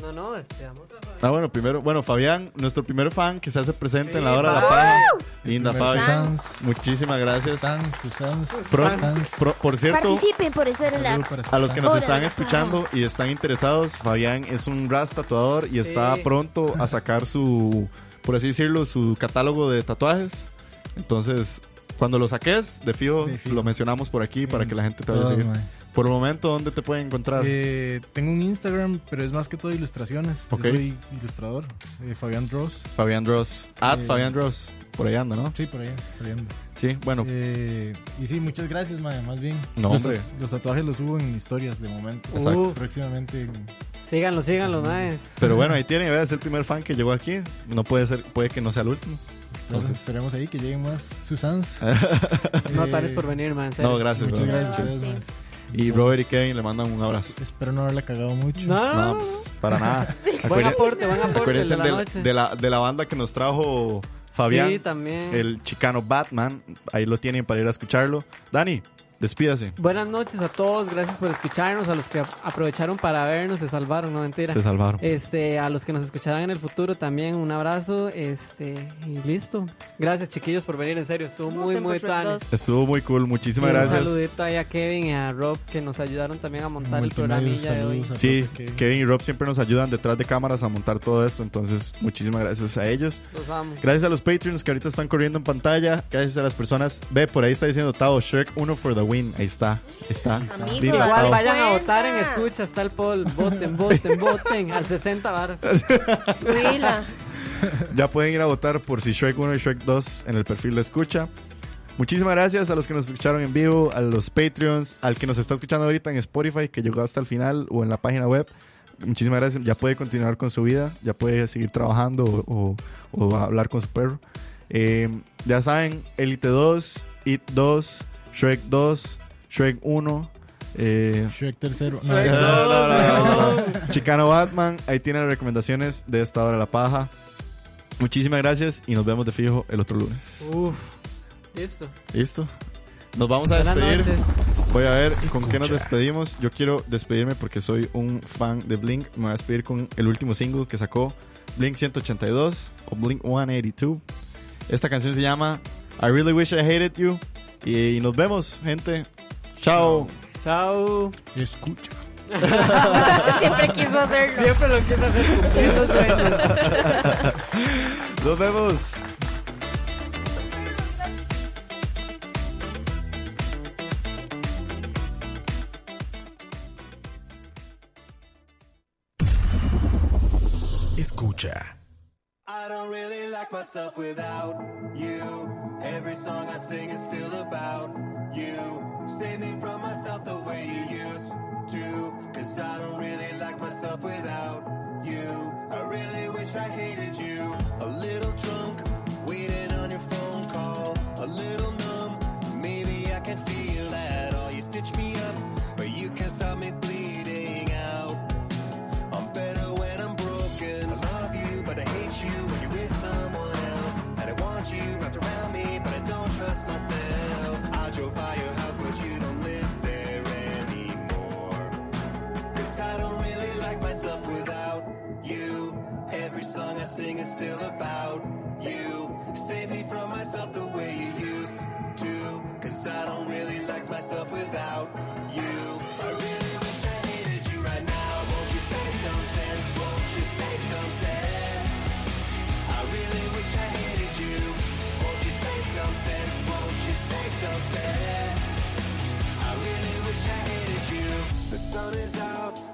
No, no, despedamos a ah, bueno, primero, bueno, Fabián, nuestro primer fan que se hace presente en la Sí, hora de la Pau. paja. Linda Primer Fabi, Sans, muchísimas gracias. Sans, Susans, Pro- Sans. pro- por cierto, Participen por esa la Saludo para a los que nos Hora están de la escuchando y están interesados, Fabián es un ras tatuador y está Sí. pronto a sacar su, por así decirlo, su catálogo de tatuajes. Entonces, cuando lo saques, de fijo, De fijo. lo mencionamos por aquí para En que la gente te vaya a Todas, seguir. mae. Por el momento, ¿dónde te pueden encontrar? Eh, tengo un Instagram, pero es más que todo ilustraciones. Ok. Yo soy ilustrador, eh, Fabián Dross. Fabián Dross. At eh, Fabián Dross. Por ahí anda, ¿no? Sí, por ahí, por ahí ando. Sí, bueno. Eh, y sí, muchas gracias, mae, más bien. No, los, hombre. los tatuajes los subo en historias de momento. Exacto. Uh, próximamente. en- Síganlo, síganlo, maes. Pero bueno, ahí tienen, ¿verdad? es el primer fan que llegó aquí. No puede ser, puede que no sea el último. Entonces. esperemos ahí que lleguen más Susans. No, Eh, tales por Ah, venir, man. en serio. No, gracias, Muchas bro. gracias. Sí. ustedes, mae. Y Robert y Kevin le mandan un abrazo. Espero no haberla cagado mucho. No, no, No, no. pues, para nada. Buen Acuérdense- aporte, buen aporte el Acuérdense de la del- noche. de, la, de la banda que nos trajo Fabián, Sí, también. el chicano Batman. Ahí lo tienen para ir a escucharlo. Dani, despídase. Buenas noches a todos, gracias por escucharnos, a los que ap- aprovecharon para vernos, se salvaron, no mentira. Se salvaron. Este, a los que nos escucharán en el futuro también un abrazo, este, y listo. Gracias chiquillos por venir, en serio, estuvo muy Voten por muy Shrek tan. 2. Estuvo muy cool. Y Muchísimas Un gracias. saludito ahí a Kevin y a Rob que nos ayudaron también a montar el Multimedia, programilla de hoy. saludos a Sí, Roque, que- Kevin y Rob siempre nos ayudan detrás de cámaras a montar todo esto. Entonces, muchísimas gracias a ellos. Los amo. Gracias a los Patreons que ahorita están corriendo en pantalla. Gracias a las personas. Ve, por ahí está diciendo Tavo Shrek 1 for the win. Ahí está. Está. Amigo, Dile a dale. Igual Tavo. vayan a Cuenta. votar en escucha, está el poll, voten, voten, voten, al 60 varas. Huila. Ya pueden ir a votar por si Shrek 1 y Shrek 2 en el perfil de escucha. Muchísimas gracias a los que nos escucharon en vivo, a los Patreons, al que nos está escuchando ahorita en Spotify, que llegó hasta el final, o en la página web. Muchísimas gracias. Ya puede continuar con su vida, ya puede seguir trabajando o, o- o hablar con su perro. Eh, ya saben, Elite 2, It 2, Shrek 2, Shrek 1. eh, Shrek tercero. No, Shrek no, ese- no, no, no, no. Chicano Batman, ahí tienen las recomendaciones de esta hora de la paja. Muchísimas gracias y nos vemos de fijo el otro lunes. Uf. Listo. ¿Listo? Nos vamos a Buenas despedir. noches. Voy a ver con qué nos despedimos. Yo quiero despedirme porque soy un fan de Blink. Me voy a despedir con el último single que sacó Blink 182 o Blink 182. Esta canción se llama I Really Wish I Hated You. Y, nos vemos, gente. Chao. Chao. Escucha. Siempre quiso hacerlo. Siempre lo quise hacer cumpliendo sueños. Nos vemos. Escucha. I don't really like myself without you. Every song I sing is still about you. Save me from myself the way you used to. Cause I don't really like myself without you. I really wish I hated you. A little drunk, waiting on your phone call. A little numb, maybe I can feel at all. You stitch me up, but you can't stop me bleeding out. I'm better when I'm broken. I love you, but I hate you when you're with someone else. And I want you wrapped around me, but I don't trust myself. I drove by your house, but you don't live there anymore. Cause I don't really like myself without you. Every song I sing is still about you. Save me from myself the way you used to. Cause I don't really like myself without you. I really wish I hated you right now. Won't you say something? Won't you say something? I really wish I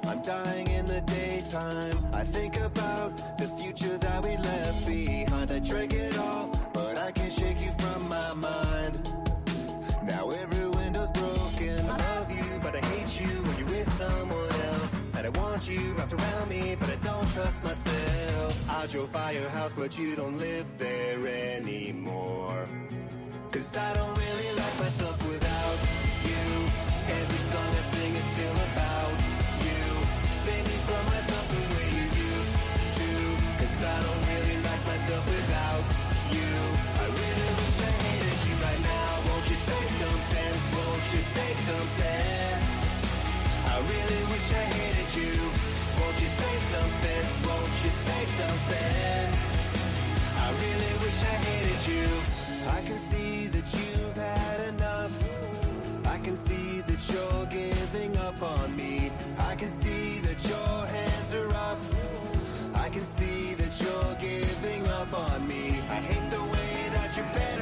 I'm dying in the daytime. I think about the future that we left behind. I drank it all, but I can't shake you from my mind. Now every window's broken. I love you, but I hate you when you're with someone else. And I want you wrapped around me, but I don't trust myself. I drove by your house, but you don't live there anymore. Cause I don't really like myself without you. Every song I sing is still about you. Save me from myself the way you used to. Cause I don't really like myself without you. I really wish I hated you right now. Won't you say something? Won't you say something? I really wish I hated you. Won't you say something? Won't you say something? I really wish I hated you. I can see that you've had enough. I can see that you're giving up on me. I can see that your hands are up. I can see that you're giving up on me. I hate the way that you're bent.